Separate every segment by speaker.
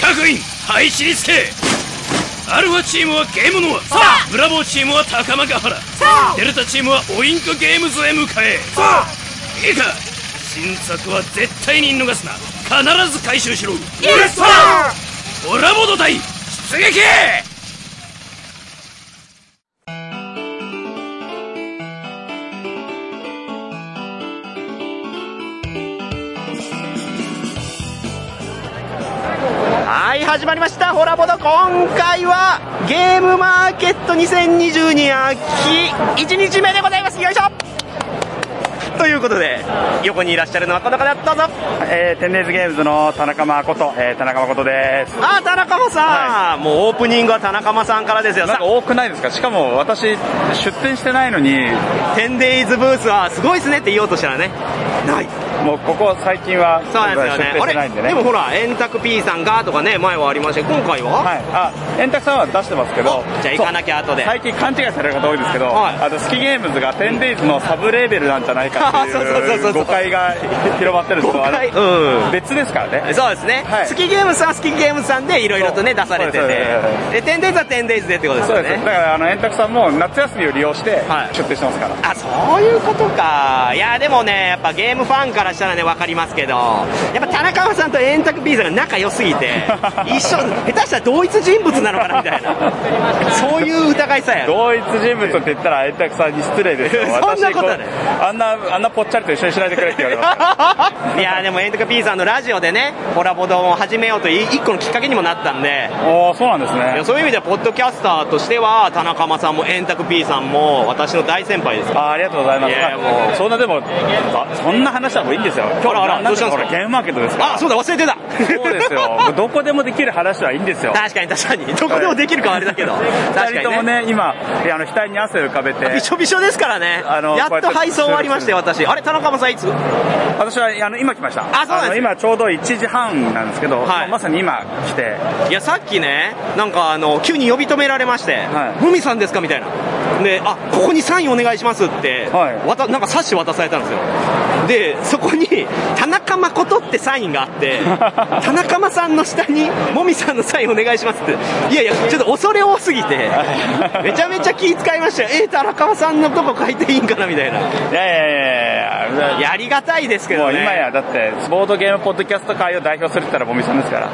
Speaker 1: 各員配置につけアルファチームはゲームノアさあブラボーチームは高間ヶ原さあデルタチームはオインクゲームズへ向かえさあいいか新作は絶対に逃すな必ず回収しろイエスサーコラボド隊出撃
Speaker 2: はい、始まりました、ホラボド。今回は、ゲームマーケット2022秋、1日目でございます。よいしょ ということで、横にいらっしゃるのはこの方、どうぞ。
Speaker 3: えー、天然図ゲームズの田中誠、えー、田中誠です。
Speaker 2: あ、田中間さん、もうオープニングは田中間さんからですよ。
Speaker 3: なん
Speaker 2: さ
Speaker 3: か多くないですかしかも私、出店してないのに、
Speaker 2: あ、10 days ブースはすごいっすねって言おうとしたらね、ない。
Speaker 3: もうここ最近は
Speaker 2: そうなんですよね。あ
Speaker 3: 出店してないん
Speaker 2: れ
Speaker 3: で
Speaker 2: で
Speaker 3: ね。
Speaker 2: もほら、円卓 P さんがとかね、前はありましたけど、今回は、
Speaker 3: はい、あ、円卓さんは出してますけど
Speaker 2: お、じゃあ行かなきゃ後で
Speaker 3: そう最近勘違いされる方多いですけど、
Speaker 2: はい
Speaker 3: あとスキゲームズがテンデイズのサブレーベルなんじゃないかって
Speaker 2: そうそうそう
Speaker 3: い
Speaker 2: そう
Speaker 3: う
Speaker 2: そう
Speaker 3: 誤解が広まってるんですけど、
Speaker 2: 誤解
Speaker 3: あれ
Speaker 2: うん
Speaker 3: 別ですからね。
Speaker 2: そうですね、
Speaker 3: はい
Speaker 2: スキーゲームズはスキーゲームズさんでいろいろとね出
Speaker 3: そう
Speaker 2: されてて
Speaker 3: そうですそうです
Speaker 2: で 10days は 10days でってことです
Speaker 3: そう
Speaker 2: よ
Speaker 3: です。だ
Speaker 2: ね
Speaker 3: からあの円卓さんも夏休みを利用して
Speaker 2: はい
Speaker 3: 出店してますから。
Speaker 2: あそういうことかいやでもねやっぱゲームファンからしたらね分かりますけどやっぱ田中さんと円卓 B さんが仲良すぎ て一緒下手したら同一人物なのかなみたい なそういう疑いさえある
Speaker 3: 同一人物って言ったら円卓さんに失礼ですよ
Speaker 2: そんなことはない
Speaker 3: 私うあんなあんなぽっちゃりと一緒にしないでくれって言われますか ら
Speaker 2: いやでも円卓 B さんのラジオでねコラボ丼を始めようという一個のきっかけにもなったんで
Speaker 3: おーそうなんです
Speaker 2: いや
Speaker 3: ね
Speaker 2: そういう意味ではポッドキャスターとしては田中間さんも円卓 P さんも私の大先輩ですから
Speaker 3: あーありがとうございます
Speaker 2: いやいやもう
Speaker 3: そんなでもあそんな話はもういいんですよ今日
Speaker 2: あらあら
Speaker 3: なん
Speaker 2: どうしたんですか
Speaker 3: ほらゲームマーケットですから
Speaker 2: あそうだ忘れてた
Speaker 3: そうです よもうどこでもできる話はいいんですよ
Speaker 2: 確かに確かにどこでもできるかはあれだけ ど確
Speaker 3: 二人と
Speaker 2: か
Speaker 3: も
Speaker 2: にね
Speaker 3: ね今いやあの額に汗を浮かべて
Speaker 2: びしょびしょですからね
Speaker 3: あの
Speaker 2: やっ
Speaker 3: こうや
Speaker 2: と
Speaker 3: って
Speaker 2: 配送終わりましたよ私あれ田中間さんいつ
Speaker 3: 私はあの今来ました
Speaker 2: あそうなんです
Speaker 3: の今ちょうど1時半なんですけど、
Speaker 2: はい
Speaker 3: まさに今来て
Speaker 2: いやさっきねなんかあの急に呼び止められまして
Speaker 3: はい
Speaker 2: 海さんですか?」みたいなで「あここにサインお願いします」って、
Speaker 3: はい
Speaker 2: わたなんか冊子渡されたんですよでそこに「田中誠」ってサインがあって 田中間さんの下に「もみさんのサインお願いします」っていやいやちょっと恐れ多すぎてめちゃめちゃ気遣いましたよえ田中間さんのとこ書いていいんかなみたいない
Speaker 3: やいやいやいやいや
Speaker 2: いやありがたいですけ
Speaker 3: も
Speaker 2: ど
Speaker 3: う
Speaker 2: ね
Speaker 3: 今やだってスポートゲームポッドキャスト界を代表するって言ったらもみさんですから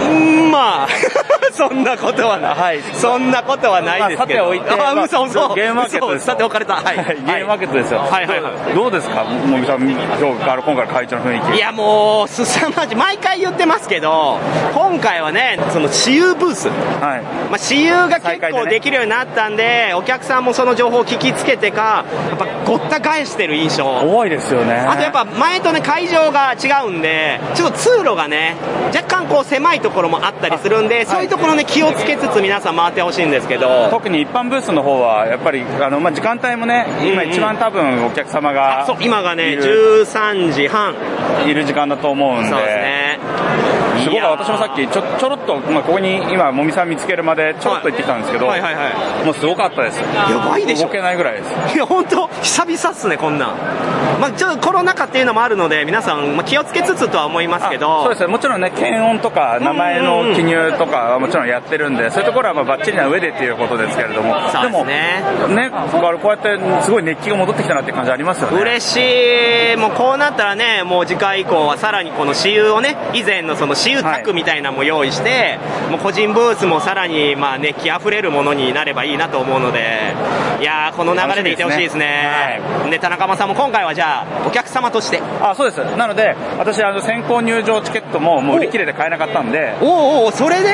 Speaker 2: うんまあ そんなことはない、
Speaker 3: はい
Speaker 2: そんなことはないですけど
Speaker 3: まあさておいて
Speaker 2: あ
Speaker 3: まあ
Speaker 2: 嘘嘘
Speaker 3: ゲームマーケットです
Speaker 2: 嘘さて置かれたはい、
Speaker 3: はい、ゲームマーケットですよ。
Speaker 2: はいはいは
Speaker 3: どうですか、もみさん、今日あの今回の会長の雰囲気。
Speaker 2: いやもうすさまじい毎回言ってますけど今回はねその私有ブース
Speaker 3: はい。
Speaker 2: まあ、私有が結
Speaker 3: 再開で
Speaker 2: 構
Speaker 3: ね
Speaker 2: できるようになったんでお客さんもその情報を聞きつけてかやっぱごった返してる印象
Speaker 3: 多いですよね。
Speaker 2: あとやっぱ前とね会場が違うんでちょっと通路がね若干こう狭いところもあったりするんでそういうところね気をつけつつ皆さん回ってほしいんですけど
Speaker 3: 特に一般ブースの方は、やっぱり、あの、まあ、時間帯もね、今一番多分お客様
Speaker 2: あ
Speaker 3: が
Speaker 2: そう今が
Speaker 3: い
Speaker 2: ね
Speaker 3: る
Speaker 2: 13時半
Speaker 3: いる時間だと思うんで。
Speaker 2: そうですね
Speaker 3: すごい私もさっきちょちょろっと、まあ、ここに今もみさん見つけるまでちょろっと行ってきたんですけど、
Speaker 2: はいはいは
Speaker 3: もうすごかったです
Speaker 2: やばいでしょ
Speaker 3: 動けないぐらいです
Speaker 2: いいや本当久々っすねこんなんまあちょっとコロナ禍っていうのもあるので皆さん、まあ、気をつけつつとは思いますけ
Speaker 3: あ
Speaker 2: ど
Speaker 3: そうですねもちろんね検温とか名前の記入とかはもちろんやってるんでそういうところはまあバッチリな上でっていうことですけれども
Speaker 2: そうですね
Speaker 3: でもねこうやってすごい熱気が戻ってきたなって感じありますよね
Speaker 2: 嬉しい、もうこうなったらね、もう次回以降はさらにこの私有をね、以前のその私有タクみたいなのも用意して、もう個人ブースもさらにまあ熱気あふれるものになればいいなと思うので、いやー、この流れでいてほしいですね
Speaker 3: 楽しみで、
Speaker 2: ね田中間さんも今回はじゃあ、お客様として、
Speaker 3: あそうですなので私あの先行入場チケットももう売り切れて買えなかったんで
Speaker 2: おうおう、それで、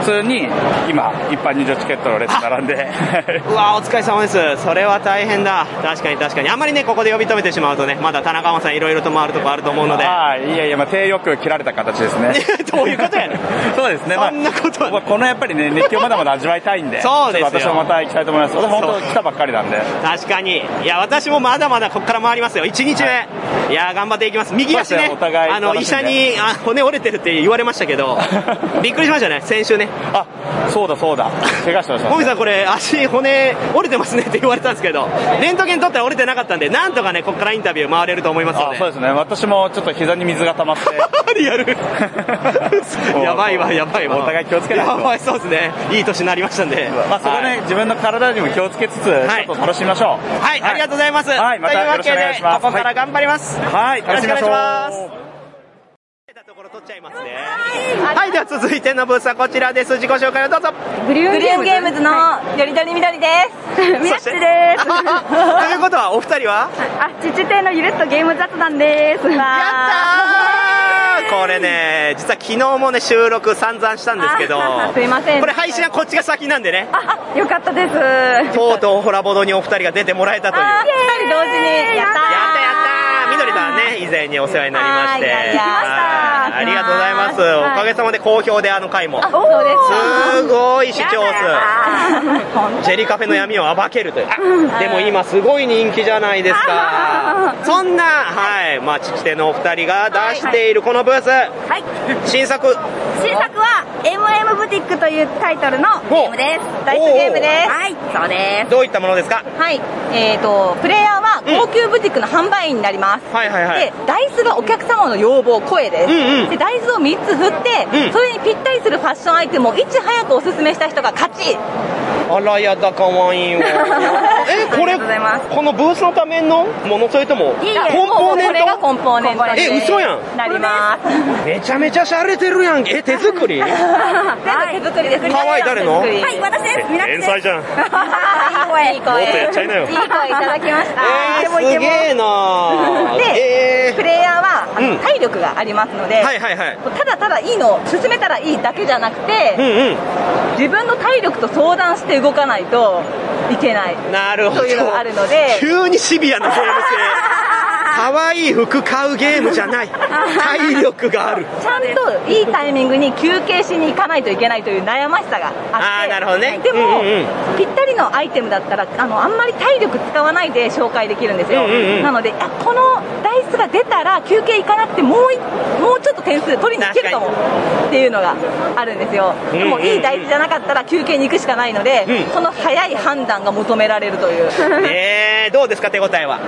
Speaker 3: 普通に今一般入場チケットの列並んで
Speaker 2: うわー、お疲れ様です、それは大変だ、確かに確かに、あんまりね、ここで呼び止めてしまうとね、まだ田中間さん、いろいろと回るとこあると思うので、
Speaker 3: ああいやいや、まあ、手よく切られた形ですね
Speaker 2: どういうことやねん。
Speaker 3: そうですね、まあ、
Speaker 2: そんなことは
Speaker 3: まあこのやっぱりね熱気をまだまだ味わいたいんで
Speaker 2: そうですよ
Speaker 3: ちょっと私もまた行きたいと思います私本当来たばっかりなんで
Speaker 2: 確かに。いや、私もまだまだここから回りますよ。1日目。い、や、頑張っていきます。右足ね
Speaker 3: そうですねお、互い
Speaker 2: あの、
Speaker 3: 楽
Speaker 2: 医
Speaker 3: しんで
Speaker 2: 者にあ骨折れてるって言われましたけ ど、びっくりしましたね、先週ね。
Speaker 3: あそうだそうだ怪我してました
Speaker 2: もみさんこれ足骨折れてますねって言われたんですけど、レントゲン取ったら折れてなかったんで、なんとかね、ここからインタビュー回れると思いますの
Speaker 3: あ
Speaker 2: で。
Speaker 3: そうですね私もちょっと膝に水が溜まって
Speaker 2: リアル。 やばいわ、やばいわ。
Speaker 3: お互い気をつけない
Speaker 2: や
Speaker 3: と
Speaker 2: ばい、そうですね。いい年になりましたんで。
Speaker 3: まあ、そこね、
Speaker 2: はい
Speaker 3: 自分の体にも気をつけつつ、
Speaker 2: はい
Speaker 3: ちょっと楽しみましょう。
Speaker 2: はい、ありがとうございます。
Speaker 3: はいまたよろしくお願いします
Speaker 2: というわけでここから頑張ります。
Speaker 3: はい、楽しみましょう。
Speaker 2: よろしくお願いしところ取っちゃいますね。はい、では続いてのブースはこちらです。自己紹介をどうぞ。
Speaker 4: ブリュ
Speaker 5: グリーンゲームズのよりどりみど りです。みやっちです。
Speaker 2: ということは、お二人は
Speaker 4: あ、ちちてのゆるっとゲーム雑談です。
Speaker 2: やったーこれね、実は昨日もね、収録散々したんですけど
Speaker 4: あ、すいません
Speaker 2: これ配信はこっちが先なんでね、
Speaker 4: あ、よかったです。あ、二人
Speaker 2: とうとうホラボドにお二人が出てもらえたという。やっ
Speaker 5: 同時にやった
Speaker 2: たやったーみどりさんね、以前にお世話になりまして。
Speaker 5: はいやりました
Speaker 2: はいありがとうございます。
Speaker 4: はい
Speaker 2: おかげさまで好評で、あの回も。
Speaker 5: ーそうです。
Speaker 2: すごい視聴数。ジェリカフェの闇を暴けるという。でも今すごい人気じゃないですか。そんな、はい、まあ、ちきてのお二人が出しているこのブース、
Speaker 4: はい。
Speaker 2: 新作、
Speaker 4: 新作は MM ブティックというタイトルのゲームです。ダイスゲームです。はい、そうです。
Speaker 2: どういったものですか
Speaker 5: はい。えっ、と、プレイヤーは
Speaker 2: うん
Speaker 5: 高級ブティックの販売員になります。
Speaker 2: はいはいはい
Speaker 5: で、ダイスがお客様の要望、声です。
Speaker 2: うんうん
Speaker 5: で、ダイスを3つ振って、
Speaker 2: うん
Speaker 5: それにぴったりするファッションアイテムをいち早くおすすめした人が勝ち。
Speaker 2: あらやだ、かわいいわ。え、こ
Speaker 5: ありが
Speaker 2: れ、
Speaker 5: とうございます
Speaker 2: このブースのためのものそれとも、
Speaker 5: いいえ
Speaker 2: コンポーネ
Speaker 5: もうこれが
Speaker 2: ント
Speaker 5: コンポーネント
Speaker 2: え、嘘やん。
Speaker 5: ん。なり ます。
Speaker 2: めちゃめちゃ洒落てるやん。え、手作りか
Speaker 5: 全 部手作りです。
Speaker 2: わいい、誰の
Speaker 5: 手作り
Speaker 4: はい、私です。みなき
Speaker 2: 天
Speaker 4: です。
Speaker 2: 才じゃん。
Speaker 5: いい声。
Speaker 2: もっとやっちゃいなよ
Speaker 5: いい声いただきました。
Speaker 2: えー、すげえなーえ
Speaker 5: で、プレイヤーはあの
Speaker 2: うん
Speaker 5: 体力がありますので、
Speaker 2: ー、はいはいはい。
Speaker 5: ただただいいのを進めたらいいだけじゃなく
Speaker 2: う
Speaker 5: て、
Speaker 2: ん
Speaker 5: 自分の体力と相談して動かないといけない。
Speaker 2: うん。なるほど。
Speaker 5: というのがあるので
Speaker 2: 急にシビアな ゲーム性。可愛い服買うゲームじゃない。体力がある。
Speaker 5: ちゃんといいタイミングに休憩しに行かないといけないという悩ましさがあって
Speaker 2: あーなるほどね
Speaker 5: でも、
Speaker 2: うんうん
Speaker 5: ぴったりのアイテムだったらあのあんまり体力使わないで紹介できるんですよ、
Speaker 2: うんうんうん
Speaker 5: なのであこのダイスが出たら休憩行かなくてもういもうちょっと点数取りに行けるかもっていうのがあるんですよ、で
Speaker 2: う
Speaker 5: も
Speaker 2: んうんうん
Speaker 5: いいダイスじゃなかったら休憩に行くしかないので、
Speaker 2: うん
Speaker 5: その早い判断が求められると いう
Speaker 2: えー、どうですか、手応えは。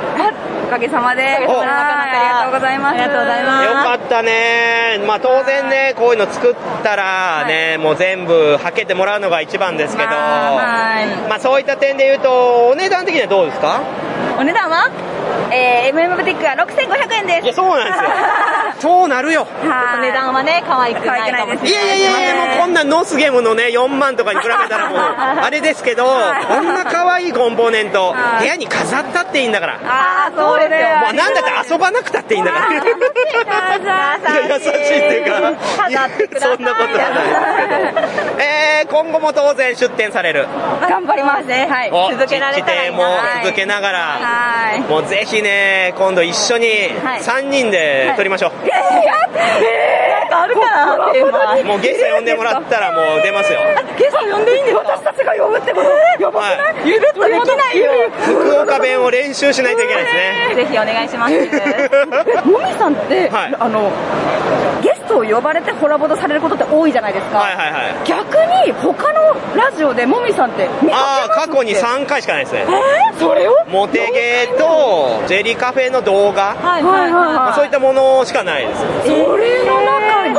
Speaker 4: おかげさまで。はい、
Speaker 2: お
Speaker 4: ありがとうございます。
Speaker 5: ありがとうございます
Speaker 2: よかったね、まあ、当然ね、こういうの作ったらね、もう全部はけてもらうのが一番ですけど、
Speaker 4: まあはい
Speaker 2: まあ、そういった点で言うと、お値段的にはどうですか
Speaker 5: お値段は
Speaker 4: えー、MM ブティックは6500円です。
Speaker 2: いや、そうなんですよ、そうなるよ、
Speaker 4: はい
Speaker 5: 値段はね可愛くないかもしれない
Speaker 2: いやいやいやいや、もうこんなノースゲームのね、4万とかに比べたらもう、あれですけど、こんな可愛いコンポーネント、
Speaker 4: はい
Speaker 2: 部屋に飾ったっていいんだから、も
Speaker 4: あー、そうですよ。
Speaker 2: うなんだって遊ばなくたっていいんだから。いや優しいっていうか
Speaker 5: 飾ってください
Speaker 2: そんなことはないですけど、えー、今後も当然出店される
Speaker 4: 頑張りますね。はい。
Speaker 2: お
Speaker 5: 続けられたらいいな
Speaker 2: も続けながら、
Speaker 4: はい。
Speaker 2: もうぜひね今度一緒に
Speaker 4: はい
Speaker 2: 3人で撮りましょう、
Speaker 5: なんかあるかなテーマ
Speaker 2: もうゲスト呼んでもらったらもう出ますよ
Speaker 5: ゲスト呼んでいいんですか私たちが呼ぶってことや
Speaker 2: ばくない
Speaker 5: ゆるっとできないよ
Speaker 2: 福岡弁を練習しないといけないですね
Speaker 5: ぜひお願い します
Speaker 4: もみさんって、
Speaker 2: はい
Speaker 4: あの、ゲストを呼ばれてホラボドされることって多いじゃないですか。
Speaker 2: はいはいはい
Speaker 4: 逆に他のラジオでもみさんって見か
Speaker 2: あ
Speaker 4: け
Speaker 2: あ
Speaker 4: ます
Speaker 2: 過去に
Speaker 4: って
Speaker 2: 3回しかないですね
Speaker 4: えーそれを
Speaker 2: モテゲーとジェリカフェの動画、
Speaker 5: はいはい
Speaker 2: ま
Speaker 5: は
Speaker 2: あ、そういったものしかないです
Speaker 4: それの中に、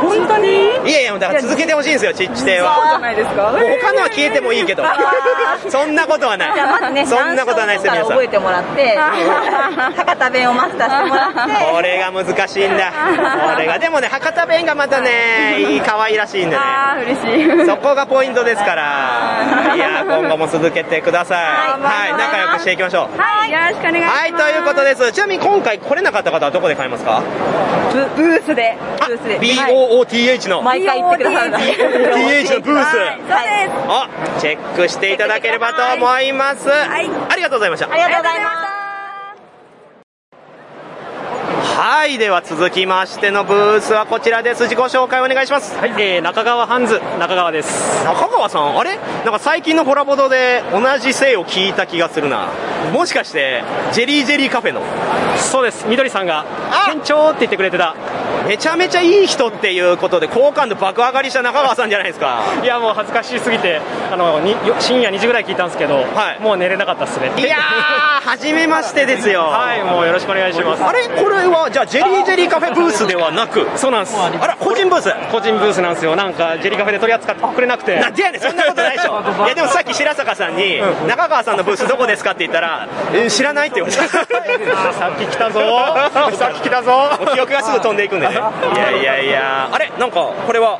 Speaker 4: 本当に
Speaker 2: いやいやだから続けてほしいんですよちっち亭は
Speaker 4: そうじゃないですか。
Speaker 2: もう他のは消えてもいいけど、そんなことはない
Speaker 5: いじゃあまずね、。
Speaker 2: そんなことはないですよ、
Speaker 5: 男
Speaker 2: 皆
Speaker 5: 子
Speaker 2: さん
Speaker 5: の方から覚。えてもら って、博多弁をマスターしてもらって、
Speaker 2: これが難しいんだ。これが、でもね、博多弁がまたね、 いい、可愛らしいんでね。
Speaker 4: あー、 嬉しい。
Speaker 2: そこがポイントですから、いや、今後も続けてください。
Speaker 4: はい
Speaker 2: はい、仲良くしていきましょう。
Speaker 4: はい。よろしくお願いします。
Speaker 2: はい、ということです。ちなみに今回来れなかった方はどこで買いますか
Speaker 5: ブブースで、ブースで、
Speaker 2: ?BOOTH の。
Speaker 5: 毎回言ってくださるんだ
Speaker 2: BOOTH のブース。
Speaker 4: はい、そうです。
Speaker 2: をチェックしていただければと思います。
Speaker 4: い
Speaker 2: ありがとうございました。
Speaker 5: ありがとうございま
Speaker 2: はい、では続きましてのブースはこちらです。自己紹介お願いします。
Speaker 6: はい、えー、中川ハンズ、中川です。
Speaker 2: 中川さん、あれなんか最近のコラボドで同じ姓を聞いた気がするな。もしかしてジェリージェリーカフェの
Speaker 7: そうですみどりさんが店長って言ってくれてた
Speaker 2: めちゃめちゃいい人っていうことで好感度爆上がりした中川さんじゃないですか
Speaker 7: いやもう恥ずかしすぎてあのによ深夜2時ぐらい聞いたんですけど、もう寝れなかったですね
Speaker 2: いやー初めましてですよ
Speaker 7: はいもうよろしくお願いします
Speaker 2: あれこれはじゃあジェリージェリーカフェブースではなく
Speaker 7: そうなんです
Speaker 2: あら個人ブース
Speaker 7: 個人ブースなんですよなんかジェリーカフェで取り扱ってくれなくて
Speaker 2: なんでやねんそんなことないで しょいやでもさっき白坂さんに「中川さんのブースどこですか?」って言ったら「えー知らない」って言われた
Speaker 7: さっき来たぞ さっき来たぞ
Speaker 2: 記憶がすぐ飛んでいくん でねいやいやいやあれなんかこれは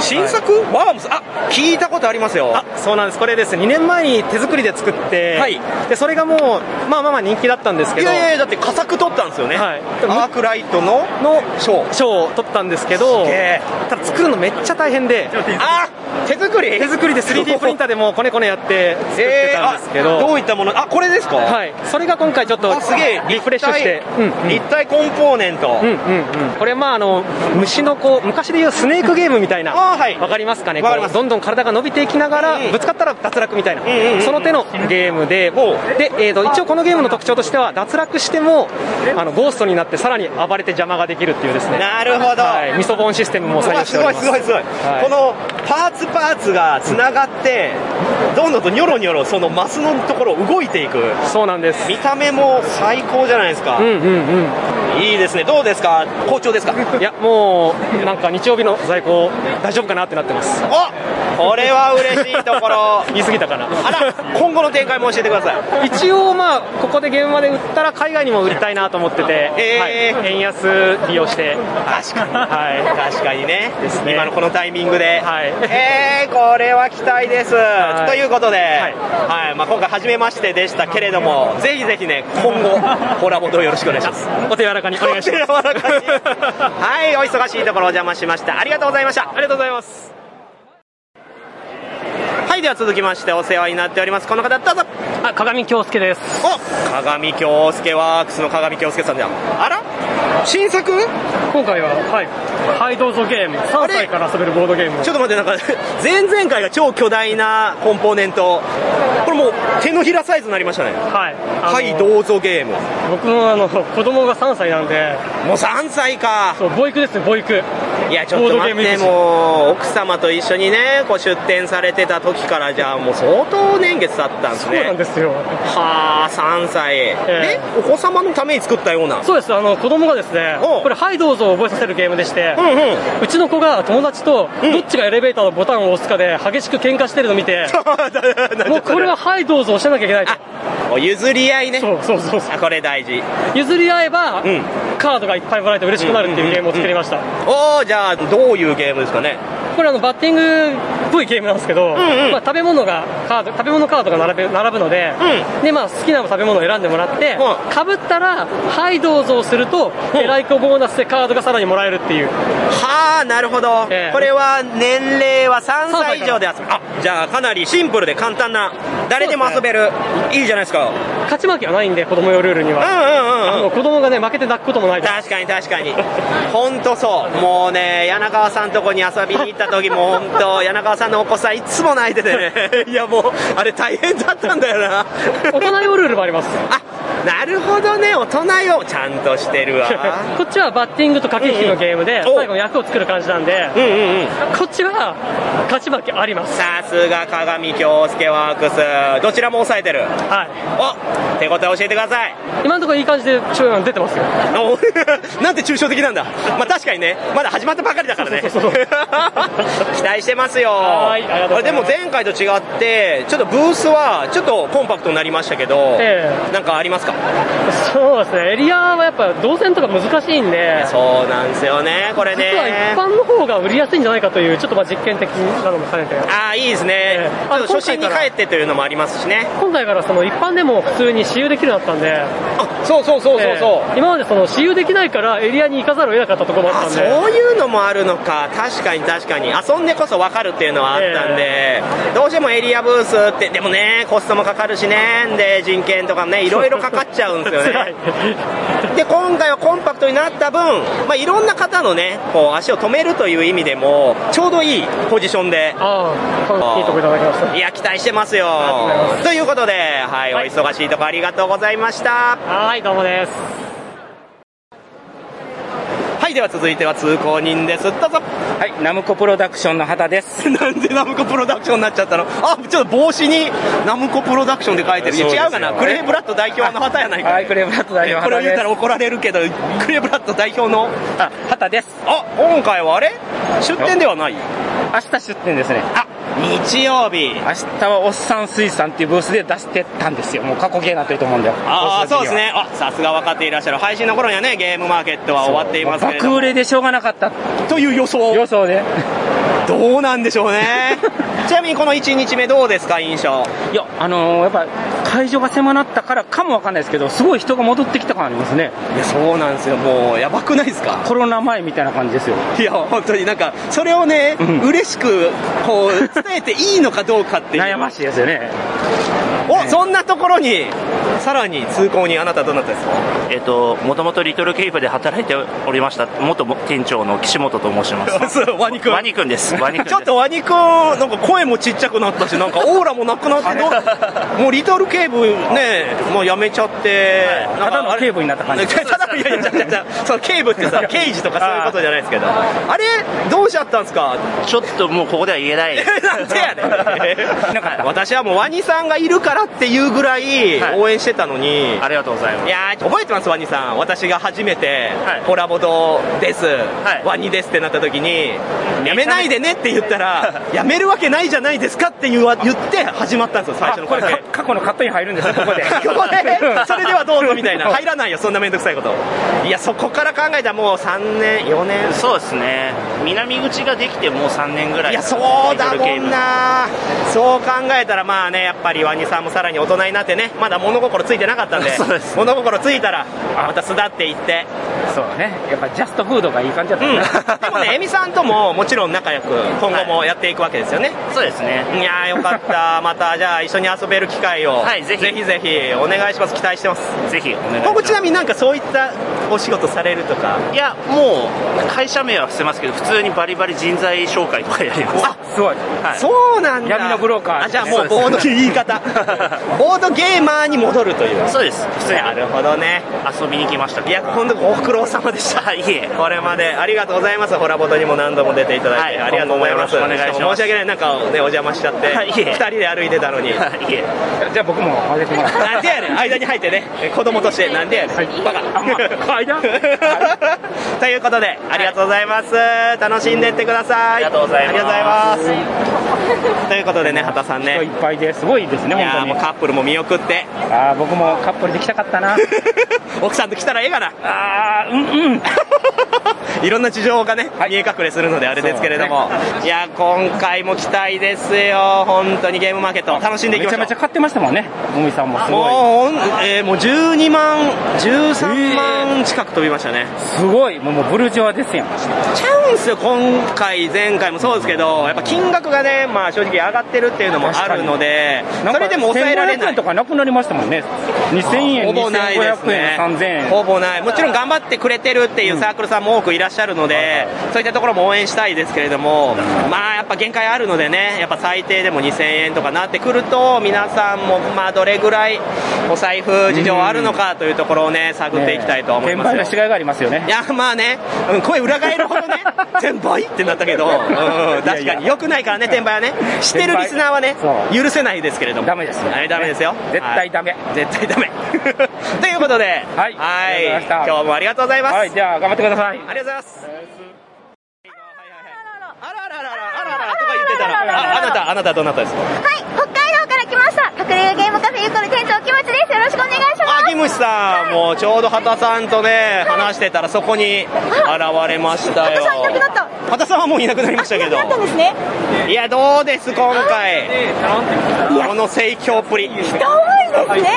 Speaker 2: 新作、ワームスあ聞いたことありますよ
Speaker 7: あそうなんですこれです2年前に手作りで作って、
Speaker 2: はい
Speaker 7: でそれがもうまあまあまあ人気だったんですけ
Speaker 2: い
Speaker 7: ど
Speaker 2: やいやいやだって佳作取ったんですよね、
Speaker 7: はい
Speaker 2: アークライトの
Speaker 7: の
Speaker 2: 賞
Speaker 7: 賞を取ったんですけど
Speaker 2: すげえ
Speaker 7: ただ作るのめっちゃ大変で
Speaker 2: あ手作り
Speaker 7: 手 作りで 3D プリンターでもうこねこねやって作ってたんですけど、
Speaker 2: えーあどういったものあこれですか、
Speaker 7: はい、それが今回ちょっと
Speaker 2: あすげえ
Speaker 7: リフレッシュして、
Speaker 2: 立
Speaker 7: うん
Speaker 2: 体立体コンポーネント、
Speaker 7: うんうんうん、これ、まああの、虫のこう昔でいうスネークゲームみたいな、
Speaker 2: あーはい
Speaker 7: わかりますかね、
Speaker 2: わかり
Speaker 7: こ
Speaker 2: ま
Speaker 7: う
Speaker 2: す
Speaker 7: どんどん体が伸びていきながら、
Speaker 2: うんうん
Speaker 7: ぶつかったら脱落みたいな、
Speaker 2: んうん
Speaker 7: その手のゲームで、
Speaker 2: ほう
Speaker 7: でえーと一応このゲームの特徴としては、脱落してもあのゴーストになって、さらに暴れて邪魔ができるっていうですね、
Speaker 2: なるほど、
Speaker 7: はい、ミソボンシステムも採
Speaker 2: わ
Speaker 7: 用し
Speaker 2: す
Speaker 7: てお
Speaker 2: ごい
Speaker 7: りますす。
Speaker 2: ごいすごい、
Speaker 7: はい
Speaker 2: このパーツパーツがつながってどんどんとニョロニョロそのマスのところを動いていく
Speaker 7: そうなんです
Speaker 2: 見た目も最高じゃないですか、
Speaker 7: うんうんうん
Speaker 2: いいですねどうですか好調ですか
Speaker 7: いやもうなんか日曜日の在庫大丈夫かなってなってます
Speaker 2: おこれは嬉しいところ
Speaker 7: 言い過ぎたかな
Speaker 2: あら今後の展開も教えてください
Speaker 7: 一応まあここで現場で売ったら海外にも売りたいなと思ってて、
Speaker 2: えー
Speaker 7: はい、円安利用して
Speaker 2: 確かに、
Speaker 7: は
Speaker 2: 確かにね
Speaker 7: ですね
Speaker 2: 今のこのタイミングで、
Speaker 7: はい
Speaker 2: えー、これは期待です、
Speaker 7: い
Speaker 2: ということで、はい
Speaker 7: い
Speaker 2: まあ、今回初めましてでしたけれどもぜひぜひね今 後コラボどうよろしくお願いします
Speaker 7: いお手柔らかにお願いします
Speaker 2: お手柔らか にはいお忙しいところお邪魔しましたありがとうございました
Speaker 7: ありがとうございます
Speaker 2: はいでは続きましてお世話になっておりますこの方どうぞ
Speaker 8: あ鏡京介です
Speaker 2: お鏡京介ワークスの鏡京介さんじゃんあら新作
Speaker 8: 今回ははいはいどうぞゲーム3歳から遊べるボードゲームを
Speaker 2: ちょっと待って、なんか 前々回が超巨大なコンポーネント、これもう手のひらサイズになりましたね。
Speaker 8: はいあの
Speaker 2: はい、どうぞゲーム。
Speaker 8: 僕もあの子供が3歳なんで
Speaker 2: もう3歳か。
Speaker 8: そう保育ですね保育
Speaker 2: いや、ちょっと待っ
Speaker 8: ボードゲーム
Speaker 2: て、
Speaker 8: です
Speaker 2: もう奥様と一緒にね、こう出店されてた時から、じゃあもう相当年月経ったんです
Speaker 8: そう
Speaker 2: ね。
Speaker 8: なんですよ
Speaker 2: はあ、3歳。え
Speaker 8: え
Speaker 2: お子様のために作ったような。
Speaker 8: そうですあの子供がですね
Speaker 2: おう
Speaker 8: これはいどうぞを覚えさせるゲームでして
Speaker 2: うんうん。
Speaker 8: うちの子が友達とどっ ちがエレベーターのボタンを押すかで激しく喧嘩してるのを見てもうこれははいどうぞを押さなきゃいけないと
Speaker 2: お譲り合いね。
Speaker 8: そうそうそうそう
Speaker 2: あ、これ大事。
Speaker 8: 譲り合えば
Speaker 2: ん
Speaker 8: カードがいっぱいもらえて嬉しくなるっていうゲームを作りました
Speaker 2: おー、じゃあどういうゲームですかね。
Speaker 8: これあのバッティングっぽいゲームなんですけど、まあ、食べ物がカード食べ物カードが並べ並ぶので,、でまあ、好きな食べ物を選んでもらって
Speaker 2: う
Speaker 8: かぶ、ったら「はいどうぞ」をすると、えらいこボーナスでカードがさらにもらえるっていう
Speaker 2: はあなるほど、
Speaker 8: ええ
Speaker 2: これは年齢は3歳以上で遊
Speaker 8: 3
Speaker 2: ぶあじゃあかなりシンプルで簡単な誰でも遊べる、いいじゃないですかう
Speaker 8: 勝ち負けはないんで子供用ルールには、
Speaker 2: んうん
Speaker 8: あ
Speaker 2: うんう
Speaker 8: の
Speaker 2: ん
Speaker 8: 子供がね負けて泣くこともないです
Speaker 2: 確かに確かに本当そうもうね柳川さんとこに遊びに行った時も本当柳川さんのお子さんいつも泣いててね いやもうあれ大変だったんだよな
Speaker 8: 大人用ルールもあります
Speaker 2: あなるほどね大人よちゃんとしてるわ
Speaker 8: こっちはバッティングと駆け引きのゲームで、
Speaker 2: うんうんお
Speaker 8: 最後の役を作る感じなんで、
Speaker 2: うんうんうん
Speaker 8: こっちは勝ち負けあります
Speaker 2: さすが鏡京介ワークスどちらも抑えてる
Speaker 8: はい
Speaker 2: お手応え教えてください
Speaker 8: 今のところいい感じでちょい出てますよ
Speaker 2: お なんて抽象的なんだ、まあ、確かにねまだ始まったばかりだからね 期待してますよ
Speaker 8: はいありがとうございます
Speaker 2: これでも前回と違ってちょっとブースはちょっとコンパクトになりましたけど、
Speaker 8: え
Speaker 2: なんかありますか
Speaker 8: そうですね、エリアはやっぱ動線とか難しいんで、
Speaker 2: そうなんですよねこれ
Speaker 8: 実は
Speaker 2: ね
Speaker 8: 一般の方が売りやすいんじゃないかという、ちょっとまあ実験的なのも兼ねて、
Speaker 2: ああいいですね
Speaker 8: え、えあ
Speaker 2: ちょっと初心に
Speaker 8: 今回から
Speaker 2: 帰ってというのもありますしね
Speaker 8: 今回からその一般でも普通に私有できるようになったんで、
Speaker 2: あそうそうそうそうそう、
Speaker 8: えー今までその私有できないからエリアに行かざるを得なかったところもあ
Speaker 2: あ
Speaker 8: ったんで、
Speaker 2: そういうののもあるのか、確かに確かに、遊んでこそ分かるっていうのはあったんで、どうしてもエリアブースって、でもね、コストもかかるしね、で、人件とかね、いろいろかかっちゃうんですよ
Speaker 9: 辛
Speaker 2: ね
Speaker 9: い。
Speaker 2: で、今回はコンパクトになった分、まあ、いろんな方のね、こう、足を止めるという意味でも、ちょうどいいポジションで、
Speaker 9: ああ、いいとこいただきました。
Speaker 2: いや、期待してますよ。ということで、はい、お忙しいとこありがとうございました。
Speaker 9: はい、どうもです。
Speaker 2: はい、では続いては通行人です。どうぞ。
Speaker 10: はい、ナムコプロダクションの畑です。
Speaker 2: なんでナムコプロダクションになっちゃったのあ、ちょっと帽子にナムコプロダクションで書いてる。い
Speaker 10: そうです
Speaker 2: や、
Speaker 10: よ
Speaker 2: 違うかな。クレーブラッド代表の旗やないか。
Speaker 10: はい、クレームラット代表
Speaker 2: これを
Speaker 10: 畑
Speaker 2: 言
Speaker 10: で
Speaker 2: っ
Speaker 10: す
Speaker 2: た。ら怒られるけど、クレーブラッド代表の。
Speaker 10: あ、畑です。
Speaker 2: あ、今回はあれ出店ではない
Speaker 10: 明日出店ですね。あ、
Speaker 2: 日曜日。
Speaker 10: 明日はおっさん水産っていうブースで出してたんですよ。もう過去形になってると思うんだよ。
Speaker 2: ああ、
Speaker 10: ブー
Speaker 2: そう
Speaker 10: スの時
Speaker 2: です
Speaker 10: には。
Speaker 2: ね。あ、さすが分かっていらっしゃる。配信の頃にはね、ゲームマーケットは終わっていますけれど
Speaker 10: 爆
Speaker 2: も
Speaker 10: 売。れでしょうがなかった
Speaker 2: という予想。
Speaker 10: 予想で。
Speaker 2: どうなんでしょ うね。ちなみにこの1日目どうですか、印象。
Speaker 10: いや、あのー、やっぱ会場が狭なったからかもわかんないですけど、すごい人が戻ってきた感ありますね。
Speaker 2: いや、そうなんですよ。もう、やばくないですか
Speaker 10: コロナ前みたいな感じですよ。
Speaker 2: いや、本当になんか、それをね、
Speaker 10: ん
Speaker 2: 嬉しく、こう、伝えていいのかどうかっていう。
Speaker 10: 悩ましいですよね。
Speaker 2: お、そんなところに、さらに通行にあなたどうなったんですか
Speaker 11: えっ、と、もともとリトルケイブで働いておりました、元店長の岸本と申し ます。
Speaker 2: そう ワニ君
Speaker 11: ワニくんです。ワニくんです。
Speaker 2: ちょっとワニ君、なんか声もちっちゃくなったし、なんかオーラもなくなってどう、もうリトルケーブね、もうやめちゃって、な
Speaker 10: た
Speaker 2: んか
Speaker 10: だの警部になった感じ。
Speaker 2: ただのいやいや、じゃじゃじゃその警部ってさ、刑事とかそういうことじゃないですけど、あれ、どうしちゃったんですか
Speaker 11: ちょっともうここでは言えない。
Speaker 2: なんでやねん。なんか 私はもうワニさんがいるからっていうぐらい
Speaker 11: はい
Speaker 2: 応援してたのに、
Speaker 11: ありがとうございま
Speaker 2: い
Speaker 11: す。
Speaker 2: やー覚えてますワニさん私が初めて
Speaker 11: はい
Speaker 2: コラボとです、
Speaker 11: い
Speaker 2: ワニですってなった時にやめないでねって言った らやめるわけないじゃないですかって言わ言って始まったんですよ最初の
Speaker 10: こ
Speaker 2: 声
Speaker 10: れ
Speaker 2: か
Speaker 10: か過去のカットに入るん ですよ、ここで。
Speaker 2: ここでそれではどうぞみたいな入らないよそんな面倒くさいこといやそこから考えたらもう3年4年
Speaker 11: そうですね。南口ができてもう3年ぐらい。
Speaker 2: いやそうだ
Speaker 11: リトル
Speaker 2: も
Speaker 11: ケイブ
Speaker 2: ん。なそう考えたらまあねやっぱりワニさんもさらに大人になってねまだ物心ついてなかったんで
Speaker 11: そうです
Speaker 2: 物心ついたらまた巣立っていって
Speaker 10: そうだね。やっぱジャストフードがいい感じだった ね。
Speaker 2: うん、でもね、えみさんとももちろん仲良く、今後もやっていくわけですよね。
Speaker 11: そうですね。
Speaker 2: い、やー、よか った、またじゃあ、一緒に遊べる機会を、
Speaker 11: はいぜひ
Speaker 2: ぜひぜひお願いします、期待してます。
Speaker 11: ぜひお願いし
Speaker 2: 今
Speaker 11: ま
Speaker 2: 後、ち
Speaker 11: す
Speaker 2: な。みになんかそういったお仕事されるとか、
Speaker 11: いや、もう、会社名は伏せますけど、普通にバリバリ人材紹介とかやります。
Speaker 10: すごい。
Speaker 11: はい
Speaker 2: そうなんだ、
Speaker 10: 闇のブローカー
Speaker 2: あじゃあ、も
Speaker 11: そううです
Speaker 2: ボード、言 い方、ボードゲーマーに戻るという、
Speaker 11: そうです。普通に
Speaker 2: なるほどね、
Speaker 11: 遊びに来ました。
Speaker 2: いや、今度、ご苦労様でした。
Speaker 11: あ、いえ。
Speaker 2: これまでありがとうございます、ホラボトにも何度も出ていただいて、
Speaker 11: はい
Speaker 2: ありがとうございます、
Speaker 11: 今後もよろしくお願いします
Speaker 2: 申し訳ない、なんかね、お邪魔しちゃって、
Speaker 11: はいいえ
Speaker 2: 2人で歩いてたのに。
Speaker 11: あいえ。
Speaker 10: じゃあ僕も混ぜてもらって。
Speaker 2: なんでやねん間に入ってね子供としてなんでやねん、バカ 間ということでありがとうございます、楽しんでってください
Speaker 11: ありがとうございます
Speaker 2: ありがとうございますということでね畑さん
Speaker 10: 人い
Speaker 2: ね
Speaker 10: っぱいですごいですね、
Speaker 2: いやー
Speaker 10: 本
Speaker 2: も
Speaker 10: 当
Speaker 2: う
Speaker 10: に。
Speaker 2: カップルも見送って
Speaker 10: ああ、僕もカップルで来たかったな。
Speaker 2: 奥さんと来たらええかな
Speaker 10: ああ、うんうん。
Speaker 2: いろんな事情がね、見え隠れするのであれですけれども、いやー今回も期待ですよ本当にゲームマーケット楽しんでいき
Speaker 10: めちゃ
Speaker 2: ましょう
Speaker 10: めちゃ買ってましたもんね。もみさんもすごい。
Speaker 2: もう、えーもう12万13万近く飛びましたね、
Speaker 10: すごい。もうもうブルジョアですやん。
Speaker 2: チャンスよ今回、前回もそうですけど、やっぱ金額がね、まあ、正直上がってるっていうのもあるので、
Speaker 10: なんか
Speaker 2: それでも抑えられ
Speaker 10: 1500
Speaker 2: ない
Speaker 10: 円と。かなくなりましたもんね。2000円、
Speaker 2: ほぼないです
Speaker 10: 2500
Speaker 2: ね
Speaker 10: 円、3000円。
Speaker 2: ほぼないもちろん頑張ってくれてるっていうサークルさんも多くいらっしゃるので、そういったところも応援したいですけれども、まあやっぱ限界あるのでね、やっぱ最低でも2000円とかなってくると、皆さんもまあどれぐらいお財布事情あるのかというところをね、探っていきたいと思います
Speaker 10: 転
Speaker 2: よ
Speaker 10: 売のしがいがありますよね
Speaker 2: い。や、まあね、うん、声裏返るほど ね、転売ってなったけど、うん確かに
Speaker 10: いやいや
Speaker 2: 良くないからね、転売はね、してるリスナーはね、
Speaker 10: そ
Speaker 2: 許せないですけれども、
Speaker 10: ダメですね
Speaker 2: はい、ダメですよ。
Speaker 10: 絶対ダメ。
Speaker 2: はい絶対ダメ。ということで、
Speaker 10: はいありがとうございました
Speaker 2: 今日もありがとうございます。
Speaker 10: はい、じゃあ頑張ってください。
Speaker 2: ありがとうございます。あららららあらららとか言ってたら、ああなた、あなたどなたですか
Speaker 4: はい、北海道から来ました。隠れ家ゲームカフェゆうこる店長、キムチです。よろしくお願いし
Speaker 2: あ、
Speaker 4: ます。
Speaker 2: キムシさん、もうちょうど畑さんとね、話してたらそこに現れましたよ。
Speaker 4: 畑さんいなくなっ
Speaker 2: 畑さんはもういなくなりましたけど。
Speaker 4: あったんですね。
Speaker 2: いや、どうです、今回。この盛況っぷり。
Speaker 4: どう思い
Speaker 5: ごいで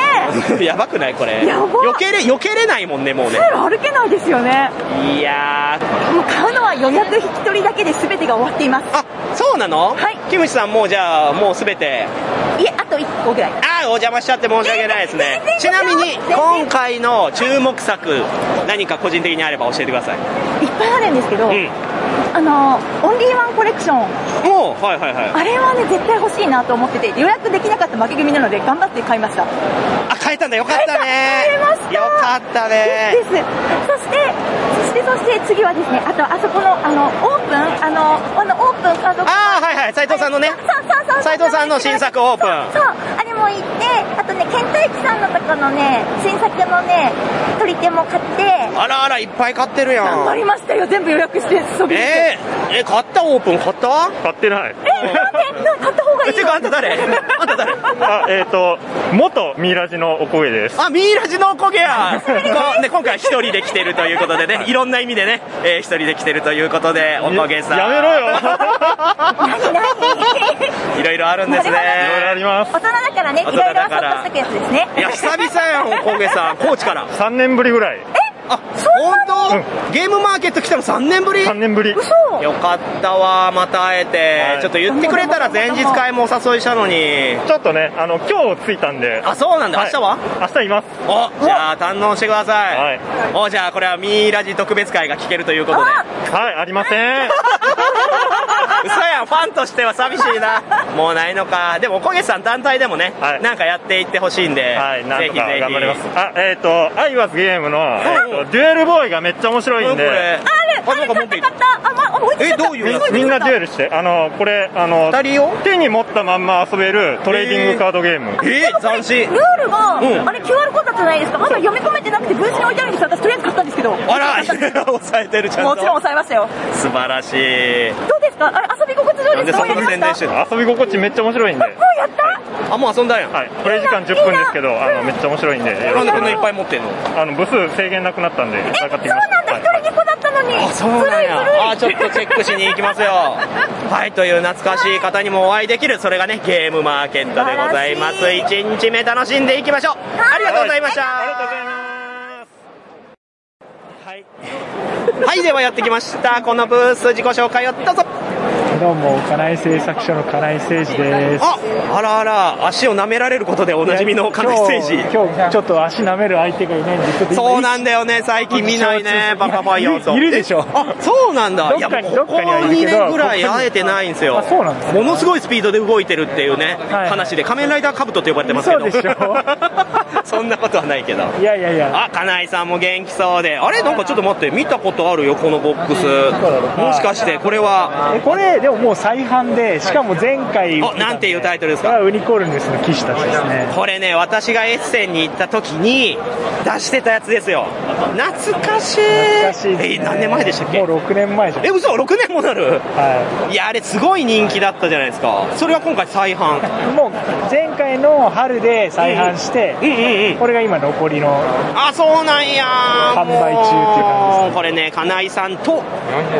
Speaker 5: す ね。
Speaker 2: やばくないこれ
Speaker 5: やば
Speaker 2: 避けれ避けれないもんねもうね
Speaker 5: 通路歩けないですよね。
Speaker 2: いやー
Speaker 5: もう買うのは予約引き取りだけで全てが終わっています。あ、
Speaker 2: そうなの
Speaker 5: はい。
Speaker 2: キムチさんもうじゃあもうすべて
Speaker 5: いえ、あと1個ぐらい。
Speaker 2: ああお邪魔しちゃって申し訳ないですねちなみに今回の注目作何か個人的にあれば教えてください
Speaker 5: いっぱいあるんですけど、あの、オンリーワンコレクション。
Speaker 2: もうはいはいはい
Speaker 5: あれはね、絶対欲しいなと思ってて、予約できなかった負け組なので、頑張って買いました。
Speaker 2: あ、買えたんだ、よかったね。
Speaker 5: 買えました。よか
Speaker 2: ったね。
Speaker 5: です。そして、そして、そして、次はですね、あと、あそこの、あの、オープン、あの、あのオープン家族。
Speaker 2: ああ、はいはい、斎藤さんのね。斎藤さんの新作オープン。
Speaker 5: そう、あれも行って、あとね、ケンタイチさんのとこのね、新作のね、取り手も 買って、
Speaker 2: あらあら、いっぱい買ってるやん。
Speaker 5: 頑張りましたよ、全部予約して、そび
Speaker 2: えー、え、買ったオープン買った買ってない。
Speaker 5: え、なんで、なん買った方がいいの
Speaker 2: てか、あんた誰あんた誰
Speaker 12: あ、えっ、と、元ミイラジのおこげです。
Speaker 2: あ、ミイラジのおこげ やこね、今回一人で来てるということでね、いろんな意味でね、えー一人で来てるということで、おこげさん。
Speaker 12: やめろよ
Speaker 2: いろいろあるんですね。
Speaker 12: いろいろあります。
Speaker 5: 大人だからね、いろいろはそっとしとくやつですね。
Speaker 2: いや、久々やん、おこげさん。高知から。
Speaker 12: 3年ぶりぐらい。
Speaker 2: 本当ゲームマーケット来たの3年ぶり ?3
Speaker 12: 年ぶり。
Speaker 5: 嘘
Speaker 2: よかったわ、また会えて、ちょっと言ってくれたら前日会もお誘いしたのに。
Speaker 12: ちょっとね、あの、今日着いたんで。
Speaker 2: あ、そうなんだ。明日は、
Speaker 12: 明日います。
Speaker 2: お、じゃあ堪能してください。お、じゃあこれはミーラジ特別会が聞けるということで。
Speaker 12: はい、ありません。
Speaker 2: 嘘やん、ファンとしては寂しい な。もうないのか。でも、おこげさん単体でもね、なんかやっていってほしいんで、
Speaker 12: なん
Speaker 2: ぜ
Speaker 12: と
Speaker 2: ひぜ
Speaker 12: か
Speaker 2: ひ。
Speaker 12: 頑張ります。あ、えっ、と、アイワズゲームの、えーとデュエルボーイがめっちゃ面白いんで。
Speaker 5: あれ、あれ、買った買った。あ、ま、あ、置いてきちゃった。
Speaker 12: みんみんなデュエルして、あの、これ、あの、手に持ったまんま遊べるトレーディングカードゲーム。
Speaker 2: え斬新。
Speaker 5: ルールが、
Speaker 12: うん
Speaker 5: あれ QR コードじゃないですか、まだ読み込めてなくて、ブースに置いてあるんですよ、私、とりあえず買ったんですけど、
Speaker 2: あ ら、 抑えてるちゃんと。
Speaker 5: もちろん抑えましたよ、
Speaker 2: 素晴らしい。
Speaker 5: どうですか、あれ、遊び心地どうですか、もうやりました、
Speaker 2: して
Speaker 12: 遊び心地めっちゃ面白いんで。もう
Speaker 5: やった、
Speaker 2: あ、もう遊んだんやん。
Speaker 12: はい。プレイ時間10分ですけど、あの、めっちゃ面白いんで。
Speaker 2: なんでこんないっぱい持ってんの
Speaker 12: あの、部数制限なくなったんで、いっぱい買ってきました。
Speaker 5: 一人2個だったのに、
Speaker 2: あ、そうなんや。あ、ちょっとチェックしに行きますよ。 はい、という懐かしい方にもお会いできる、それがね、ゲームマーケットでございます。一日目楽しんでいきましょう。ありがとうございました。ありがとうございます。はい。はい、ではやってきました。このブース自己紹介をどうぞ。
Speaker 13: どうも、金井製作所の金井誠司です。
Speaker 2: あ、あらあら、足を舐められることでおなじみの金井誠司。
Speaker 13: 今日、今日ちょっと足舐める相手がいないんで、ちょっと今
Speaker 2: そうなんだよね、最近見ないね、バカバイヤーさん。いるでしょ。あ、そうなんだ。いや、
Speaker 13: どっかに
Speaker 2: もうここ
Speaker 13: どっかにはいるけ
Speaker 2: 2
Speaker 13: ど
Speaker 2: 年ぐらい会えてないんですよ
Speaker 13: あ。そうなんです
Speaker 2: ものすごいスピードで動いてるっていうね、話で、仮面ライダーカブトと呼ばれてますけど。
Speaker 13: 嘘でし
Speaker 2: そんなことはないけど。
Speaker 13: いやいやいや。
Speaker 2: あ、金井さんも元気そうで。あれなんかちょっと待って、見たことあるよ、このボックス。もしかして、これは、
Speaker 13: えこれ、でももう再販で、しかも前回、
Speaker 2: お、なんていうタイトルですか
Speaker 13: あウニコールンですの騎士たちですね。
Speaker 2: これね、私がエッセンに行った時に出してたやつですよ。懐かしい。え、何年前でしたっけ
Speaker 13: もう6年前じゃん。
Speaker 2: え、嘘 ?6 年もなる
Speaker 13: はい
Speaker 2: や、あれすごい人気だったじゃないですか。それは今回再販。
Speaker 13: もう前回の春で再販して、これが今残りの
Speaker 2: あ、そうなんや販
Speaker 13: 売中っていう感
Speaker 2: もうこれね、金井さんと、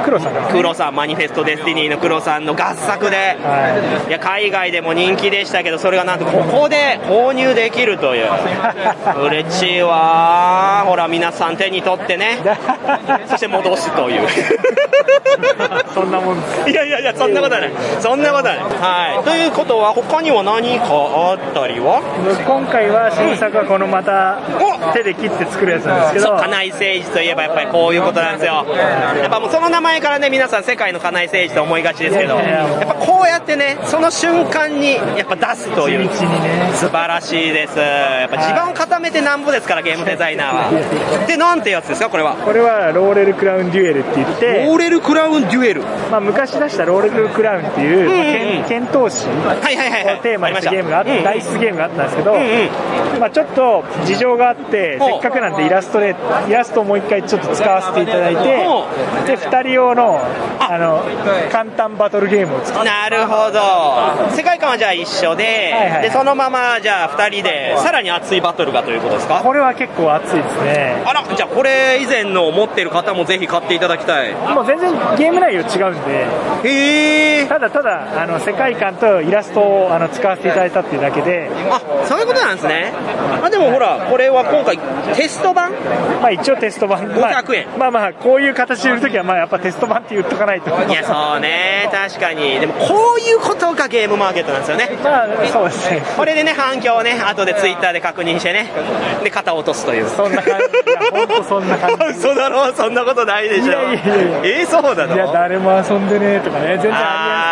Speaker 13: 黒さんが
Speaker 2: 黒さん、マニフェストデスティニーの黒さんの合作で、い、や、海外でも人気でしたけど、それがなんとここで購入できると いう。嬉しいわーほら、皆さん手に取って ね。そして戻すという。
Speaker 13: そんなもんです。
Speaker 2: いやいやいや、そんなことはない。そんなことはない。はい。ということは、他には何かあったりは
Speaker 13: 今回は新作はこのまた手で切って作るやつなんですけ
Speaker 2: そう
Speaker 13: ど、
Speaker 2: 金井誠司といえばやっぱりこういうことなんですよやっぱもうその名前からね皆さん世界の金井誠司と思いがちですけどやっぱこうやってねその瞬間にやっぱ出すという素晴らしいですやっぱ地盤を固めてなんぼですからゲームデザイナーはでなんてやつですかこれは
Speaker 13: これはローレルクラウンデュエルって言って
Speaker 2: ローレルクラウンデュエル、
Speaker 13: まあ、昔出したローレルクラウンっていう、まあ剣剣闘士をテーマにしたゲームがあって、ダイスゲームがあったんですけど、まあ、ちょっと事情があってって、せっかくなんでイラストで、イラストをもう一回ちょっと使わせていただいて、で、2人用の、あの、簡単バトルゲームを作って、
Speaker 2: なるほど世界観はじゃあ一緒で,、
Speaker 13: はいはい
Speaker 2: でそのままじゃあ2人でさらに熱いバトルがということですか
Speaker 13: これは結構熱いですね。
Speaker 2: あらじゃあこれ以前のを持ってる方もぜひ買っていただきたい
Speaker 13: もう全然ゲーム内容違うん
Speaker 2: で、
Speaker 13: ただただ、あの、世界観とイラストをあの使わせていただいたっていうだけで、
Speaker 2: そういうことなんですねあでもほらこれは今回テスト版
Speaker 13: まあ一応テスト版500円、まあ、まあまあこういう形で売るときはまあやっぱテスト版って言っとかないと
Speaker 2: いやそうね確かにでもこういうことがゲームマーケットなんですよね
Speaker 13: そうですね
Speaker 2: これでね反響をね後でツイッターで確認してねで肩を落とすというそ
Speaker 13: んな感じ本当そんな感
Speaker 2: じ嘘だろそんなことないでしょえーそうだ
Speaker 13: いや
Speaker 2: ろ
Speaker 13: 誰も遊んでねえとかね全然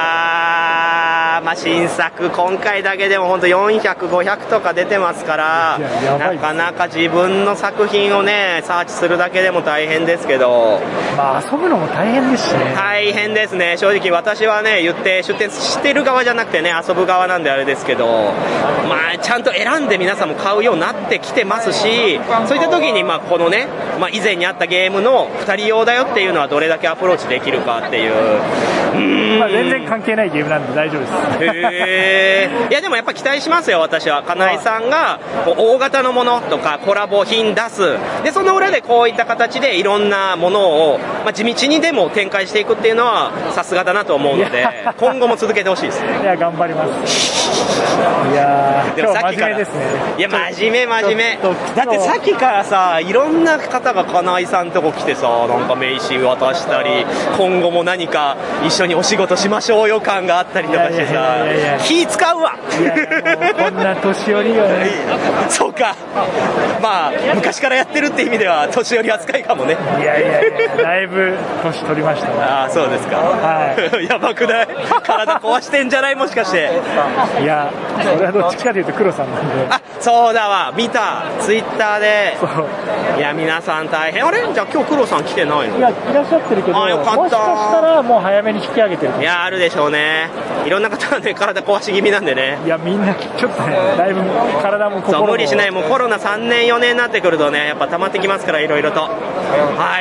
Speaker 2: あーまあ新作今回だけでも本当400500とか出てますからなかなか自分の作品をねサーチするだけでも大変ですけど
Speaker 13: まあ遊ぶのも大変ですしね
Speaker 2: 大変ですね正直私はね言って出店してる側じゃなくてね遊ぶ側なんであれですけどまあちゃんと選んで皆さんも買うようになってきてますしそういった時にまあこのね、まあ、以前にあったゲームの2人用だよっていうのはどれだけアプローチできるかっていう
Speaker 13: まあ全然関係ないゲームなんで大丈夫です
Speaker 2: へーいやでもやっぱ期待しますよ私は金井さんがこう大型のものとかコラボ品出すでその裏でこういった形でいろんなものを、まあ、地道にでも展開していくっていうのはさすがだなと思うので今後も続けてほしいですね
Speaker 13: いや頑張りますいやー
Speaker 2: でも
Speaker 13: 今日
Speaker 2: さっき
Speaker 13: 真
Speaker 2: から
Speaker 13: 面目です ね
Speaker 2: いや真面目真面目
Speaker 13: ちょっと
Speaker 2: だってさっきからさいろんな方が金井さんとこ来てさなんか名刺渡したり今後も何か一緒にお仕事しましょうよ感があったりとかしてさ気使うわ
Speaker 13: こんな年寄りよね
Speaker 2: そうかまあ昔からやってるって意味では年寄り扱いかもねい
Speaker 13: やいやいやだいぶ年取りましたね
Speaker 2: ああそうですか、 やばくない体壊してんじゃないもしかして
Speaker 13: いや俺はどっちかというと黒さんなんで
Speaker 2: そうだわ見たツイッターでいや皆さん大変あれじゃあ今日黒さん来てないの
Speaker 13: いやいらっしゃってるけど
Speaker 2: あよかった
Speaker 13: もしかしたらもう早めに引き上げてる
Speaker 2: いやあるでしょうねいろんな方がね体壊し気味なんでね
Speaker 13: いやみんなちょっとねだいぶ体も心
Speaker 2: そう
Speaker 13: も
Speaker 2: 無理しないもうコロナ3年4年になってくるとねやっぱ溜まってきますからいろいろとは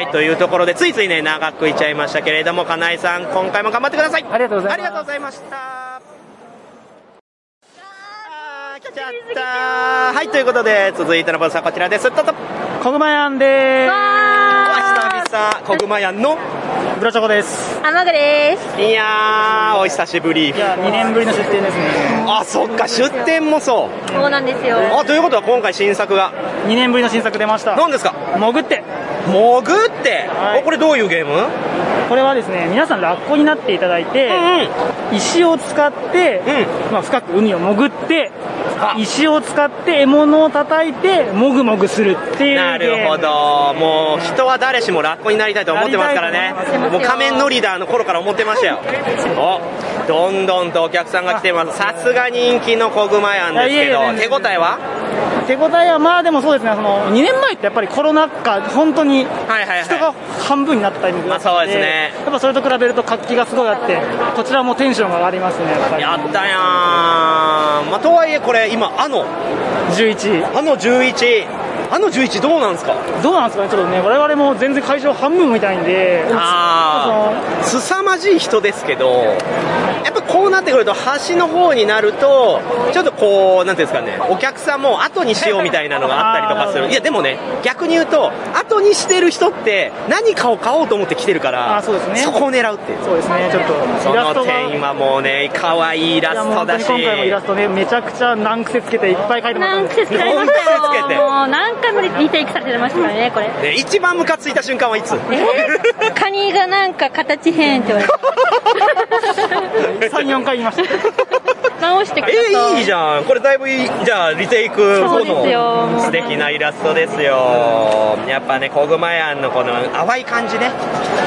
Speaker 2: いというところでついついね長くいっちゃいましたけれども金井さん今回も頑張ってください
Speaker 13: ありがとうございま す
Speaker 2: ありがとうございましたあー来ちゃったはいということで続いてのボスはこちらですどうぞ
Speaker 14: コグマヤンです
Speaker 2: わー久々コグマヤンの
Speaker 14: ブラチョコです
Speaker 4: あまぐです
Speaker 2: いやーお久しぶりいや
Speaker 14: 2年ぶりの出店ですね
Speaker 2: あそっか出店もそう
Speaker 4: そうなんですよ
Speaker 2: あということは今回新作が
Speaker 14: 2年ぶりの新作出ました
Speaker 2: 何ですか
Speaker 14: 潜って
Speaker 2: 潜って、おこれどういうゲーム
Speaker 14: これはですね皆さんラッコになっていただいて、石を使って、まあ、深く海を潜って石を使って獲物を叩いてもぐもぐするっていう
Speaker 2: なるほどもう人は誰しもラッコになりたいと思ってますからねもう仮面のリーダーの頃から思ってました よおどんどんとお客さんが来てますさすが人気の小熊やんですけ
Speaker 14: いやいやいや
Speaker 2: ど手応えは
Speaker 14: 手応えはまあでもそうですねその2年前ってやっぱりコロナ禍本当に人が半分になったタイミングだった
Speaker 2: まあそ
Speaker 14: の
Speaker 2: うですね
Speaker 14: やっぱそれと比べると活気がすごいあってこちらもテンションが上がりますねやっぱり
Speaker 2: やったやん、まあ、とはいえこれ今あの
Speaker 14: 11
Speaker 2: あの11あの11どうなんですか
Speaker 14: どうなんですかねちょっとね我々も全然会場半分みたいんで
Speaker 2: ああ凄まじい人ですけどやっぱこうなってくると端の方になるとちょっとこうなんていうんですかねお客さんも後にしようみたいなのがあったりとかするいやでもね逆に言うと後にしてる人って何かを買おうと思って来てるからそこを狙うっていう
Speaker 14: そうですねちょっと
Speaker 2: そ
Speaker 14: イラス
Speaker 2: の
Speaker 14: トが
Speaker 2: 点はもうね可愛いイラストだし
Speaker 14: いやもう本当に今回もイラストねめちゃくちゃ難癖つけていっぱい描いてます
Speaker 4: 何癖つけられましたよもう何回もリテイクされてましたからねこれ
Speaker 2: ね一番ムカついた瞬間はいつ
Speaker 4: えー、カニがなんか形変って言われて
Speaker 14: 34回言いま
Speaker 4: した直してくだ
Speaker 2: え
Speaker 4: さ
Speaker 2: ーいいじゃんこれだいぶいいじゃあリテイク
Speaker 4: そうですよ
Speaker 2: の素敵なイラストですよやっぱねコグマヤンのこの淡い感じね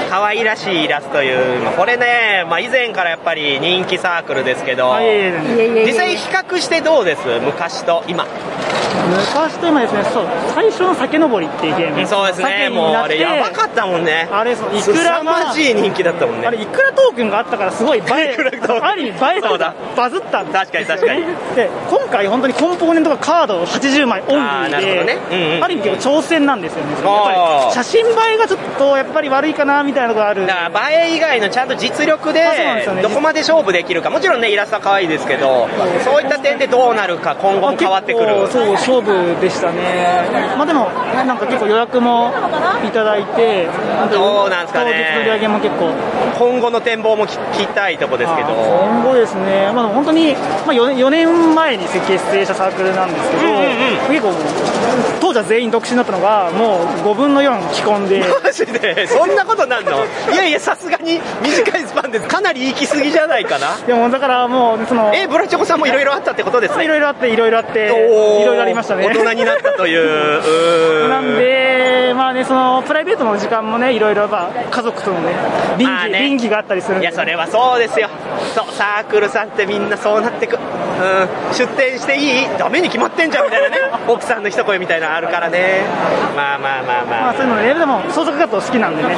Speaker 2: 可愛らしいイラストいうまあこれね、まあ、以前からやっぱり人気サークルですけど
Speaker 14: いえいえいえいえいえいえ
Speaker 2: 実際比較してどうです昔と今
Speaker 14: 昔と今ですね、そう、最初の酒登りっていうゲーム。
Speaker 2: そうです
Speaker 14: 酒
Speaker 2: ね、
Speaker 14: に
Speaker 2: もう
Speaker 14: な
Speaker 2: あ
Speaker 14: っ
Speaker 2: れ
Speaker 14: て
Speaker 2: やばかったもんね。
Speaker 14: あれ、そういくら
Speaker 2: 凄まじい人気だったもんね。
Speaker 14: あれ、いくらトークンがあったからすごい映 え、ある意味映え
Speaker 2: そうだ
Speaker 14: た、バズったんですよ、ね。
Speaker 2: 確かに確
Speaker 14: で、今回本当にコンポーネントがカードを80枚オンリ
Speaker 2: あーな
Speaker 14: ー
Speaker 2: るほ
Speaker 14: で、
Speaker 2: どねうんうん
Speaker 14: ある意味結構挑戦なんですよね。それやっ
Speaker 2: あ
Speaker 14: ぱ
Speaker 2: ー
Speaker 14: り写真映えがちょっとやっぱり悪いかなみたいなところある。
Speaker 2: だから映え以外のちゃんと実力
Speaker 14: あそうなんですよ
Speaker 2: で
Speaker 14: ね
Speaker 2: どこまで勝負できるかもちろんねイラストは可愛いですけどそういった点でどうなるか今後も変わってくる
Speaker 14: そう勝負でしたねまあでもなんか結構予約もいただいて
Speaker 2: どうなんですかね
Speaker 14: 当日の売り上げも結構
Speaker 2: 今後の展望も聞きたいとこですけど
Speaker 14: 今後ですね、まあ、本当に、まあ、4, 年前に結成したサークルなんですけど、結構もう当時は全員独身だったのがもう5分の4既婚で
Speaker 2: マジでそんなことなん のいやいやさすがに短いスパンでかなり行き過ぎじゃないかな
Speaker 14: でもだからもうその
Speaker 2: えブラチョコさんもいろいろあったってことですね
Speaker 14: いろいろあっていろいろあってい
Speaker 2: おー
Speaker 14: ろいろありましたね
Speaker 2: 大人になったといううー
Speaker 14: なんで、まあね、そのプライベートの時間もね、いろいろ、まあ、家族とのね、臨
Speaker 2: まあ
Speaker 14: 機,、
Speaker 2: ね
Speaker 14: 臨機があったりするん
Speaker 2: い
Speaker 14: で
Speaker 2: やそれはそうですよそうサークルさんってみんなそうなってく、うん、出店していいダメに決まってんじゃんみたいなね 奥さんの一声みたいなのあるからねまあまあまあま
Speaker 14: ま
Speaker 2: あ
Speaker 14: あ、そういうのね、でも創作活動好きなんでね、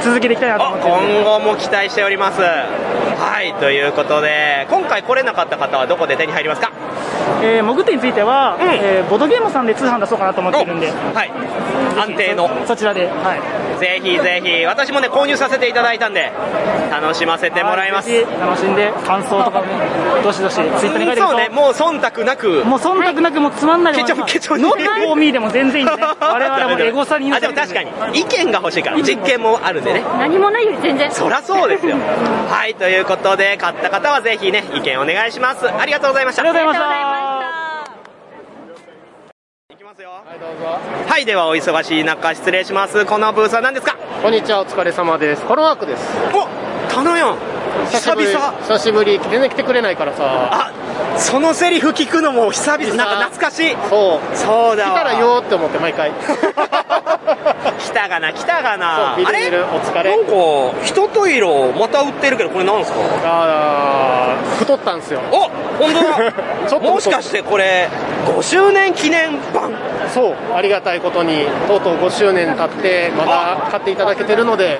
Speaker 14: 続けていきたいなと思って
Speaker 2: 今後も期待しておりますはいということで今回来れなかった方はどこで手に入りますか
Speaker 14: えー、モグテについては、えーボードゲームさんで通販出そうかなと思ってるんで、
Speaker 2: はい、安定の
Speaker 14: そちらで、はい、
Speaker 2: ぜひぜひ私もね購入させていただいたんで楽しませてもらいます
Speaker 14: ぜひ楽しんで、感想とかもね、どしどし、ツイッターに書いてください
Speaker 2: そうねもう忖度なく
Speaker 14: もう忖度なくもうつまんない
Speaker 2: ケチョンケチョン
Speaker 14: ノーフォーミーでも全然いいん でね、我々もエゴサに
Speaker 2: あでも確かに意見が欲しいから実験もあるんでね
Speaker 4: 何もないより全然
Speaker 2: そりゃそうです よはいということで買った方はぜひね意見お願いしますありがとうございましたありがとうございましたはいではお忙しい中失礼しますこのブースは何ですか
Speaker 15: こんにちは、お疲れ様です。コロワークです。
Speaker 2: お頼よん久
Speaker 15: 久
Speaker 2: 々
Speaker 15: 々久しぶり、全然来てくれないからさ。
Speaker 2: あそのセリフ聞くのも久々なんか懐かしい
Speaker 15: そう。
Speaker 2: そうだ
Speaker 15: 来
Speaker 2: わ
Speaker 15: たらよーって思って、毎回。
Speaker 2: 来たがな来たがな
Speaker 15: そうビルビル
Speaker 2: あれお疲れなんか人と色また売ってるけどこれなんですか
Speaker 15: あー、太ったんすよ。
Speaker 2: お本当だ
Speaker 15: ちょっと太った
Speaker 2: もしかしてこれ5周年記念版
Speaker 15: そう、ありがたいことに、とうとう5周年経って、まだ買っていただけてるので、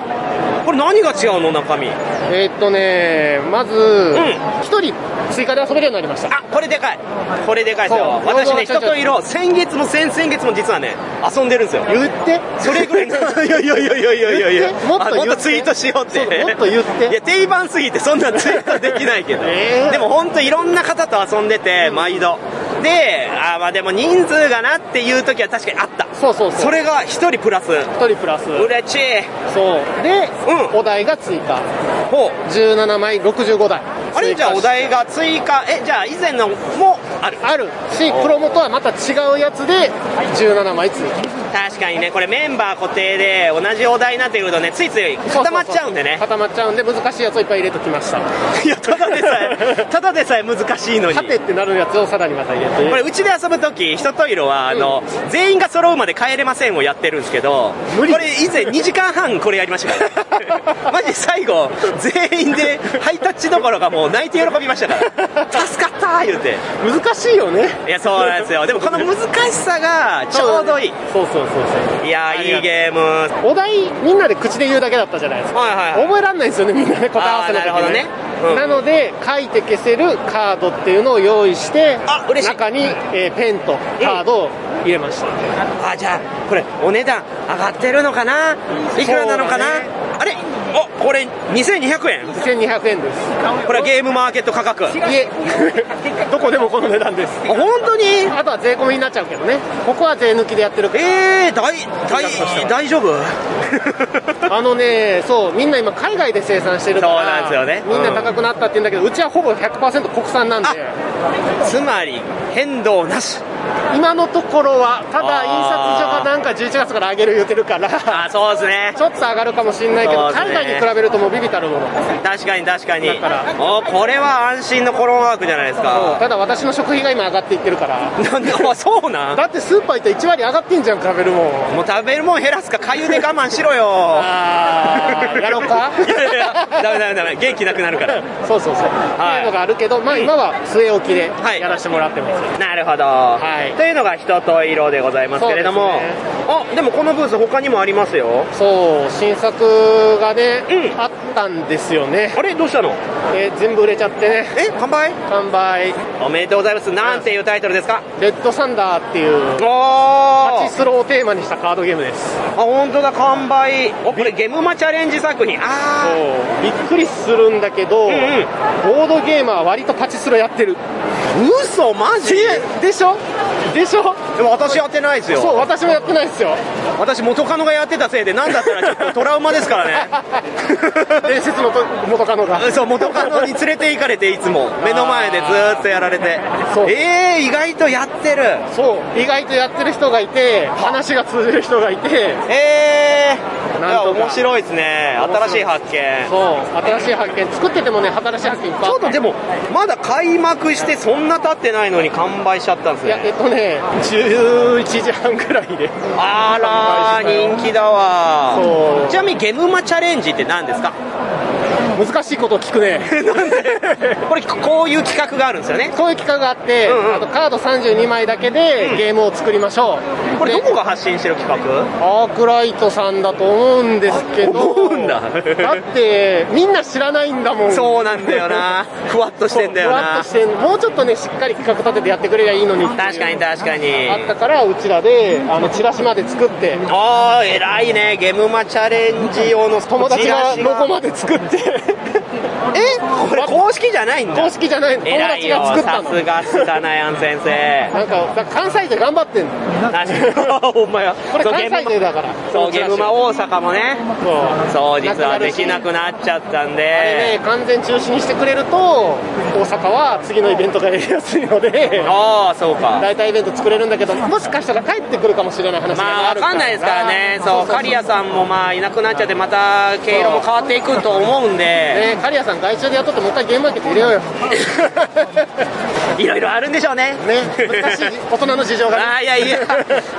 Speaker 2: これ何が違うの中身
Speaker 15: えーっとね、まず、一人追加で遊べるようになりました。
Speaker 2: あこれでかいこれでかいですよ
Speaker 15: そう
Speaker 2: 私ね
Speaker 15: ちょ
Speaker 2: 人
Speaker 15: ちょ
Speaker 2: と色 先月も先々月も実はね遊んでるんですよ
Speaker 15: 言って
Speaker 2: それぐ らいのいやいやいやいやいやいやいや
Speaker 15: 言ってもっと
Speaker 2: あ
Speaker 15: 言って
Speaker 2: もっとツイートしようって
Speaker 15: そうもっと言って
Speaker 2: いや定番すぎてそんなツイートできないけど、
Speaker 15: えー
Speaker 2: でも本当いろんな方と遊んでて毎度であーまあでも人数がなっていう時は確かにあった
Speaker 15: そうそうそう。
Speaker 2: それが1人プラス
Speaker 15: 1人プラス。
Speaker 2: 嬉しい
Speaker 15: そう。で、お題が追加。
Speaker 2: ほう。
Speaker 15: 17枚65台。
Speaker 2: あれじゃあお題が追加えじゃあ以前のもある
Speaker 15: あるし、プロモとはまた違うやつで、17枚追加。
Speaker 2: 確かにねこれメンバー固定で同じお題になってくるとねついつい固まっちゃうんでね
Speaker 15: 固まっちゃうんで、難しいやつをいっぱい入れときました。
Speaker 2: いや、ただでさえ、ただでさえ難しいのに。
Speaker 15: 縦ってなるやつをさらにまた入れて。
Speaker 2: これうちで遊ぶとき、人と色は、あの、全員が揃うまで帰れませんをやってるんですけど、これ以前2時間半これやりました から。マジ最後、全員でハイタッチどころかもう泣いて喜びましたから。助かったー言うて。
Speaker 15: 難しいよね。
Speaker 2: いや、そうなんですよ。でもこの難しさがちょうどいい。
Speaker 15: そうそうそうそう。
Speaker 2: いやー、いいゲーム。
Speaker 15: お題、みんなで口で言うだけだったじゃないですか。覚えらんないんですよね、みんなね、答え合わせの時
Speaker 2: あーなるほど
Speaker 15: に
Speaker 2: ね
Speaker 15: なので、書いて消せるカードっていうのを用意して、中に、えーペンとカードを入れました。
Speaker 2: あ、じゃあ、これ、お値段上がってるのかないくらなのかな、あれお、これ、2200円
Speaker 15: ?2200 円です。
Speaker 2: これはゲームマーケット価格。
Speaker 15: い え、どこでもこの値段です。
Speaker 2: 本当に
Speaker 15: あとは税込みになっちゃうけどね。ここは税抜きでやってるけど。
Speaker 2: えー、大、大、大丈夫
Speaker 15: あのね、そう、みんな今海外で生産してるから、
Speaker 2: そうなんですよね
Speaker 15: みんな高くなったって言うんだけど、うちはほぼ100%国産なんで。
Speaker 2: つまり、変動なし。
Speaker 15: 今のところは、ただ
Speaker 2: あー
Speaker 15: 印刷所がなんか11月から上げる言うてるから、
Speaker 2: あ、そうですね。
Speaker 15: ちょっと上がるかもしれないけ
Speaker 2: そう
Speaker 15: ど、
Speaker 2: ですね
Speaker 15: 海外に比べるともうビビたるもの。
Speaker 2: 確かに確かに。お、これは安心のコロンワークじゃないですか。
Speaker 15: ただ私の食費が今上がっていってるから。
Speaker 2: なんで、あ そうなん
Speaker 15: だってスーパー行ったら1割上がってんじゃん、食べるもん。
Speaker 2: もう食べるもん減らすか、かゆで我慢しろよ。
Speaker 15: あーやろうか
Speaker 2: いやいや、ダメダメダメ、元気なくなるから。
Speaker 15: そうそうそう。っていうのがあるけど、まあ今は据え置きでやらせてもらってます。
Speaker 2: なるほど。
Speaker 15: はい。
Speaker 2: というのが一と色でございますけれども、
Speaker 15: そうですね
Speaker 2: あでもこのブース他にもありますよ
Speaker 15: そう新作がね、あったんですよね
Speaker 2: あれどうしたの、
Speaker 15: えー全部売れちゃってね
Speaker 2: え完売
Speaker 15: 完売
Speaker 2: おめでとうございますなんていうタイトルですか
Speaker 15: レッドサンダーっていう
Speaker 2: お
Speaker 15: チスローをテーマにしたカードゲームです
Speaker 2: あ本当だ完売おこれゲムマチャレンジ作品あ
Speaker 15: そうびっくりするんだけど、ボードゲーマーは割とパチスロやってる
Speaker 2: 嘘マジ
Speaker 15: でしょでしょ
Speaker 2: でも私やってないですよ
Speaker 15: そう私もやってないですよ
Speaker 2: 私元カノがやってたせいで何だったらちょっとトラウマですからね
Speaker 15: 伝説のと元カノが
Speaker 2: そう元カノに連れて行かれていつも目の前でずーっとやられてええー、意外とやってる
Speaker 15: そう意外とやってる人がいて話が通じる人がいて
Speaker 2: え
Speaker 15: え
Speaker 2: いや面白いですね新しい発見
Speaker 15: そう新しい発見作っててもね新しい発見いっぱいちょっと
Speaker 2: でもまだ開幕してそんな経ってないのに完売しちゃったんです
Speaker 15: いやえ
Speaker 2: ね
Speaker 15: っとね11時半ぐらいで
Speaker 2: あらー人気だわちなみにゲムマチャレンジって何ですか
Speaker 15: 難しいことを聞くね
Speaker 2: なんでこれこういう企画があるんですよね
Speaker 15: こういう企画があって、
Speaker 2: うんうん
Speaker 15: あとカード32枚だけでゲームを作りましょう、
Speaker 2: これどこが発信してる企画
Speaker 15: アークライトさんだと思うんですけど思うん
Speaker 2: だ
Speaker 15: だってみんな知らないんだもん
Speaker 2: そうなんだよ なふわっとしてんだよな
Speaker 15: ふわっとしてんもうちょっとねしっかり企画立ててやってくれりゃいいのに確
Speaker 2: かに確かに
Speaker 15: あったからうちらであのチラシまで作って
Speaker 2: ああ偉いねゲムマチャレンジ用の
Speaker 15: 友達がロゴま
Speaker 2: で
Speaker 15: で作って
Speaker 2: えこれ公式じゃないんだ
Speaker 15: 公式じゃないの友
Speaker 2: 偉い
Speaker 15: 達
Speaker 2: よ
Speaker 15: が作った
Speaker 2: さ
Speaker 15: の
Speaker 2: すがっすかなやん先生
Speaker 15: なんかだから関西で頑張ってんの
Speaker 2: 確かに お前は
Speaker 15: これ関西勢だから
Speaker 2: そうゲムマ大阪もねそう実はできなくなっちゃったんで
Speaker 15: ね完全中止にしてくれると大阪は次のイベントがやりやすいので
Speaker 2: ああそうか
Speaker 15: 大体イベント作れるんだけどもしかしたら帰ってくるかもしれない話
Speaker 2: ま
Speaker 15: が
Speaker 2: あ
Speaker 15: あ
Speaker 2: 分
Speaker 15: るか
Speaker 2: からんないですからねそう刈谷さんもまあいなくなっちゃってまた毛色も変わっていくと思うんで
Speaker 15: ね刈谷さん外注でやっとってもう一回ゲームマーケット入れようよ
Speaker 2: いろいろあるんでしょうね
Speaker 15: 難しい大人の事情がね
Speaker 2: あーいやいや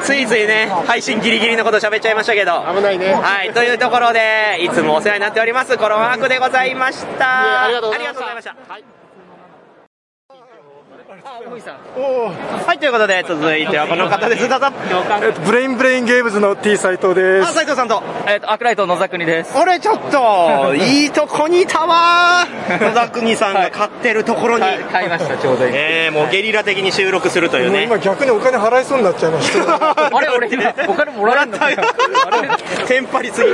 Speaker 2: ついついね配信ギリギリのこと喋っちゃいましたけど
Speaker 15: 危ないね
Speaker 2: はいというところでいつもお世話になっておりますコロワークでございました
Speaker 15: ありがとうございまし
Speaker 2: ありがと
Speaker 15: た
Speaker 2: うございましたはいということで続いてはこの方ですどうぞ
Speaker 16: ブレインブレインゲームズの T 斎藤で
Speaker 2: あ
Speaker 16: す。
Speaker 2: 斉藤さんと
Speaker 8: えっ、と、アクライト野田国です。
Speaker 2: あれちょっ といいとこにいたわー野田国さんが買ってるところに、
Speaker 8: 買いました、ちょうどいい。
Speaker 2: えー、もうゲリラ的に収録するという
Speaker 16: も う
Speaker 2: ね
Speaker 16: 今逆にお金払いそうになっちゃいました。
Speaker 8: あれ俺今お金もらえんのかよ
Speaker 2: テンパりす ぎ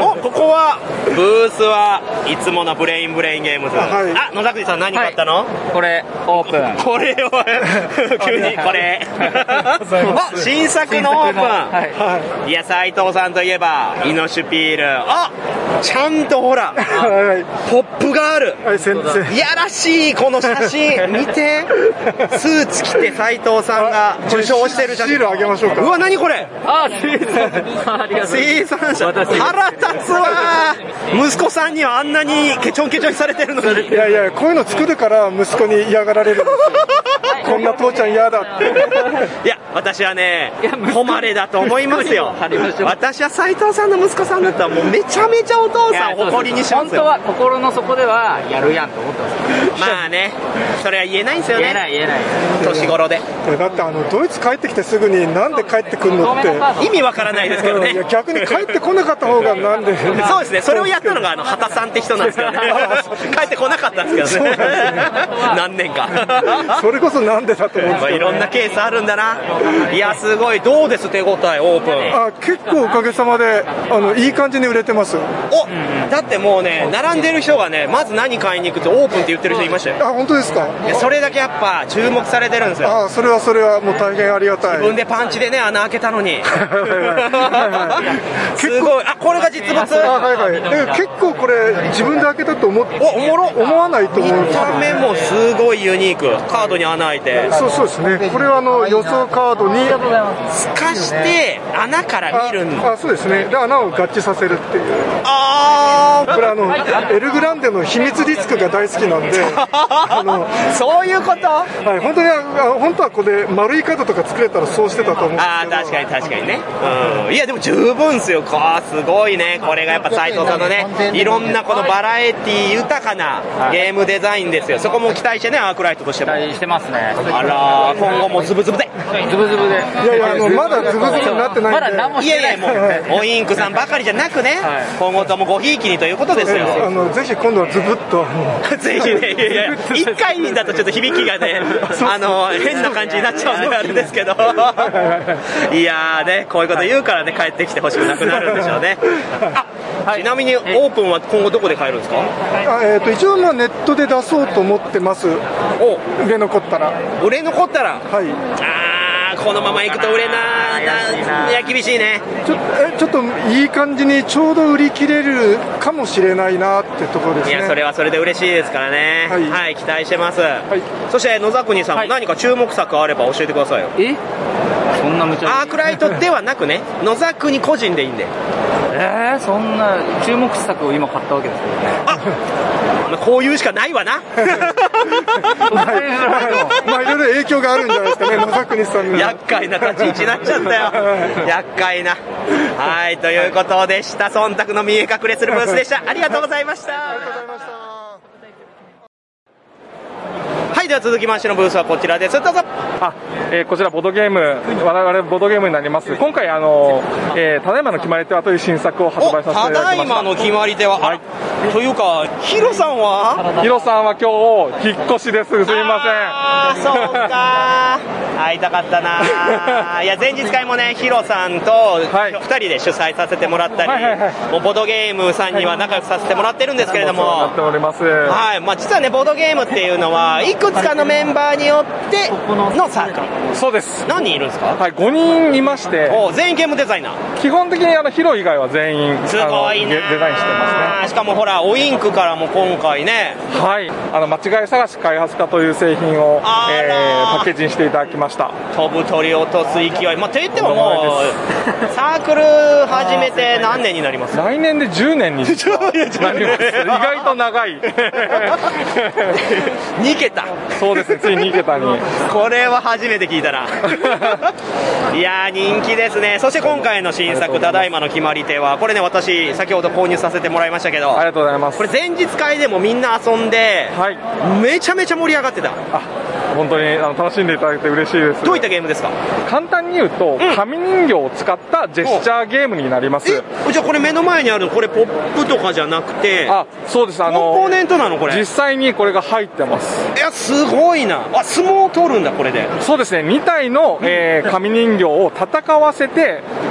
Speaker 2: おここはブースはいつものブレインブレインゲームズ、あ野田国さん何買ったの、
Speaker 8: これ、オープン。
Speaker 2: これ を急にこれあ 新作のオープン、い、や斉藤さんといえばイノシュピールあちゃんとほらポップがあるいやらしいこの写 真見てスーツ着て斉藤さんが受賞してる写真シールあげましょうかうわ何これ
Speaker 8: あ生産ありがとうござい
Speaker 2: 生
Speaker 8: ます
Speaker 2: 産者
Speaker 8: 私
Speaker 2: 腹立つわー息子さんにはあんなに ケチョンケチョンされてるのに
Speaker 16: いやいや、こういうの作るから息子に嫌がられるんですよ。こんな父ちゃん嫌だって。
Speaker 2: いや私はね誉れだと思います よ私は斉藤さんの息子さんだったらもうめちゃめちゃお父さんを誇りにしますよ
Speaker 8: 本当は心の底ではやるやんと思ってます
Speaker 2: まあねそれは言えないんですよね
Speaker 8: 言えない言えない
Speaker 2: 年頃で
Speaker 16: だってあの、ドイツ帰ってきてすぐになんで帰ってくんのって。
Speaker 2: 意味わからないですけどね
Speaker 16: うんいや、逆に帰ってこなかった方がなんで。
Speaker 2: そうですねそれをやったのがあの畑さんって人なんですけど ね帰ってこなかったんですけどね何年か
Speaker 16: それこそなんでだと思うんです
Speaker 2: まあ
Speaker 16: けど
Speaker 2: いろんなケースあるんだないやすごいどうです手応えオープン
Speaker 16: あ結構おかげさまであのいい感じに売れてます
Speaker 2: おだってもうね並んでる人がねまず何買いに行くってオープンって言ってる人いましたよ
Speaker 16: あ本当ですか
Speaker 2: いやそれだけやっぱ注目されてるんですよ
Speaker 16: あそれはそれはもう大変ありがたい
Speaker 2: 自分でパンチでね穴開けたの にすごいあこれが実物
Speaker 16: あはいはいえ結構これ自分で開けたと思っ
Speaker 2: おおもろ
Speaker 16: 思わないと思うん
Speaker 2: 見
Speaker 16: です
Speaker 2: た目もすごいユニークカードに穴開いて
Speaker 16: そうそうですねこれはあの予想カードに
Speaker 2: 透かして穴から見るん
Speaker 16: ああそうですねで穴を合致させるっていう
Speaker 2: あ
Speaker 16: これあのエルグランデの秘密リスクが大好きなんであの
Speaker 2: そういうことはい
Speaker 16: 本当にあ本当はこれ丸いカードとか作れたらそうしてたと思うんです
Speaker 2: ああ確かに確かにねうんいやでも十分ですよあーすごいねこれがやっぱ斎藤さんのねいろんなこのバラエティ豊かなゲームデザインですよそこも期待してねアークライトとしても期待してますねあらー今後もズブズブで
Speaker 8: ズブズブで。
Speaker 16: いやいやあのまだズブズブになってないんでまだ何もしてない
Speaker 2: やいやもうおインクさんばかりじゃなくね、今後ともごひいきにということですよ
Speaker 16: あのぜひ今度はズブッと
Speaker 2: ぜひね、いやいや、1回だとちょっと響きがね、あの変な感じになっちゃうんで、あれですけど、いやーね、こういうこと言うからね、帰ってきてほしくなくなるんでしょうね。あちなみにオープンは今後、どこで買えるんですか
Speaker 16: あえー、と一応まあネットで出そうと思ってます売れ残ったら
Speaker 2: 売れ残ったら、
Speaker 16: はい、
Speaker 2: あーこのまま行くと売れなな、いや、厳しいね、
Speaker 16: ちょえちょっといい感じにちょうど売り切れるかもしれないなってところです
Speaker 2: い
Speaker 16: ね
Speaker 2: や、それはそれで嬉しいですからね、はい、期待してます、そして野沢国さん、何か注目作あれば教えてくださいよ、え
Speaker 8: そんな無
Speaker 2: 茶アークライトではなくね、野沢国個人でいいんで。
Speaker 8: えー、そんな注目作を今買ったわけですけどね。
Speaker 2: まあこういうしかないわな。
Speaker 16: まあいろいろ影響があるんじゃないで すかね野沢国さんの
Speaker 2: 厄介な立ち位置になっちゃった よ。厄介な。はい、ということでした。忖度の見え隠れするブースでした。ありがとうございました。はい、では続きましてのブースはこちらです。どうぞ。
Speaker 17: あ、えーこちらボードゲーム、我々ボードゲームになります。今回、あの、えーただいまの決まり手はという新作を発売させて
Speaker 2: た
Speaker 17: いただ
Speaker 2: だ
Speaker 17: きま
Speaker 2: い
Speaker 17: した。
Speaker 2: まの決まり手は、あらというか、ヒロさんは
Speaker 17: ヒロさんは今日、引っ越しです。すいません。
Speaker 2: あーそうかー会いたかったな ーいや前日会もねヒロさんと2人で主催させてもらったり、もうボードゲームさんには仲良くさせてもらってるんですけれども、
Speaker 17: なっております。
Speaker 2: はいまあ、実はねボードゲームっていうのはいくつかのメンバーによってのサークル
Speaker 17: そうです
Speaker 2: 何人いるんですか
Speaker 17: はい、5人いまして、
Speaker 2: お全員ゲームデザイナー
Speaker 17: 基本的にあのヒロ以外は全員
Speaker 2: すごい
Speaker 17: あの
Speaker 2: な
Speaker 17: デデザインしてます
Speaker 2: あーしかもほらオインクからも今回ね
Speaker 17: ねはいあの間違い探し開発家という製品を、えーパッケージにしていただきました
Speaker 2: 飛ぶ鳥落とす勢いまあと言ってももうサークル始めて何年になります
Speaker 17: 来年で10年 になります
Speaker 2: 10年
Speaker 17: 意外と 長い
Speaker 2: 2桁
Speaker 17: そうですねついに2桁に
Speaker 2: これは初めて聞いた ないやー人気ですねそして今回の新作「ただいまの決まり手は」これね私先ほど購入させてもらいましたけど
Speaker 17: ありがとうございます
Speaker 2: これ前日会でもみんな遊んで、めちゃめちゃ盛り上がってた
Speaker 17: 本当にあの楽しんでいただいて嬉しいです
Speaker 2: どういったゲームですか
Speaker 17: 簡単に言うと、紙人形を使ったジェスチャーゲームになります
Speaker 2: じゃあこれ目の前にあるのこれポップとかじゃなくて
Speaker 17: あそうですあの
Speaker 2: コンポーネントなのこれ
Speaker 17: 実際にこれが入ってます
Speaker 2: いやすごいなあ相撲を取るんだこれで
Speaker 17: そうですね2体の、えー紙人形を戦わせて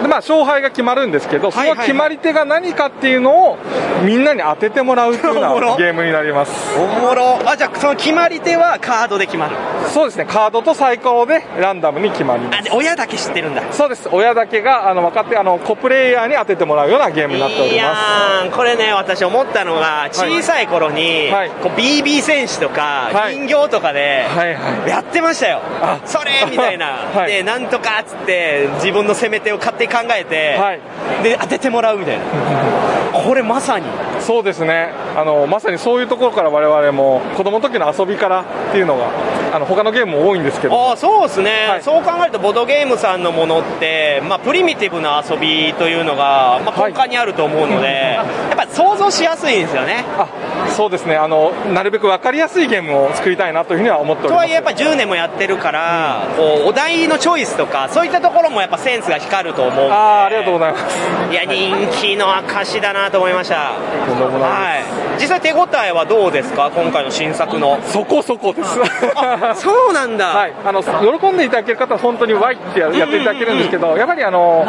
Speaker 17: で、まあ、勝敗が決まるんですけどその決まり手が何かっていうのをみんなに当ててもらうっていうような
Speaker 2: おもろ
Speaker 17: ゲームになります
Speaker 2: おもろあじゃあその決まり手はカードで決まる
Speaker 17: そうですねカードとサイコロでランダムに決まります
Speaker 2: 親だけ知ってるんだ
Speaker 17: そうです親だけがあの分かってあの子プレイヤーに当ててもらうようなゲームになってお
Speaker 2: い
Speaker 17: り
Speaker 2: や
Speaker 17: ます
Speaker 2: ーこれね私思ったのが小さい頃に、こう BB 戦士とか、人形とかで、やってましたよそれみた いな、でなんとかっつって自分の攻め手を勝手に考えて、で当ててもらうみたいなこれまさに
Speaker 17: そうですねあのまさにそういうところから我々も子供の時の遊びからっていうのがあの他のゲームも多いんですけど
Speaker 2: ああそうですね、そう考えるとボードゲームさんのものって、まあ、プリミティブな遊びというのが、まあ、根幹にあると思うので、 やっぱ想像しやすいんですよね
Speaker 17: そうですねあのなるべく分かりやすいゲームを作りたいなというふうには思ってお
Speaker 2: と
Speaker 17: りま
Speaker 2: は
Speaker 17: す
Speaker 2: いえやっぱ10年もやってるから、こうお題のチョイスとかそういったところもやっぱセンスが光ると思うんで
Speaker 17: あーありがとうございます
Speaker 2: いや人気の証だなと思いましたはい実際手応えはどうですか今回の新作の
Speaker 17: そこそこです
Speaker 2: そうなんだ、
Speaker 17: はい、あの喜んでいただける方は本当にワイってややっていただけるんですけど、やはりあの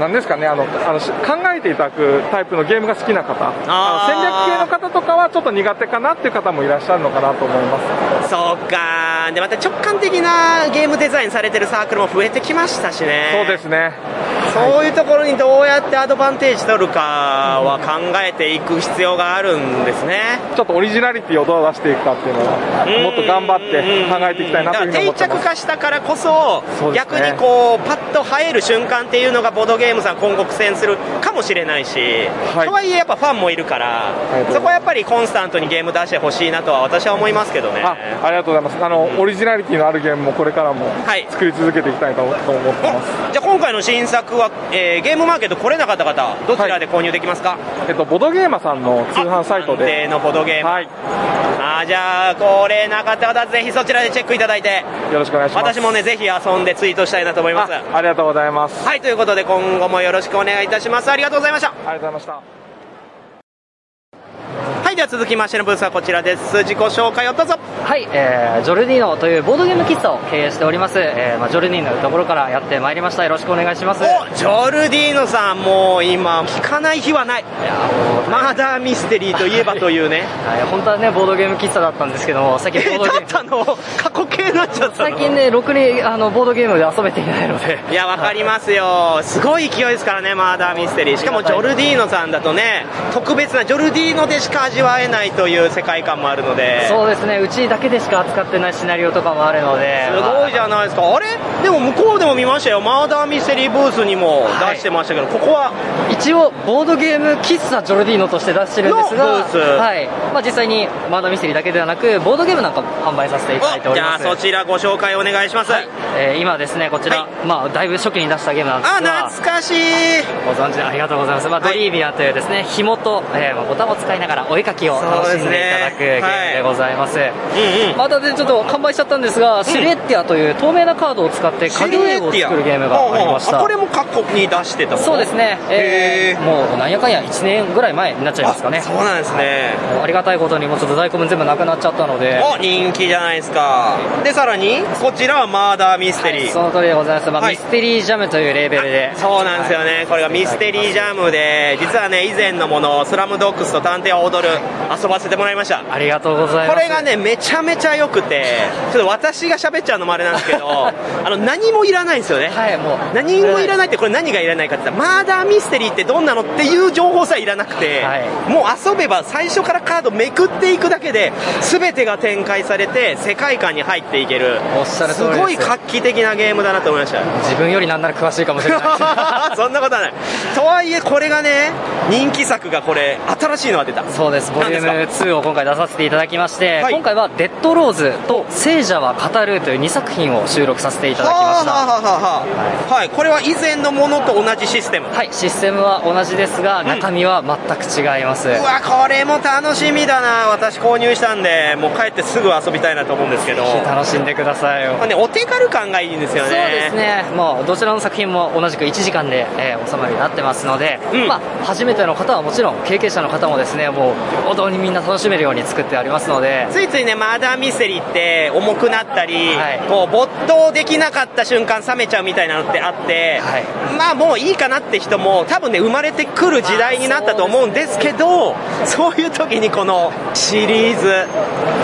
Speaker 17: なんですかねあのあのし考えていただくタイプのゲームが好きな方あの戦略系の方とかはちょっと苦手かなっていう方もいらっしゃるのかなと思います
Speaker 2: そうかでまた直感的なゲームデザインされてるサークルも増えてきましたしね
Speaker 17: そうですね
Speaker 2: そういうところにどうやってアドバンテージ取るかは考えていく必要があるんですね
Speaker 17: ちょっとオリジナリティをどう出していくかっていうのはもっと頑張って考えていきたいなというふうに思
Speaker 2: 定
Speaker 17: ってます
Speaker 2: 着化したからこそ
Speaker 17: そうですね
Speaker 2: 逆にこうパッと映える瞬間っていうのがボードゲームさん今後苦戦するかもしれないし、とはいえやっぱファンもいるからそこはやっぱりコンスタントにゲーム出してほしいなとは私は思いますけどね
Speaker 17: あありがとうございますあの、オリジナリティのあるゲームもこれからも作り続けていきたいと思ってます、
Speaker 2: じゃあ今回の新作は、えーゲームマーケット来れなかった方、どちらで購入できますか、
Speaker 17: えっと、ボドゲーマさんの通販サイトで。
Speaker 2: せーの、ボドゲーム。
Speaker 17: はい。
Speaker 2: あーじゃあ、来れなかった方、ぜひそちらでチェックいただいて、
Speaker 17: よろしくお願いします。
Speaker 2: 私もね、ぜひ遊んでツイートしたいなと思います。
Speaker 17: ありがとうございます。
Speaker 2: はい、ということで、今後もよろしくお願いいたします。ありがとうございました。あり
Speaker 17: がとうございました。
Speaker 2: はい、では続きましてのブースはこちらです。自己紹介をどうぞ。
Speaker 18: はい、えージョルディーノというボードゲーム喫茶を経営しております、えーまあ、ジョルディーノのところからやってまいりましたよろしくお願いします
Speaker 2: ジョルディーノさん、もう今、聞かない日はない。 マーダーミステリーといえばというね。
Speaker 18: はい、本当はねボードゲーム喫茶だったんですけども最近ボードゲーム
Speaker 2: たの過去形になっちゃったの
Speaker 18: 最近ねろくにあのボードゲームで遊べていないので
Speaker 2: いや、わかりますよ。すごい勢いですからね、マーダーミステリー。しかも、ジョルディーノさんだとね、特別なジョルディーノでしか味わえないという世界観もあるので。
Speaker 18: そうですねうちだけでしか扱ってないシナリオとかもあるのです
Speaker 2: ごいじゃないですか。あれでも向こうでも見ましたよ。マーダーミステリーブースにも出してましたけど、ここは
Speaker 18: 一応ボードゲーム喫茶ジョルディーノとして出してるんですが
Speaker 2: のブース
Speaker 18: はいまあ、実際にマーダーミステリーだけではなくボードゲームなんかも販売させていただいてお
Speaker 2: じ
Speaker 18: り
Speaker 2: ゃ
Speaker 18: ま
Speaker 2: あ
Speaker 18: す
Speaker 2: そちらご紹介お願いします。
Speaker 18: えー今ですねこちら、まあ、だいぶ初期に出したゲームなんですが
Speaker 2: あ懐かしい
Speaker 18: ご存知ありがとうございます、まあ、ドリービアというですね、紐と、えーまあボタンを使いながらお絵かきを楽しんでいただくゲームでございますまたねちょっと完売しちゃったんですが、シルエッティアという透明なカードを使って影絵を作るゲームがありました
Speaker 2: あこれも過去に出してたもん
Speaker 18: そうですね、えーもうなんやかんや1年ぐらい前になっちゃいますかねそう
Speaker 2: なんですね
Speaker 18: ありがたいことにもうちょっと在庫分全部なくなっちゃったので
Speaker 2: お人気じゃないですかでさらにこちらはマーダーミステリー、
Speaker 18: その通りでございます、まあミステリージャムというレーベルで
Speaker 2: そうなんですよね、これがミステリージャムで実はね以前のもの「スラムドッグスと探偵は踊る」遊ばせてもらいました
Speaker 18: ありがとうございます
Speaker 2: これがねめちゃめちゃ良くてちょっと私が喋っちゃうのもあれなんですけ どあの何もいらないんですよね
Speaker 18: はいもう
Speaker 2: 何もいらないってこれ何がいらないかって言ったらマーダーミステリーってどんなのっていう情報さえいらなくて、もう遊べば最初からカードめくっていくだけで全てが展開されて世界観に入っていける
Speaker 18: おっしゃる通りです
Speaker 2: すごい画期的なゲームだなと思いました
Speaker 18: 自分よりなんなら詳しいかもしれな い
Speaker 2: そんなことはないとはいえこれがね人気作がこれ新しいのが出た
Speaker 18: そうですボリューム2を今回出させていただきまして、今回は「デッドローズ」と「聖者は語る」という2作品を収録させていただきました
Speaker 2: はあはあはあはあはい、これは以前のものと同じシステム
Speaker 18: はいシステムは同じですが中身は全く違います、
Speaker 2: うわこれも楽しみだな私購入したんでもう帰ってすぐ遊びたいなと思うんですけど
Speaker 18: 楽しんでくださいよ
Speaker 2: まあね、お手軽感がいいんですよね
Speaker 18: そうですねもうどちらの作品も同じく1時間で、えー収まるようになってますので、まあ、初めての方はもちろん経験者の方もですねもう平等にみんな楽しめるように作ってありますので
Speaker 2: ついついねマーダーミステリーって重くなったり、こう没頭できなかった瞬間冷めちゃうみたいなのってあって、まあもういいかなって人も多分ね生まれてくる時代になったと思うんですけどそういう時にこのシリーズ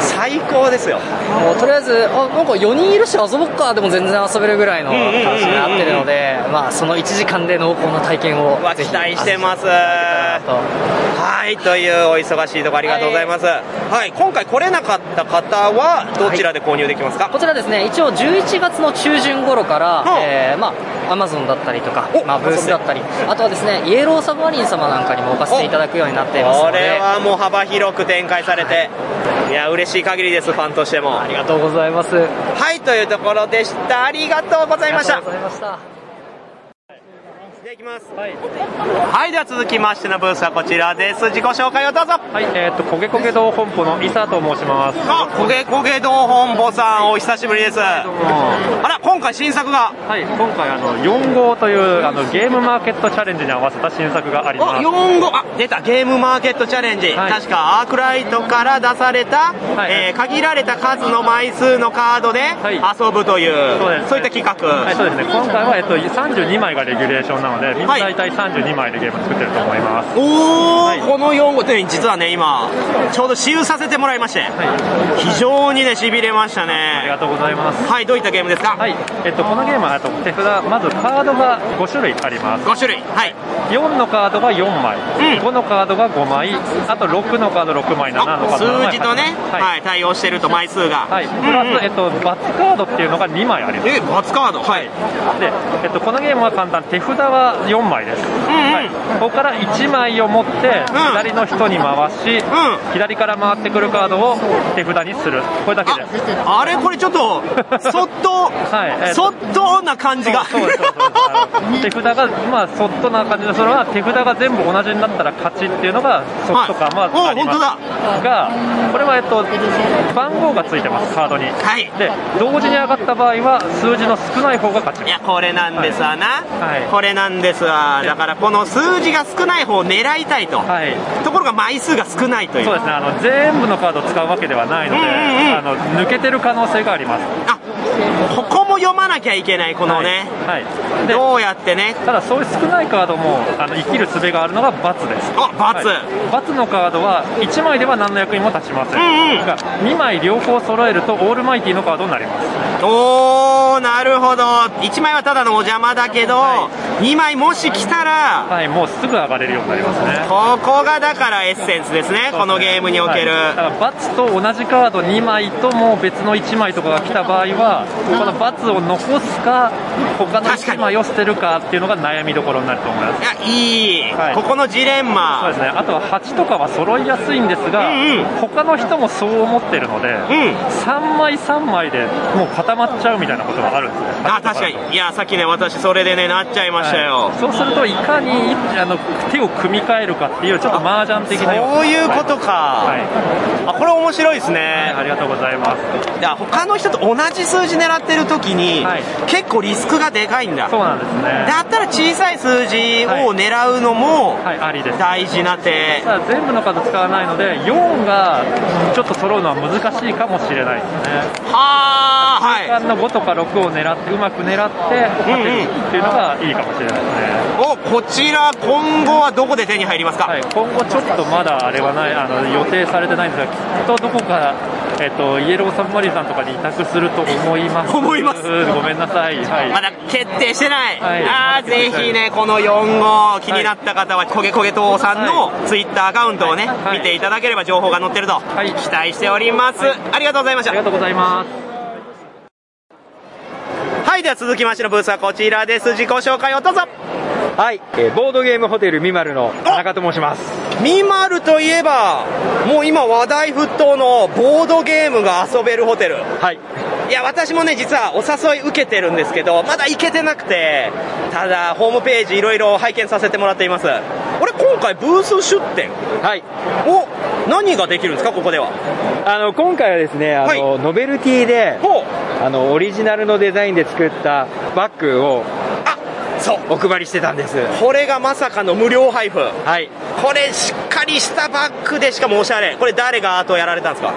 Speaker 2: 最高ですよ
Speaker 18: もうとりあえずあなんか4人いるし遊ぼっかでも全然遊べるぐらいの楽しみになってるのでまあその1時間で濃厚な体験をぜひ
Speaker 2: 期待してますはいというお忙しいとこありがとうございます、はい今回来れなかった方はどちらで購入できますか、
Speaker 18: こちらですね一応11月の中旬頃から、えーまあアマゾンだったりとか、まあ、ブースだったりあとはですねイエローサブマリン様なんかにも置かせていただくようになっています
Speaker 2: こ
Speaker 18: の
Speaker 2: れ
Speaker 18: で
Speaker 2: はもう幅広く展開されて、い、や嬉しい限りですファンとしてもありが
Speaker 18: とうございます
Speaker 2: はいというところでしたありがとうございました
Speaker 18: ありがとうございました
Speaker 2: はいでは続きましてのブースはこちらです自己紹介をどうぞはい
Speaker 19: えーっと焦げ焦げ堂本舗の伊佐と申します
Speaker 2: あ焦げ焦げ堂本坊さんお久しぶりですあら今回新作が
Speaker 19: はい今回あの4号というあのゲームマーケットチャレンジに合わせた新作があります
Speaker 2: 4号あ出たゲームマーケットチャレンジ、確かアークライトから出された、えー限られた数の枚数のカードで遊ぶという、そういった企画、
Speaker 19: はい、そうですね今回は、えっと、32枚がレギュレーションなのでみんな大体32枚でゲーム作ってると思います、
Speaker 2: おお、この4号店実はね今ちょうど試遊させてもらいまして、非常にねしびれましたねありが
Speaker 19: とうございます
Speaker 2: はいどういったゲームですか
Speaker 19: はいえっと、このゲームはあと手札まずカードが5種類あります
Speaker 2: 5種類はい
Speaker 19: 4のカードが4枚、5のカードが5枚あと6のカード6枚7のカード7枚
Speaker 2: 数字とね、はい対応してると枚数が、はい
Speaker 19: プラス、えっと、バツカードっていうのが2枚あります
Speaker 2: えバツカードはい
Speaker 19: で、えっと、このゲームは簡単手札はが4枚です、はい、ここから1枚を持って左の人に回し、左から回ってくるカードを手札にするこれだけです
Speaker 2: あれこれちょっ とそっと、そっとな感じが
Speaker 19: そうですそうですあの手札がまあそっとな感じでそれは手札が全部同じになったら勝ちっていうのがそっとかまあありますがこれはえっと番号がついてますカードにで同時に上がった場合は数字の少ない方が勝ちます
Speaker 2: いやこれなんですわな、これなんですわだからこの数字が少ない方を狙いたいと、ところが枚数が少ないという
Speaker 19: そうですねあの全部のカードを使うわけではないので、あの抜けてる可能性があります
Speaker 2: ここも読まなきゃいけないこのね、
Speaker 19: はい
Speaker 2: どうやってね
Speaker 19: ただそういう少ないカードもあの生きる術があるのが×です
Speaker 2: あ罰
Speaker 19: はい、×のカードは1枚では何の役にも立ちません、が2枚両方揃えるとオールマイティのカードになります
Speaker 2: おーなるほど1枚はただのお邪魔だけど、2枚もし来たら
Speaker 19: はいもうすぐ上がれるようになりますね
Speaker 2: ここがだからエッセンスですねこのゲームにおける、
Speaker 19: はいだから×と同じカード2枚ともう別の1枚とかが来た場合はこの×を残すか他の1枚を捨てるかっていうのが悩みどころになると思います
Speaker 2: いい、ここのジレンマ
Speaker 19: そうですねあとは8とかは揃いやすいんですが、他の人もそう思ってるので、3枚3枚でもう固まっちゃうみたいなことがあるんですね
Speaker 2: あ確かにいやさっきね私それでねなっちゃいましたよ、
Speaker 19: そうするといかにあの手を組み替えるかっていうちょっと麻雀的な要素
Speaker 2: そういうことか、あこれ面白いですね、
Speaker 19: ありがとうございます
Speaker 2: だ他の人と同じ数字狙ってる時に、結構リスクがでかいんだ
Speaker 19: そうなんですね
Speaker 2: だったら小さい数字を狙うのも大事な手、
Speaker 19: ただ全部の数使わないので4がちょっと揃うのは難しいかもしれないですね
Speaker 2: はあはい
Speaker 19: 3の5とか6を狙ってうまく狙って勝てるっていうのがいいかもしれないですね、
Speaker 2: おこちら今後はどこで手に入りますか、
Speaker 19: 今後ちょっとまだあれはないあの予定されてないんですがきっとどこか、えっと、イエローサブマリンさんとかに委託すると思います
Speaker 2: 思います
Speaker 19: ごめんなさい、はい、
Speaker 2: まだ決定してない、
Speaker 19: はい
Speaker 2: ああぜひねこの4号気になった方は、焦げ焦げ党さんのツイッターアカウントをね、見ていただければ情報が載ってると、期待しております、ありがとうございましたあり
Speaker 19: がとうございます
Speaker 2: はいでは続きましてのブースはこちらです自己紹介をどうぞ
Speaker 20: はい、えーボードゲームホテルみまるの田中と申します。
Speaker 2: ミマルといえばもう今話題沸騰のボードゲームが遊べるホテルはいいや私もね実はお誘い受けてるんですけどまだ行けてなくてただホームページいろいろ拝見させてもらっています俺今回ブース出店
Speaker 20: はい
Speaker 2: お何ができるんですかここでは
Speaker 20: あの、今回はですね、あの、ノベルティで、あの、オリジナルのデザインで作ったバッグを、
Speaker 2: そう
Speaker 20: お配りしてたんです。
Speaker 2: これがまさかの無料配布はいこれしっかりしたバッグでしかもおしゃれこれ誰がアートをやられたんですか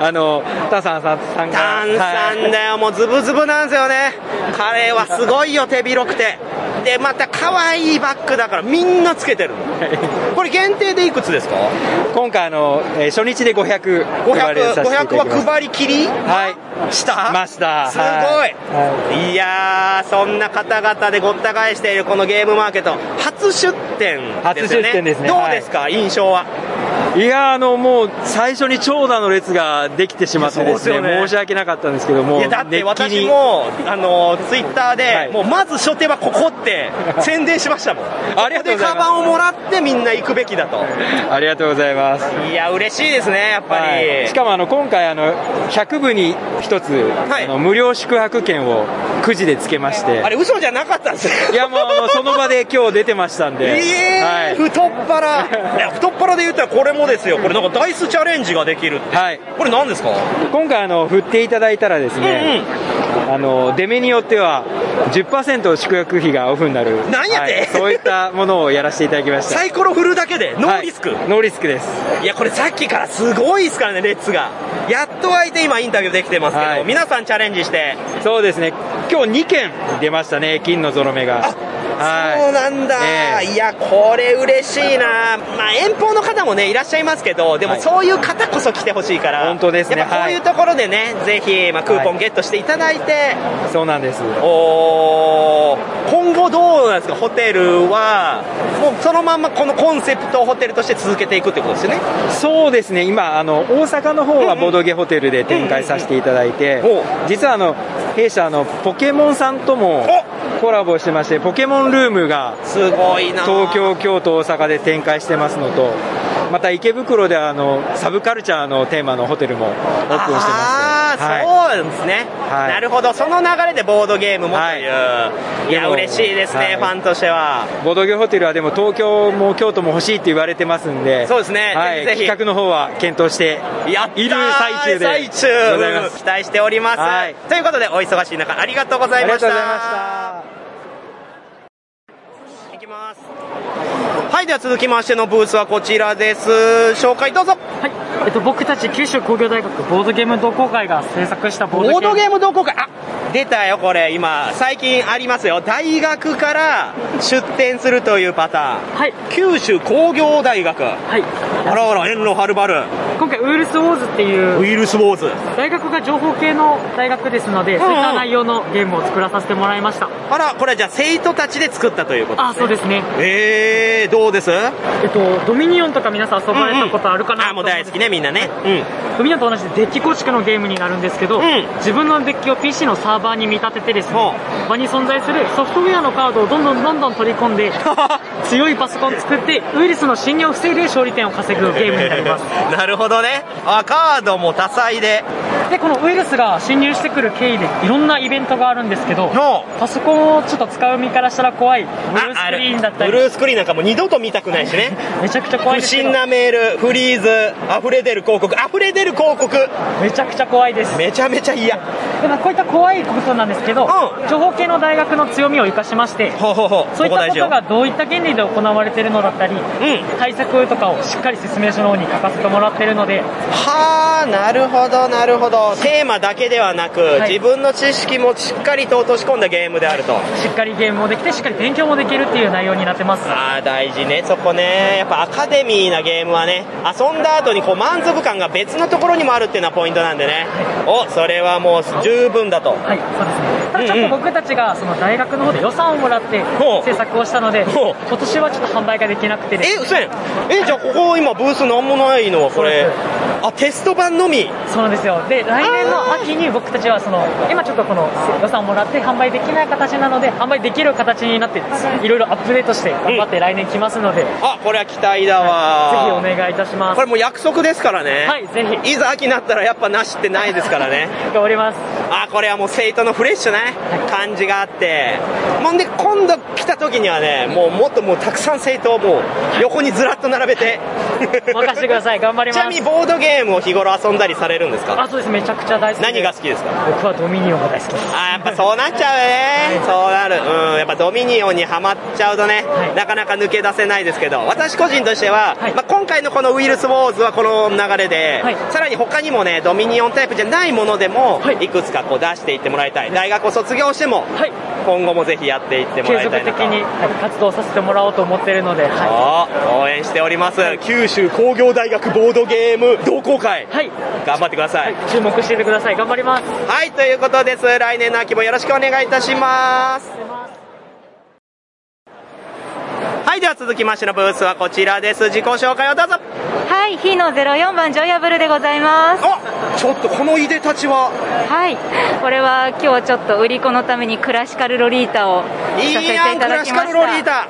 Speaker 20: あの、タサンさん、さんが
Speaker 2: 炭酸だよもうズブズブなんですよね彼はすごいよ手広くてでまた可愛いバッグだからみんなつけてるこれ限定でいくつですか
Speaker 20: 今回あの、えー初日で500
Speaker 2: 500, 500は配
Speaker 20: り
Speaker 2: りきり
Speaker 20: はい
Speaker 2: した
Speaker 20: ました
Speaker 2: すごい、い、やーそんな方々でごった返しているこのゲームマーケット初出店で
Speaker 20: 初
Speaker 2: すよね
Speaker 20: 出店ですね
Speaker 2: どうですか、印象はい
Speaker 20: やーあのもう最初に長蛇の列ができてしまってです
Speaker 2: いやそ
Speaker 20: ね
Speaker 2: うですよね
Speaker 20: 申し訳なかったんですけども
Speaker 2: いやだって
Speaker 20: 熱気
Speaker 2: 私
Speaker 20: に
Speaker 2: もあのツイッターで、もうまず初手はここって宣伝しましたもん ありがとうございますカバンをもらってみんな行くべきだと
Speaker 20: ありがとうございます
Speaker 2: いや嬉しいですねやっぱり、
Speaker 20: はい、しかもあの今回あの100部に1つ、あの無料宿泊券をくじでつけまして
Speaker 2: あれ嘘じゃなかったんですよ
Speaker 20: いやもうあのその場で今日出てましたんで、
Speaker 2: えー
Speaker 20: はい、
Speaker 2: 太っ腹いや太っ腹で言ったらこれもですよこれなんかダイスチャレンジができるって、これ何ですか
Speaker 20: 今回あの振っていただいたらですね、あの出目によっては10%宿泊費がオフになる
Speaker 2: なんやて
Speaker 20: はいそういったものをやらせていただきました
Speaker 2: サイコロ振るだけでノーリスク、
Speaker 20: ノーリスクです
Speaker 2: いやこれさっきからすごいですからねレッツがやっと開いて今インタビューできてますけど、皆さんチャレンジして
Speaker 20: そうですね今日2件出ましたね金のゾロ目がはい
Speaker 2: そうなんだ、いやこれ嬉しいな、まあ、遠方の方もねいらっしゃいますけどでもそういう方こそ来てほしいから、
Speaker 20: 本当ですね
Speaker 2: やっぱこういうところでね、ぜひ、まあ、クーポンゲットしていただいて、
Speaker 20: そうなんです
Speaker 2: おー今後どうなんですかホテルはもうそのまんまこのコンセプトをホテルとして続けていくってことですよね
Speaker 20: そうですね今あの大阪の方はボドゲホテルで展開させていただいて、実はあの弊社あのポケモンさんともコラボしてまして、ポケモンルームが
Speaker 2: すごいな
Speaker 20: 東京、京都、大阪で展開してますのと、また池袋ではあのサブカルチャーのテーマのホテルもオープンしてま
Speaker 2: あ
Speaker 20: す、
Speaker 2: ー、そうですね、なるほど、その流れでボードゲームもという、い、
Speaker 20: で
Speaker 2: や、
Speaker 20: も
Speaker 2: 嬉しいですね、
Speaker 20: はい
Speaker 2: ファンとしては。
Speaker 20: ボードゲームホテルはでも東京も京都も欲しいって言われてますんで、
Speaker 2: そうですね
Speaker 20: はい、
Speaker 2: ぜひぜひ
Speaker 20: 企画の方は検討している最中で
Speaker 2: 最中
Speaker 20: ございます
Speaker 2: うん。期待しております、
Speaker 20: はい
Speaker 2: ということで、お忙しい中、ありがとうございました。
Speaker 20: ありがとうございま
Speaker 2: いきますはい、では続きましてのブースはこちらです。紹介どうぞ。
Speaker 8: えっと、僕たち九州工業大学ボードゲーム同好会が制作したボ
Speaker 2: ボ
Speaker 8: ードゲーム
Speaker 2: ードゲーム同好会あ出たよこれ今最近ありますよ大学から出展するというパターンはい九州工業大学はいあらあら遠路はるばる
Speaker 8: 今回ウイルスウォーズっていう
Speaker 2: ウイルスウォーズ
Speaker 8: 大学が情報系の大学ですので、
Speaker 2: うんうん
Speaker 8: そういった内容のゲームを作らさせてもらいました
Speaker 2: あらこれはじゃあ生徒たちで作ったということ
Speaker 8: あそうですね
Speaker 2: ええー、どうです
Speaker 8: えっとドミニオンとか皆さん遊ばれたことあるかな、
Speaker 2: もう大好きねみんなねうん
Speaker 8: ドミニオンと同じでデッキ構築のゲームになるんですけど、自分のデッキを PC のサーバーに見立ててですね場に存在するソフトウェアのカードをどんどんどんどん取り込 んで強いパソコンを作ってウイルスの侵入を防いで勝利点を稼ぐゲームになります
Speaker 2: なるほどねあカードも多彩で
Speaker 8: でこのウイルスが侵入してくる経緯でいろんなイベントがあるんですけどパソコンをちょっと使う身からしたら怖いブルースクリーンだったり
Speaker 2: ブルースクリーンなんかもう二度と見たくないしね
Speaker 8: めちゃくちゃ怖い
Speaker 2: 不
Speaker 8: ですけど
Speaker 2: 審なメールフリーズ溢れ出る広告溢れ出る広告
Speaker 8: めちゃくちゃ怖いです
Speaker 2: めちゃめちゃ嫌
Speaker 8: でまあこういった怖いことなんですけど、情報系の大学の強みを生かしましてそういったことがどういった原理で行われているのだったり、対策とかをしっかり説明書の方に書かせてもらってるので
Speaker 2: はあなるほどなるほどテーマだけではなく、
Speaker 8: はい
Speaker 2: 自分の知識もしっかりと落とし込んだゲームであると
Speaker 8: しっかりゲームもできてしっかり勉強もできるっていう内容になってます
Speaker 2: ああ大事ねそこねやっぱアカデミーなゲームはね遊んだ後にこう満足感が別のところにもあるっていうのはポイントなんでね、おそれはもう十分だとはい
Speaker 8: ただちょっと僕たちがその大学の方で予算をもらって制作をしたので今年はちょっと販売ができなくてです
Speaker 2: え嘘やんえじゃあここ今ブースなんもないのはこれあテスト版のみ
Speaker 8: そうなんですよで来年の秋に僕たちはその今ちょっとこの予算をもらって販売できない形なので販売できる形になっていろいろアップデートして頑張って来年来ますので、
Speaker 2: あこれは期待だわ、
Speaker 8: ぜひお願いいたします
Speaker 2: これもう約束ですからね
Speaker 8: はいぜひ
Speaker 2: いざ秋になったらやっぱなしってないですからね
Speaker 8: 頑張ります
Speaker 2: あこれはもう生徒のフレッシュなね感じがあってもんで今度来た時にはねもうもっともうたくさん生徒をもう横にずらっと並べて
Speaker 8: 任せてください頑張りま す
Speaker 2: ちなみにボードゲームを日頃遊んだりされるんですか
Speaker 8: あそうですめちゃくちゃ大好きです
Speaker 2: 何が好きですか
Speaker 8: 僕はドミニオンが大好きです
Speaker 2: あやっぱそうなっちゃうねそうなるうんやっぱドミニオンにはまっちゃうとね、なかなか抜け出せないですけど私個人としては、まあ、今回のこのウイルスウォーズはこの流れで、さらに他にもねドミニオンタイプじゃないものでも、い、くつかこう出していってもらいたい大学を卒業しても、今後もぜひやっていっても
Speaker 8: 継
Speaker 2: らい
Speaker 8: 続
Speaker 2: たいな
Speaker 8: 的
Speaker 2: と
Speaker 8: にはい活動させてもらおうと思ってるので、はい
Speaker 2: お応援しております、九州工業大学ボードゲーム同好会、頑張ってください、
Speaker 8: 注目しててください頑張ります
Speaker 2: はいということです来年の秋もよろしくお願いいたしますはいでは続きましてのブースはこちらです自己紹介をどうぞ
Speaker 21: はい、火の04番、ジョイアブルでございます。
Speaker 2: ちょっとこのいでたちは
Speaker 21: はい、これは今日ちょっと売り子のためにクラシカルロリータをさ
Speaker 2: い
Speaker 21: せ
Speaker 2: い
Speaker 21: てい
Speaker 2: やんク
Speaker 21: ただ
Speaker 2: ラ
Speaker 21: き
Speaker 2: シ
Speaker 21: ま
Speaker 2: カ
Speaker 21: した。
Speaker 2: ルロリータ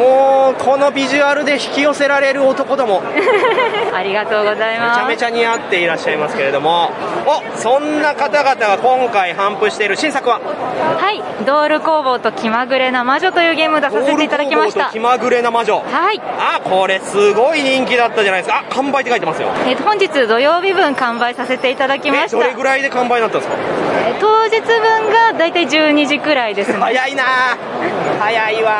Speaker 2: もうこのビジュアルで引き寄せられる男ども
Speaker 21: ありがとうござい
Speaker 2: め
Speaker 21: ま
Speaker 2: ち
Speaker 21: す。
Speaker 2: ゃめちゃ似合っていらっしゃいますけれどもおそんな方々が今回反布している新作は
Speaker 21: はい、ドール工房と気まぐれな魔女というゲームを出させていただき
Speaker 2: ゴー
Speaker 21: まし
Speaker 2: ル工房
Speaker 21: た
Speaker 2: と気。まぐれな魔女
Speaker 21: はい。
Speaker 2: あこれすごい人気だったじゃないですかあ完売って書いてますよ
Speaker 21: えっと本日土曜日分完売させていただきま
Speaker 2: え
Speaker 21: した
Speaker 2: ど。れぐらいで完売になったんですか
Speaker 21: え当日分がだいたい12時くらいですね。
Speaker 2: 早いな早いわ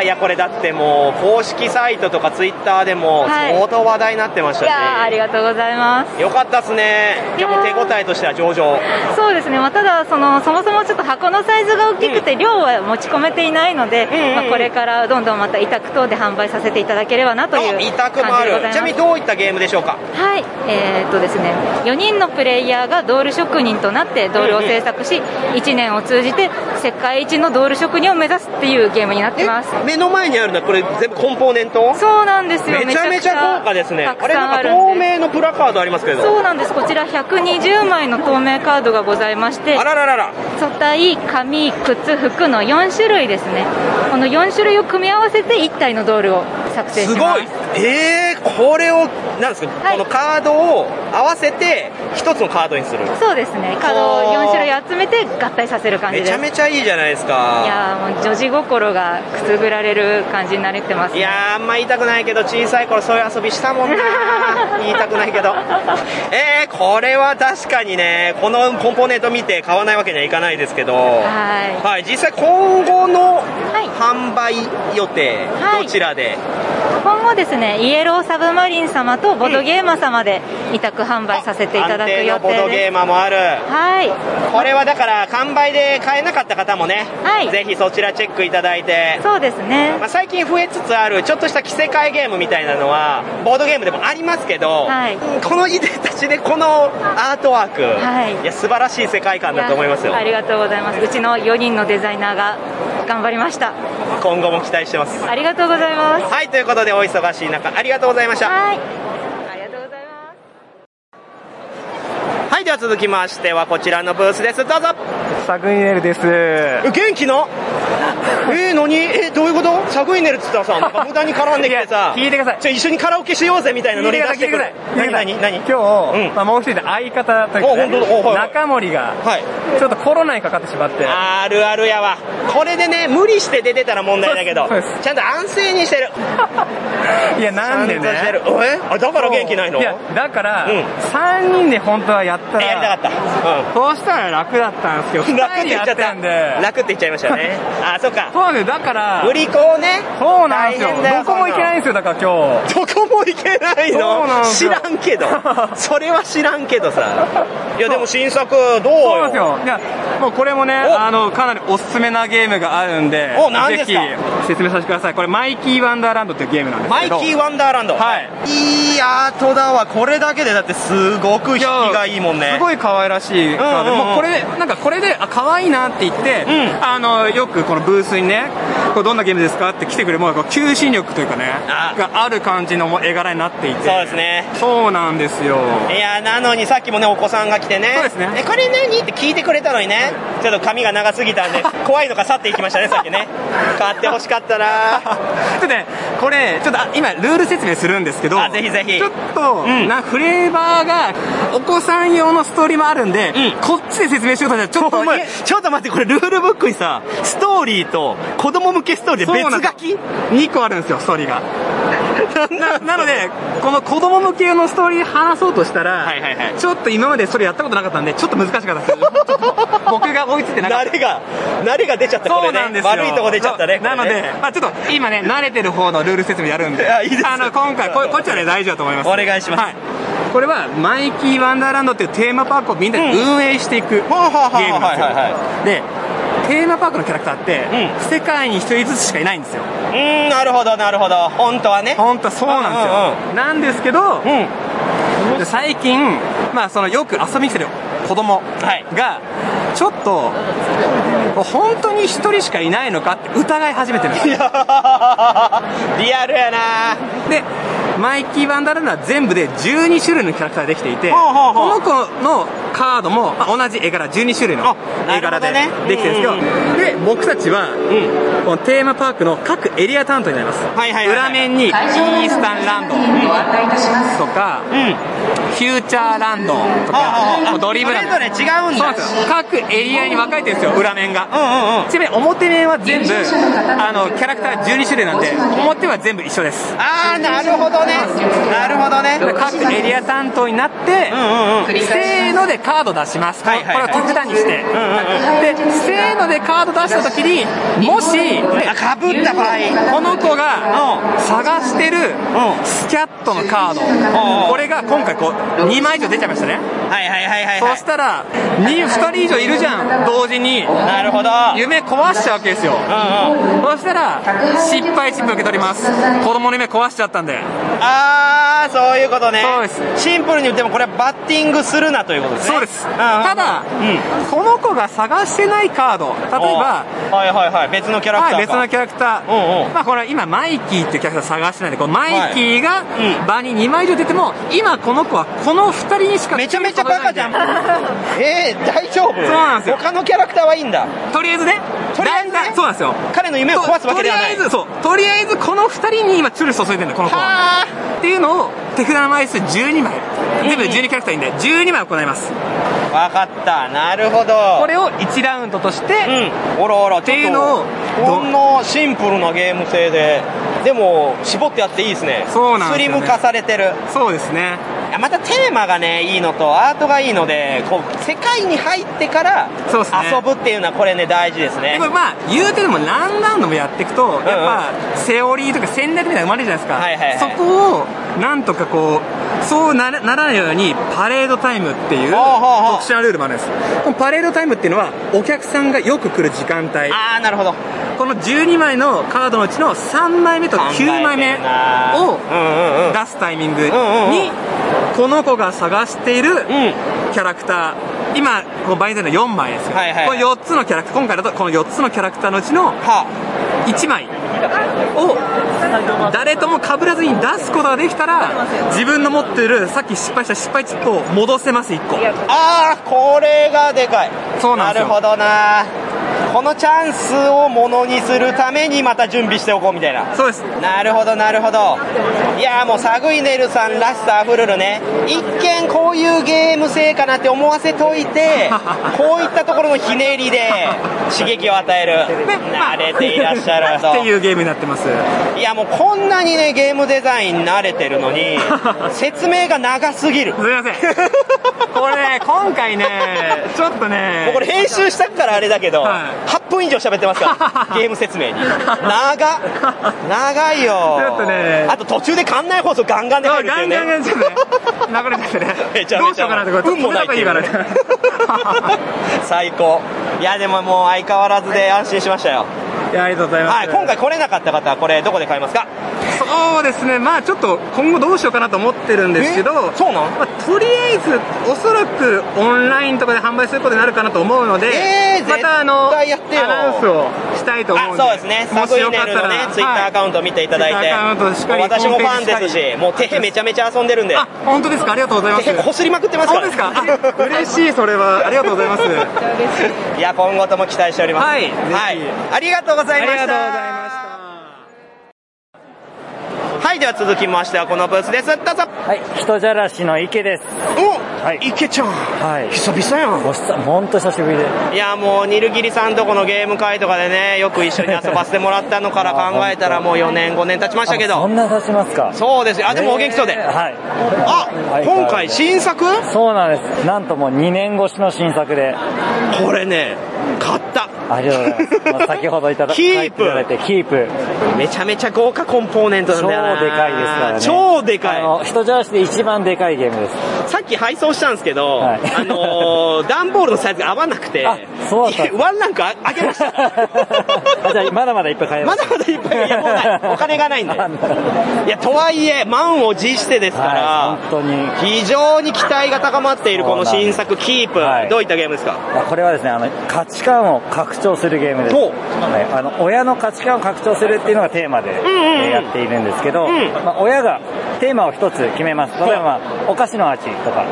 Speaker 2: ーいやこれだってもう公式サイトとかツイッターでも
Speaker 21: はい
Speaker 2: 相当話題になってまし
Speaker 21: い
Speaker 2: たし、
Speaker 21: やーありがとうございます。
Speaker 2: よかったっすねいやもう手応えとしては上々
Speaker 21: そうですね、まあ、ただその、そもそもちょっと箱のサイズが大きくて、量は持ち込めていないので、まあ、これからどんどんまた委託等で販売させていただければなという感じでござい
Speaker 2: 僕もある
Speaker 21: ま
Speaker 2: ちなみ
Speaker 21: す
Speaker 2: に。どういったゲームでしょうか
Speaker 21: はい、えーっとですね、4人のプレイヤーがドール職人となってドールを制作し、1年を通じて世界一のドール職人を目指すっていうゲームになってます。
Speaker 2: 目の前にああるのはこれ全部コンポーネント
Speaker 21: そうなんですよ
Speaker 2: めちゃめちゃ豪華ですね
Speaker 21: た
Speaker 2: あ
Speaker 21: く
Speaker 2: れ
Speaker 21: さん
Speaker 2: なん
Speaker 21: あ
Speaker 2: か
Speaker 21: るんで
Speaker 2: 透明のプラカードありますけれど
Speaker 21: そうなんですこちら120枚の透明カードがございまして
Speaker 2: あらららら
Speaker 21: 素体紙靴服の4種類ですねこの4種類を組み合わせて1体のドールを作成します
Speaker 2: ごいえー、これをなんですか、このカードを合わせて一つのカードにする
Speaker 21: そうですねカードを4種類集めて合体させる感
Speaker 2: め
Speaker 21: じです
Speaker 2: ちゃめちゃいいじゃないですか
Speaker 21: いやーもう女児心がくすぐられる感じになれてます、ね、い
Speaker 2: やあんま言いたくないけど小さい頃そういう遊びしたもん な言いたくないけどえー、これは確かにねこのコンポーネント見て買わないわけにはいかないですけどはい、実際今後の販売予定、どちらで、
Speaker 21: 今後ですねイエローサブマリン様とボドゲーマ様で委託販売させていただく予定
Speaker 2: 安定
Speaker 21: です
Speaker 2: のボードゲーマーもある
Speaker 21: はい
Speaker 2: これはだから完売で買えなかった方もね、ぜひそちらチェックいただいて
Speaker 21: そうですね、
Speaker 2: まあ、最近増えつつあるちょっとした着せ替えゲームみたいなのはボードゲームでもありますけど、うんこのいでたちでこのアートワーク、
Speaker 21: はい
Speaker 2: や素晴らしい世界観だと思いますよ
Speaker 21: やありがとうございますうちの4人のデザイナーが頑張りました
Speaker 2: 今後も期待してます
Speaker 21: ありがとうございます
Speaker 2: はいということでお忙しい中ありがとうございました
Speaker 21: はい
Speaker 2: はいでは続きましてはこちらのブースですどうぞ
Speaker 7: サグイネルです。
Speaker 2: 元気 のえー、何えどういうことサグイネルっつったら さなんか無駄に絡んできてさ聞いてくださいちょ一緒にカラオケしようぜみたいなノリ出してくる
Speaker 7: 何何何今日、まあ、もう一人の相方という
Speaker 2: お
Speaker 7: か、
Speaker 2: 本当だおはいはい
Speaker 7: 中森が、ちょっとコロナにかかってしまって。
Speaker 2: あるあるやわこれでね無理して出てたら問題だけど
Speaker 7: そうで
Speaker 2: ちゃんと安静にしてる
Speaker 7: いや、なん
Speaker 2: ちゃ
Speaker 7: で
Speaker 2: んとしてる
Speaker 7: ね。
Speaker 2: えあだから元気ないの
Speaker 7: いや、だから、
Speaker 2: うん
Speaker 7: 3人で本当はやったら。やり
Speaker 2: か
Speaker 7: た
Speaker 2: った。
Speaker 7: そうしたら楽だったんですけど、
Speaker 2: 楽
Speaker 7: 2
Speaker 2: って
Speaker 7: 人で
Speaker 2: 言
Speaker 7: や
Speaker 2: っ
Speaker 7: っ
Speaker 2: ちゃった
Speaker 7: たんで。
Speaker 2: 楽って言っちゃいましたねあそっか
Speaker 7: そうなんですよだから、
Speaker 2: 売り子をね
Speaker 7: そうなんですよ。
Speaker 2: 大変だよ
Speaker 7: どこも行けないんですよ、だから今日。
Speaker 2: どこも行けない
Speaker 7: そうなん
Speaker 2: の
Speaker 7: です
Speaker 2: 知
Speaker 7: よ
Speaker 2: らんけど それは知らんけどさいやでも新作どう
Speaker 7: そうなんですよ。いや、もうこれもね、あの、かなりおすすめなゲームがあるんで、
Speaker 2: お何ですか
Speaker 7: ぜひ説明させてください。これ、マイキーワンダーランドっていうゲームなんです
Speaker 2: マ
Speaker 7: け
Speaker 2: イ
Speaker 7: ど。
Speaker 2: キーワンダーランド
Speaker 7: はい。
Speaker 2: いいアートだわこれだけでだってすごく引きがいいもんね
Speaker 7: すごい可愛らしいカードで、
Speaker 2: うんうんうん
Speaker 7: もうこれで、なんかこれで、あ、可愛いなって言って、あの、よくこのブースにね、これどんなゲームですかって来てくれる、もうこう求心力というかね、がある感じのもう絵柄になっていて。そうです
Speaker 2: ね。
Speaker 7: そうなんですよ。
Speaker 2: いやなのにさっきもねお子さんが来てねえこれ何って聞いてくれたのにねちょっと髪が長すぎたん で怖いのか去っていきましたねさっきね買ってほしかった な
Speaker 7: ちょっとね、これ、ちょっとあ今、ルール説明するんですけど、ぜひぜひちょっと、なフレーバーが、お子さん用のストーリーもあるんで、こっちで説明しようとしたら、ちょっと、
Speaker 2: ちょっと待って、これ、ルールブックにさ、ストーリーと、子供向けストーリーで別書き
Speaker 7: ?2 個あるんですよ、ストーリーが。 ななので、この子供向けのストーリー話そうとしたら、ちょっと今までそれやったことなかったんで、ちょっと難しかったですけどちょっと僕が追いついてなかった。
Speaker 2: 慣れが、慣れが出ちゃった、こ
Speaker 7: そ
Speaker 2: れ
Speaker 7: うなんで
Speaker 2: ね。
Speaker 7: すよ
Speaker 2: 悪いとこ出ちゃったね。
Speaker 7: なの
Speaker 2: これ
Speaker 7: で
Speaker 2: ね、
Speaker 7: まあちょっと今ね、慣れてる方のルール説明やるんで、あの今回こ、こっちはね、大丈夫だと思います。お願いします。これは、マイキーワンダーランドっていうテーマパークをみんなで運営していくゲームなんですよ。で、テーマパークのキャラクターって、世界に一人ずつしかいないんですよ。
Speaker 2: うーん、なるほど、なるほど。本当はね。
Speaker 7: 本当そうなんですよ。なんですけど、で最近、まあ、そのよく遊びに来てる子供が、ちょっと、本当に一人しかいないのかって疑い始めてるんですよ。
Speaker 2: リアルやな
Speaker 7: で、マイキー・ワンダーランドは全部で12種類のキャラクターができていて、
Speaker 2: ほうほうほう
Speaker 7: この子のカードも、まあ同じ絵柄、12種類の絵柄で
Speaker 2: なるほどね
Speaker 7: できてるんですけど、
Speaker 2: うん
Speaker 7: で、僕たちは、このテーマパークの各エリア担当になります。裏面に、イースタンランドとか、フューチャーランドとか、ドリームランド。
Speaker 2: それぞれ違うんだ
Speaker 7: そうなんですよ各エリアに分かれてるんですよ、裏面が。ちなみに表面は全部、あの、キャラクター12種類なんで、表は全部一緒です。
Speaker 2: あー、なるほどね。なるほどね。
Speaker 7: 各エリア担当になって、せーのでカード出します、これを手札にして、でせーのでカード出した時にもしかぶった場合この子が探してるスキャットのカードこれが今回こう2枚以上出ちゃいましたね
Speaker 2: はいはいはいはい。
Speaker 7: そしたら 2, 人以上いるじゃん同時にな
Speaker 2: るほど
Speaker 7: 夢壊しちゃうわけですよ、そしたら失敗チップ受け取ります子供の夢壊しちゃったんで
Speaker 2: あー、そういうことね。シンプルに言っても、これはバッティングするなということですね。
Speaker 7: そうです。ただ、この子が探してないカード、例え
Speaker 2: お
Speaker 7: ば、
Speaker 2: はいはいはい、別のキャラクターか。
Speaker 7: はい、別のキャラクター、まあ、これは今、マイキーっていうキャラクター探してないんで、このマイキーが場に2枚以上出ても、今、この子はこの2人にしかめちゃめちゃバカじゃん、
Speaker 2: えー、大丈夫
Speaker 7: そうなんですよ、他
Speaker 2: のキャラクターはいいんだ、
Speaker 7: とりあえずね、とりあえずね、そうなんですよ、
Speaker 2: 彼の夢を壊すわけではない
Speaker 7: とりあえず、そう、とりあえずこの2人に今、チュル注いでるんだ、この子は。っていうのを、手札の枚数12枚、全部で12キャラクターいいんで、12枚行います。
Speaker 2: 分かったなるほど
Speaker 7: これを1ラウンドとして、
Speaker 2: おらおらっていうのをこんなシンプルなゲーム性ででも絞ってやっていいですね
Speaker 7: そうなんですよね
Speaker 2: スリム化されてる
Speaker 7: そうですね
Speaker 2: またテーマがねいいのとアートがいいのでこう世界に入ってから遊ぶっていうのはこれね大事ですね
Speaker 7: でもまあ言うてでも何ラウンドもやっていくと、やっぱセオリーとか戦略みたいなの生まれるじゃないですか、
Speaker 2: はいはい
Speaker 7: そこをなんとかこうそうならならないようにパレードタイムっていう特殊なルールもあるんですこのパレードタイムっていうのはお客さんがよく来る時間帯あ
Speaker 2: あなるほど
Speaker 7: この12枚のカードのうちの3枚目と9枚目を出すタイミングにこの子が探しているキャラクター今こうバイゼンの4枚ですよ、
Speaker 2: はいはいはい
Speaker 7: この4つのキャラクター今回だとこの4つのキャラクターのうちの1枚を誰とも被らずに出すことができたら自分の持ってるさっき失敗した失敗チップを戻せます1個
Speaker 2: ああこれがでかい
Speaker 7: そうなんですよ
Speaker 2: るほどなこのチャンスをものにするためにまた準備しておこうみたいな
Speaker 7: そうです
Speaker 2: なるほどなるほどいやーもうサグイネルさんらしさあふれるね一見こういうゲーム性かなって思わせとい てこういったところのひねりで刺激を与える慣れていらっしゃる
Speaker 7: っていうゲームになってます
Speaker 2: いやもうこんなにねゲームデザイン慣れてるのに説明が長すぎるすい
Speaker 7: ませんこれね今回ねちょっとね
Speaker 2: もうこれ編集したからあれだけど、8分以上喋ってますからゲーム説明に長っ長いよ
Speaker 7: ちょっとね
Speaker 2: あと途中で館内放送ガンガンで入るっていうね
Speaker 7: ガンガンガンちょっとね流れ ててね
Speaker 2: めちゃめちゃ
Speaker 7: どうしようかなってこれ
Speaker 2: 運もないっていう
Speaker 7: 止めた方がいいか
Speaker 2: 最高いやでももう相変わらずで安心しましたよ
Speaker 7: いやありがとうございます、
Speaker 2: はい、今回来れなかった方はこれどこで買えますか
Speaker 7: そうですね、まあちょっと今後どうしようかなと思ってるんですけど、
Speaker 2: そうなん、
Speaker 7: まあ、とりあえず、おそらくオンラインとかで販売することになるかなと思うので、
Speaker 2: えー
Speaker 7: またあの
Speaker 2: 絶対やってよ
Speaker 7: アナウンスをしたいと思うんで、
Speaker 2: そうですね、サ
Speaker 7: も
Speaker 2: グ
Speaker 7: し
Speaker 2: イ
Speaker 7: よ
Speaker 2: ネ
Speaker 7: かっ
Speaker 2: ル
Speaker 7: た
Speaker 2: の
Speaker 7: ら、
Speaker 2: ね、ツイッターアカウント見ていただいて、
Speaker 7: Twitter アカウントしっかり
Speaker 2: 私もファンです
Speaker 7: ホームページしっか
Speaker 2: し、もう手へめちゃめちゃ遊んでるんで、
Speaker 7: あ本当ですか、ありがとうございます。
Speaker 2: 手こすりまくってますから
Speaker 7: 本当ですか、あ 嬉しい、それは、ありがとうございます。
Speaker 2: いや、今後とも期待しております。
Speaker 7: はい
Speaker 2: はい、ありがとうございました。
Speaker 7: あ
Speaker 2: ざいま
Speaker 7: りがとうご
Speaker 2: した。はい、では続きましてはこのブースです。どうぞ。
Speaker 1: はい、人じゃらしの池です。
Speaker 2: お、はい、池ちゃん。
Speaker 1: はい。
Speaker 2: 久々やん。
Speaker 1: お久本当久しぶりで。
Speaker 2: いやもうニルギリさんとこのゲーム会とかでねよく一緒に遊ばせてもらったのから考えたらもう4年5年経ちましたけど
Speaker 1: そんな刺しますか。
Speaker 2: そうですよあでもお元気そうで、
Speaker 1: えーはい。
Speaker 2: あ今回新作
Speaker 1: そうなんです。なんともう2年越しの新作で。
Speaker 2: これね、買った。
Speaker 1: ありがとうございます。まあ先ほどいただ
Speaker 2: キー
Speaker 1: 書いて
Speaker 2: プ
Speaker 1: いただいてキープ。
Speaker 2: めちゃめちゃ豪華コンポーネントなんだよな
Speaker 1: 超でかいですからね
Speaker 2: 超でかい
Speaker 1: あの人じゃらしで一番でかいゲームです。
Speaker 2: さっき配送したんですけど、あの ー段ボールのサイズが合わなくて
Speaker 1: そうだったんです
Speaker 2: ワンランク上げました
Speaker 1: あじゃあまだまだいっぱい買えます。
Speaker 2: まだまだいっぱいいやもう ないお金がないんでいやとはいえ満を持してですから、
Speaker 1: 本当に。
Speaker 2: 非常に期待が高まっているこの新作キープ、どういったゲームですか
Speaker 1: これはですねあの価値観を拡張するゲームです、はいあの親の価値観を拡張するっていうのがテーマで、えーやっているんですけど、まあ、親がテーマを一つ決めます例えば、まあお菓子の味とかで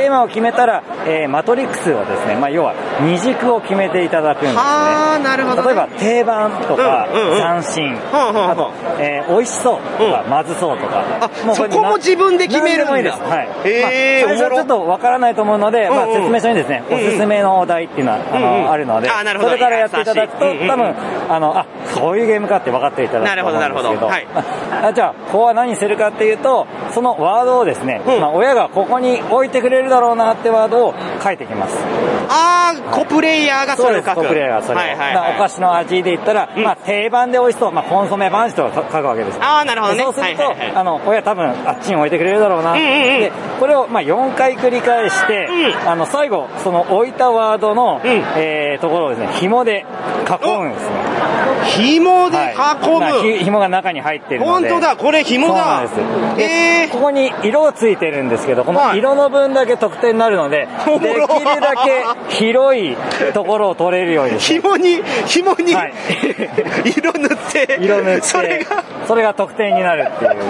Speaker 1: テーマを決めたら、えーマトリックスはですね、まあ、要は二軸を決めていただくんですね
Speaker 2: はーなるほどね
Speaker 1: 例えば定番とか、
Speaker 2: うんうんうん
Speaker 1: 斬新、あと、えー美味しそうとか、まずそうとかもう
Speaker 2: そ
Speaker 1: れ
Speaker 2: こも自分で決めるんだ
Speaker 1: 何でもいいですはい
Speaker 2: へー
Speaker 1: まあ最初はちょっとわからないと思うので、まあ、
Speaker 2: うんうん
Speaker 1: 説明書にですね、
Speaker 2: うんうん
Speaker 1: おすすめのお題っていうのはあの、
Speaker 2: うんうん
Speaker 1: あるので
Speaker 2: あーなるほど
Speaker 1: それからやっていただくと
Speaker 2: 優しいうんうん
Speaker 1: 多分あのあそういうゲームかって分かっていただくと思うんですけど
Speaker 2: なるほどなる
Speaker 1: あ じゃあここは何するかっていうとそのワードをですね、まあ、親がここに置いてくれるだろうなってワードを書いてきます
Speaker 2: ああコプレイヤーがそれを書く
Speaker 1: そうですコプレイヤーがそれを、
Speaker 2: はいはいはい
Speaker 1: だからお菓子の味で言ったら、まあ、定番で美味しそう、まあ、コンソメ番紙とか書くわけです
Speaker 2: あーなるほどね
Speaker 1: でそうすると、
Speaker 2: はいはいはい
Speaker 1: あの親多分あっちに置いてくれるだろうな、
Speaker 2: うんうんうん
Speaker 1: でこれをまあ4回繰り返して、あの最後その置いたワードの、えーところをですね紐で囲うんですね
Speaker 2: 紐で囲む、
Speaker 1: ひ紐が中に入ってるので
Speaker 2: 本当だこれ紐だ
Speaker 1: そうなんですでここに色ついてるんですけどこの色の分だけ得点になるので、
Speaker 2: お
Speaker 1: で
Speaker 2: も
Speaker 1: き
Speaker 2: ろ
Speaker 1: るだけ広いところを取れるように紐
Speaker 2: に紐に、 色塗って
Speaker 1: 色塗ってそれが得点になるっていうで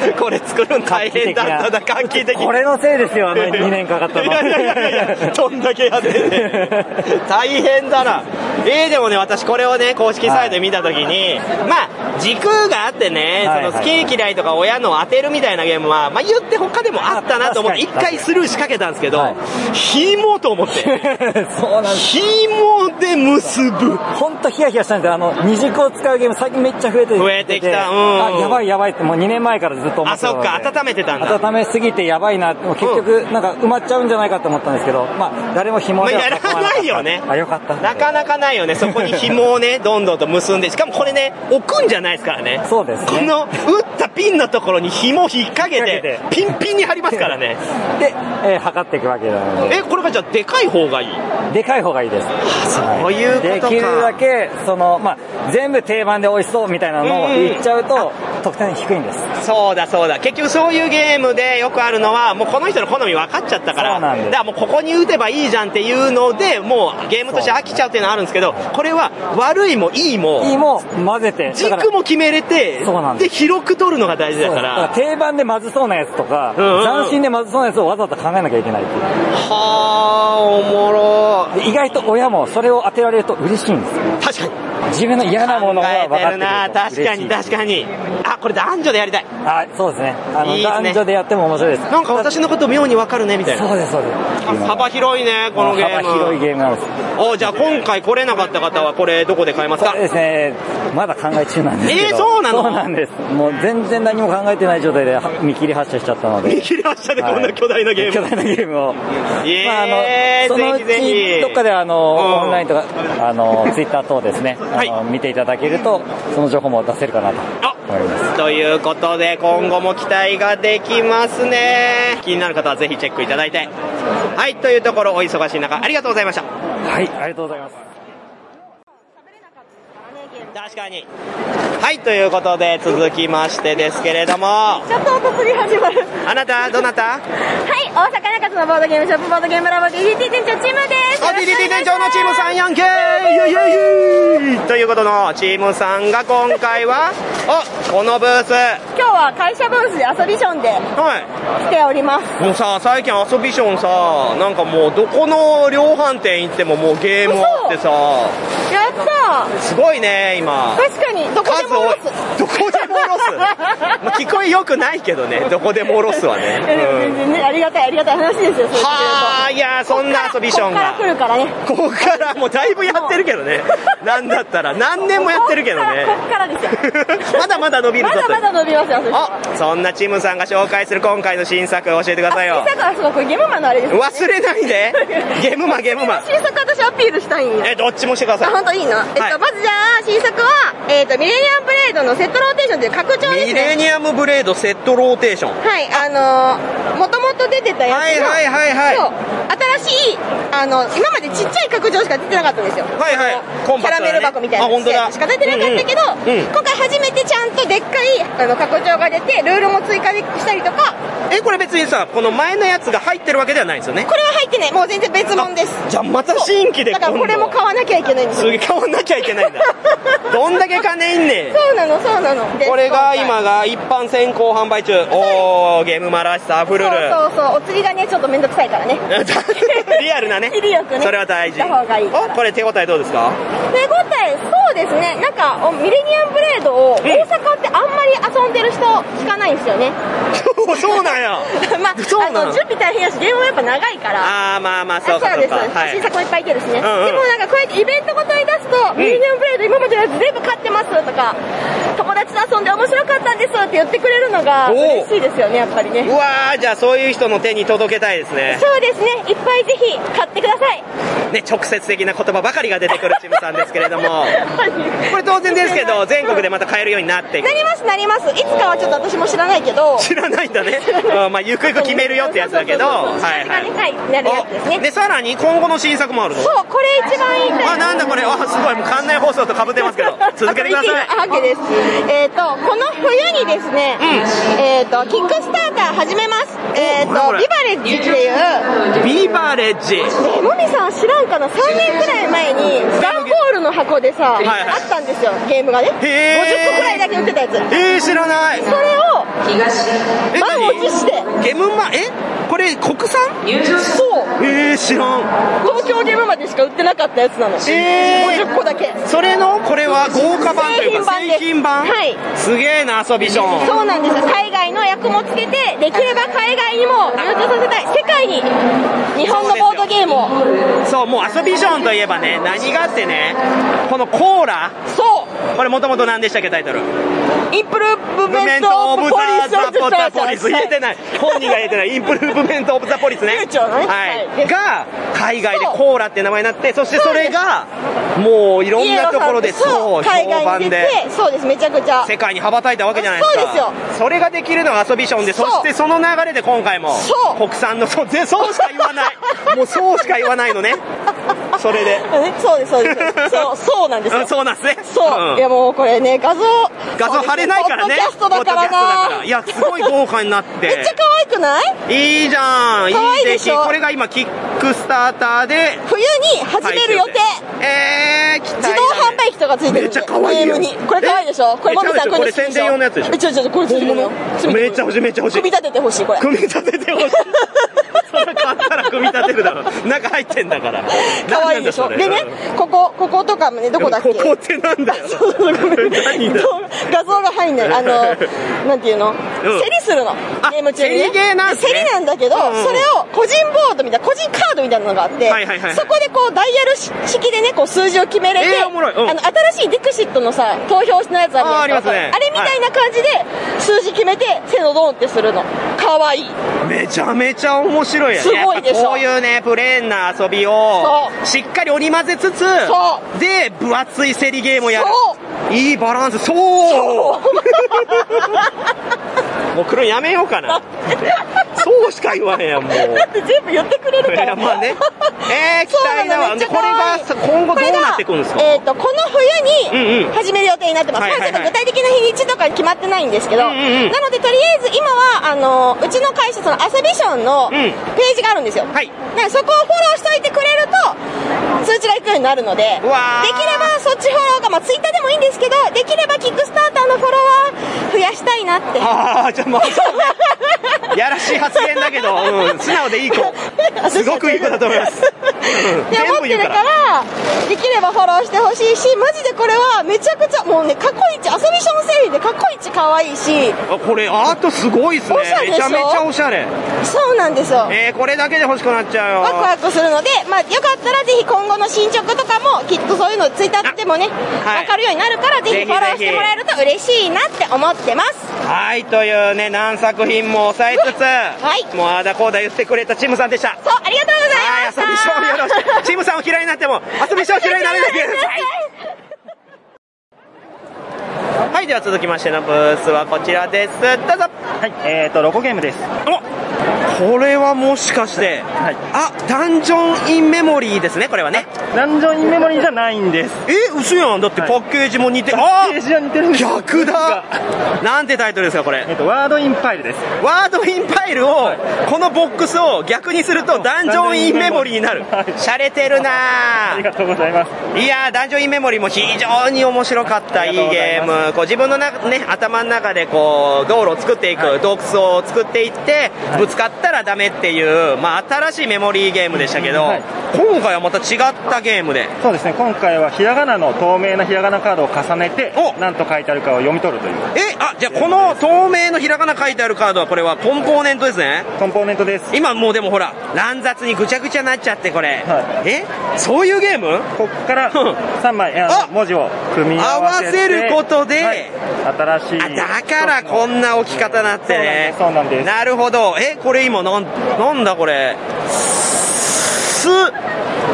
Speaker 1: すね
Speaker 2: これ作るの大変だったな画期的
Speaker 1: これのせいですよあの2年かかったの
Speaker 2: いやいやいやいやどんだけやってんねん 大変だなえー、でもね私これをね公式サイトで見た時に、まあ時空があってね、
Speaker 1: はいはい
Speaker 2: その好き嫌いとか親のを当てるみたいなゲームは、まあ、言って他でもあったなと思って一回スルー仕掛けたんですけど、紐と思って
Speaker 1: そうなんです
Speaker 2: 紐で結ぶ
Speaker 1: 本当ヒヤヒヤしたんですよあの二軸を使うゲーム最近めっちゃ増えて増えて
Speaker 2: きたうん
Speaker 1: あやばいやばいってもう2年前からずっと思ってたので
Speaker 2: あそっか 温めてたんだ
Speaker 1: 温めすぎてやばいなもう結局なんか埋まっちゃうんじゃないかと思ったんですけどまあ誰も紐
Speaker 2: まあ、
Speaker 1: では
Speaker 2: やらないよね
Speaker 1: あよかった
Speaker 2: なかなかないよねそこに紐 をねどんどんと結んでしかもこれね置くんじゃないですからね
Speaker 1: そうですね
Speaker 2: この打ったピンのところに紐引っ掛けてピンピンに貼りますか らね
Speaker 1: で、えー測っていくわけなので
Speaker 2: えこれがじゃあでかい方がいい
Speaker 1: でかい方がいいです
Speaker 2: そういうことか
Speaker 1: できるだけその、まあ、全部定番で美味しそうみたいなのを言っちゃうと得点低いんです
Speaker 2: そうだそうだ結局そういうゲームでよくあるのはもうこの人の好み分かっちゃったからだからもうここに打てばいいじゃんっていうのでもうゲームとして飽きちゃうっていうのはあるんですけどこれは悪いもいいも
Speaker 1: いいも混ぜてだから
Speaker 2: 軸も決めれて
Speaker 1: そうなんで
Speaker 2: で広く取るのが大事だか
Speaker 1: だからら定番でまずそうなやつとか、
Speaker 2: うんうん
Speaker 1: 斬新でまずそうなやつをわざわざ考えなきゃいけないっていう
Speaker 2: はあおもろ
Speaker 1: 意外と親もそれを当てられると嬉しいんです
Speaker 2: 確かに
Speaker 1: 自分の嫌なものが分か
Speaker 2: 考え
Speaker 1: ってて
Speaker 2: るな
Speaker 1: く
Speaker 2: 確
Speaker 1: ると
Speaker 2: か
Speaker 1: 嬉し
Speaker 2: に
Speaker 1: い
Speaker 2: 確かにあこれ男女でやりたい
Speaker 1: あそうですねあの
Speaker 2: いいですね
Speaker 1: 男女でやっても面白いです
Speaker 2: なんか私のこと妙に分かるねみたいな
Speaker 1: そうですそうです
Speaker 2: 幅広いねこのゲーム
Speaker 1: 幅広いゲームなんです
Speaker 2: おじゃあ今回来れなかった方はこれどこで買えます
Speaker 1: そ
Speaker 2: か
Speaker 1: うですねまだ考え中なんですけど
Speaker 2: えーそうなの
Speaker 1: そうなんですもう全然何も考えてない状態では見切り発車しちゃったので
Speaker 2: 見切り発車でこん
Speaker 1: は
Speaker 2: ない巨大なゲーム
Speaker 1: 巨大なゲーム を
Speaker 2: え
Speaker 1: まあ、あの
Speaker 2: え
Speaker 1: そのう
Speaker 2: ぜひぜひ
Speaker 1: ちどっかであの、オンラインとかあのツイッター等ですね、あの見ていただけるとその情報も出せるかなと思います
Speaker 2: ということで今後も期待ができますね気になる方はぜひチェックいただいてはいというところお忙しい中ありがとうございました
Speaker 1: はいありがとうございます
Speaker 2: 確かにはいということで続きましてですけれども
Speaker 4: ちょっと音すぎ始まる
Speaker 2: あなたどなた
Speaker 4: はい大阪中津のボードゲームショップボードゲームラボ DDT 店長チームです
Speaker 2: あ DDT 店長のチームさんやんけということのチームさんが今回は おこのブース
Speaker 4: 今日は会社ブースで遊びションで来ております、
Speaker 2: もうさ最近遊びションさなんかもうどこの量販店行ってももうゲームあってさ
Speaker 4: やった
Speaker 2: すごいね 今
Speaker 4: 確かにどこでもおろす
Speaker 2: どこでもおろすまあ聞こえよくないけどねどこでもおろす わね、
Speaker 4: いやでも 全然ねありがたいありがたい話ですよそれ
Speaker 2: はあいやーそんな遊びションが
Speaker 4: 来るからね
Speaker 2: ここからもうだいぶやってるけどねなんだったら何年もやってるけど ね
Speaker 4: こっからですよ
Speaker 2: まだまだ伸びるぞ
Speaker 4: まだ
Speaker 2: と
Speaker 4: まだ伸びますよそれあ
Speaker 2: そんなチムさんが紹介する今回の新作教えてくださいよ
Speaker 4: 新作はすごくゲームマンのあれです、ね、
Speaker 2: 忘れないで ゲームマンゲームマン
Speaker 4: 新作私アピールしたいんや
Speaker 2: えどっちもしてください
Speaker 4: あ本当いいの、えっとまずじゃあ新作は、えっとミレニアムブレードのセットローテーションという拡張ですね
Speaker 2: ミレニアムブレードセットローテーション
Speaker 4: はい、あのー、もともと出てたやつの、
Speaker 2: はいはいはいはい
Speaker 4: そう新しいあの今までちっちゃい拡張しか出てなかったんですよ
Speaker 2: はいはいコン
Speaker 4: キャ
Speaker 2: パク
Speaker 4: ラ
Speaker 2: トなね
Speaker 4: メル箱みたい
Speaker 2: あ
Speaker 4: な
Speaker 2: 本当だ
Speaker 4: しか出てなかったけど、
Speaker 2: うんうん
Speaker 4: 今回初めてちゃんとでっかいあの拡張が出てルールも追加でしたりとか
Speaker 2: えこれ別にさこの前のやつが入ってるわけではないんですよね
Speaker 4: これは入ってないもう全然別物です
Speaker 2: じゃあまた新規で
Speaker 4: そうだからこ
Speaker 2: 今度
Speaker 4: れも買わなきゃいけないんです
Speaker 2: す
Speaker 4: よ
Speaker 2: げえ買わなきゃいけないんだ どんだけ金いんねん
Speaker 4: そうなのそうなので
Speaker 2: これが
Speaker 4: 今
Speaker 2: 今が一般先行販売中おーゲームマらしさあふるる
Speaker 4: そうそうそうお釣りがねちょっとめんどくさいから ね
Speaker 2: リアルなね
Speaker 4: 切りよくね
Speaker 2: それは大事
Speaker 4: 行った方がいいから
Speaker 2: おこれ手応えどうですか
Speaker 4: 手応えそうですねなんかおミレニアムブレードを大阪ってあんまり遊んでる人聞かないんです よね
Speaker 2: そうなんや
Speaker 4: まあ
Speaker 2: そうなの
Speaker 4: あの準備大変やしゲームもやっぱ長いから
Speaker 2: ああまあまあ
Speaker 4: そ
Speaker 2: そうう
Speaker 4: な
Speaker 2: か
Speaker 4: ん
Speaker 2: そ
Speaker 4: で
Speaker 2: う
Speaker 4: す、
Speaker 2: かはい
Speaker 4: 新作もいっぱいいけるしね、
Speaker 2: うんうん
Speaker 4: でもなんかこうやってイベントごとに出すと、
Speaker 2: ん
Speaker 4: ミレニアムブレード今までのやつ全部買ってますとか友達と遊んで面白かったんですって言ってくれるのが
Speaker 2: おー
Speaker 4: 嬉しいですよねやっぱりね
Speaker 2: うわーじゃあそういう人の手に届けたいですね
Speaker 4: そうですねいっぱいぜひ買ってください
Speaker 2: ね直接的な言葉ばかりが出てくるチムさんですけれどもこれ当然ですけど、全国でまた買えるようになっていく
Speaker 4: な。りますなりますいつかはちょっと私も知らないけど
Speaker 2: 知らないんだね。うんまあ、ゆくゆく決めるよってやつだけど、はいはい。
Speaker 4: はいなるやつですね
Speaker 2: で、さらに今後の新作もあるの
Speaker 4: そうこれ一番言いたい
Speaker 2: あ、なんだこれ。あ、すごい。もう館内放送と被ってますけど、続けてください。
Speaker 4: あ、OK です。えっ、と、この冬にですね、えっ、と、キックスターター始めます。えっ、、
Speaker 2: 何ことれ
Speaker 4: ビバレッジっていう、
Speaker 2: ビバレッジ。
Speaker 4: ねもみさん知らんかな3年くらい前に段ボールの箱でさ、
Speaker 2: はいはい
Speaker 4: あったんですよゲームがね50個く
Speaker 2: へー
Speaker 4: らいだけ売ってたやつ
Speaker 2: えー、知らない。
Speaker 4: それを
Speaker 2: え
Speaker 4: 満を持して
Speaker 2: ゲムマ、えこれ国産
Speaker 4: そう
Speaker 2: えー、知らん。
Speaker 4: 東京ゲームまでしか売ってなかったやつなの、
Speaker 2: えー
Speaker 4: 50個だけ
Speaker 2: それのこれは豪華版というか
Speaker 4: 製品版ですはい
Speaker 2: すげえな、遊びション。
Speaker 4: そうなんです海外の役もつけてできれば海外にも流通させたい世界に日本のボードゲームを
Speaker 2: そう、もう遊びションといえばね、何があってね、このコーラ。
Speaker 4: そう
Speaker 2: これもともと何でしたっけ、タイトル。
Speaker 4: インプルーブメントオブポリス
Speaker 2: ザ・ポザ・ ポリス。言えて
Speaker 4: い
Speaker 2: ない。本人が言えてない。インプルーブメント・オブ・ザ・ポリス ね。はい。が、海外でコーラって名前になって、そしてそれが、もういろんなところで、
Speaker 4: そ
Speaker 2: そうう、
Speaker 4: 海
Speaker 2: 評
Speaker 4: 外に
Speaker 2: 判
Speaker 4: 出
Speaker 2: で。
Speaker 4: てそうですめちゃくちゃ
Speaker 2: 世界に羽ばたいたわけじゃないですか
Speaker 4: そうですよ
Speaker 2: それができるのが遊びションで
Speaker 4: そ
Speaker 2: そうしてその流れで今回も
Speaker 4: そう
Speaker 2: 国産のそうぜそうしか言 わないもうそうしか言わないのねそれで
Speaker 4: そうですそうです そうそうなんですよ
Speaker 2: うんそうなんですね
Speaker 4: そう、
Speaker 2: ん
Speaker 4: いやもうこれね画像
Speaker 2: 画像貼れないからね
Speaker 4: ポッドキャストだから
Speaker 2: ポッドキャストだか
Speaker 4: な
Speaker 2: らいやすごい豪華になっ て
Speaker 4: めっちゃ可愛くない
Speaker 2: いいじゃん
Speaker 4: 可愛いでしょ
Speaker 2: いい出来これが今キックスターターで
Speaker 4: 冬に始める予定
Speaker 2: えー、
Speaker 4: 自動販売機とかついてるんで
Speaker 2: めっちゃ可愛いよ
Speaker 4: ゲームにこれ可愛いでしょこれ
Speaker 2: めっ
Speaker 4: マ
Speaker 2: ちゃ
Speaker 4: ミさん
Speaker 2: 可愛いこれ
Speaker 4: 好き
Speaker 2: 宣伝用のやつでしょ
Speaker 4: えちょちょこれ
Speaker 2: 本物
Speaker 4: 組み
Speaker 2: めっちゃ欲しいめっちゃ欲しい
Speaker 4: 組み立ててほしいこれ
Speaker 2: 組み立ててほしいそれ買ったら組み立てるだろ中入ってんだから
Speaker 4: 可愛いでしょでねこここことかもねどこだっけ
Speaker 2: ここってな んだよ 何だよ
Speaker 4: 画像が入んないあのなんていうの、
Speaker 2: うん
Speaker 4: 競りするのゲーム中に、
Speaker 2: 競りゲーなんすね
Speaker 4: 競りなんだけど、
Speaker 2: うんうん
Speaker 4: それを個人ボードみたいな個人カードみたいなのがあって、
Speaker 2: はいはいはい
Speaker 4: そこでこうダイヤル式でねこう数字を決めれて、
Speaker 2: えーおもろいうん
Speaker 4: あの新しいディクシットのさ投票のやつ
Speaker 2: あー
Speaker 4: あ
Speaker 2: あ
Speaker 4: るや
Speaker 2: りま
Speaker 4: つ
Speaker 2: すね
Speaker 4: あれみたいな感じで数字決めて手のドンってするのかわいい
Speaker 2: めちゃめちゃ面白いよね
Speaker 4: すごいでしょ
Speaker 2: やっぱこういうねプレーンな遊びをしっかり織り交ぜつつで分厚い競りゲームをやるいいバランスそうもう来るんやめようかなそうしか言わへんやんもう
Speaker 4: だって全部言ってくれるか
Speaker 2: いや
Speaker 4: ら
Speaker 2: まあねえー、期
Speaker 4: そうな
Speaker 2: 待だ
Speaker 4: の
Speaker 2: わ
Speaker 4: めっち
Speaker 2: で
Speaker 4: ゃ
Speaker 2: これ
Speaker 4: 可愛
Speaker 2: が
Speaker 4: い
Speaker 2: 今後どうなっていくんですか
Speaker 4: これがえー、とこの冬
Speaker 2: うん
Speaker 4: に
Speaker 2: うん
Speaker 4: 始める予定になってます、
Speaker 2: はいはいはい
Speaker 4: まあちょっと具体的な日にちとか決まってないんですけど、なのでとりあえず今はあのうちの会社その遊びションのページがあるんですよ、なんでそこをフォローしといてくれると通知が行くようになるのでできればそっちフォローが、まあ、ツイッターでもいいんですけどできればキックスターターのフォロワー増やしたいなって
Speaker 2: ああじゃあまあそうねやらしい発言だけど、うん、素直でいい子すごくいい子だと思います、うん
Speaker 4: って思ってるからできればフォローしてほしいしマジでこれはめちゃくちゃもうね過去一遊びションセリーで過去一可愛いし
Speaker 2: あこれアートすごいっすね
Speaker 4: おしゃれでし
Speaker 2: めち
Speaker 4: ょ
Speaker 2: ゃめちゃおしゃれ
Speaker 4: そうなんですよ
Speaker 2: えー、これだけで欲しくなっちゃうよ
Speaker 4: ワクワクするので、まあ、よかったらぜひ今後の進捗とかもきっとそういうのツイッターでもね、分かるようになるからぜひ
Speaker 2: ぜひ
Speaker 4: フ
Speaker 2: ぜひ
Speaker 4: ォローしてもらえると嬉しいなって思ってます
Speaker 2: はいというね何作品も抑えつつ、
Speaker 4: はい
Speaker 2: もうあーだこうだ言ってくれたチームさんでした
Speaker 4: そうありがとうございました
Speaker 2: 遊びショーよろしくチームさんを嫌いになっても遊びショー嫌いにならないで くださいはいでは続きましてのブースはこちらですどうぞはいえっ、とロコゲームですおこれはもしかして、あダンジョン・イン・メモリーですねこれはね
Speaker 3: ダンジョンインメモリーじゃないんです。
Speaker 2: え嘘やんだってパッケージも似て、あ
Speaker 3: ページは似てるんです
Speaker 2: 逆だなんてタイトルですかこれ、
Speaker 3: ワードインパイルです
Speaker 2: ワードインパイルを、このボックスを逆にするとダンジョンインメモリーになるしゃれてるなありがとうございますいやーダンジョンインメモリーも非常に面白かったいいゲームこう自分のな、ね、頭の中でこう道路を作っていく、洞窟を作っていってぶつかったらダメっていう、まあ、新しいメモリーゲームでしたけど、今回はまた違ったゲームで
Speaker 3: そうですね、今回はひらがなの透明なひらがなカードを重ねて、なんと書いてあるかを読み取るという。
Speaker 2: えあじゃあこの透明のひらがな書いてあるカードはこれはコンポーネントですね
Speaker 3: コンポーネントです
Speaker 2: 今もうでもほら乱雑にぐちゃぐちゃになっちゃってこれ、えそういうゲーム
Speaker 3: ここから3枚、あの文字を組み合わせて
Speaker 2: 合わせることで
Speaker 3: はい新しい
Speaker 2: だからこんな置き方になってねそうなんですなるほどえこれ今なんなんだこれす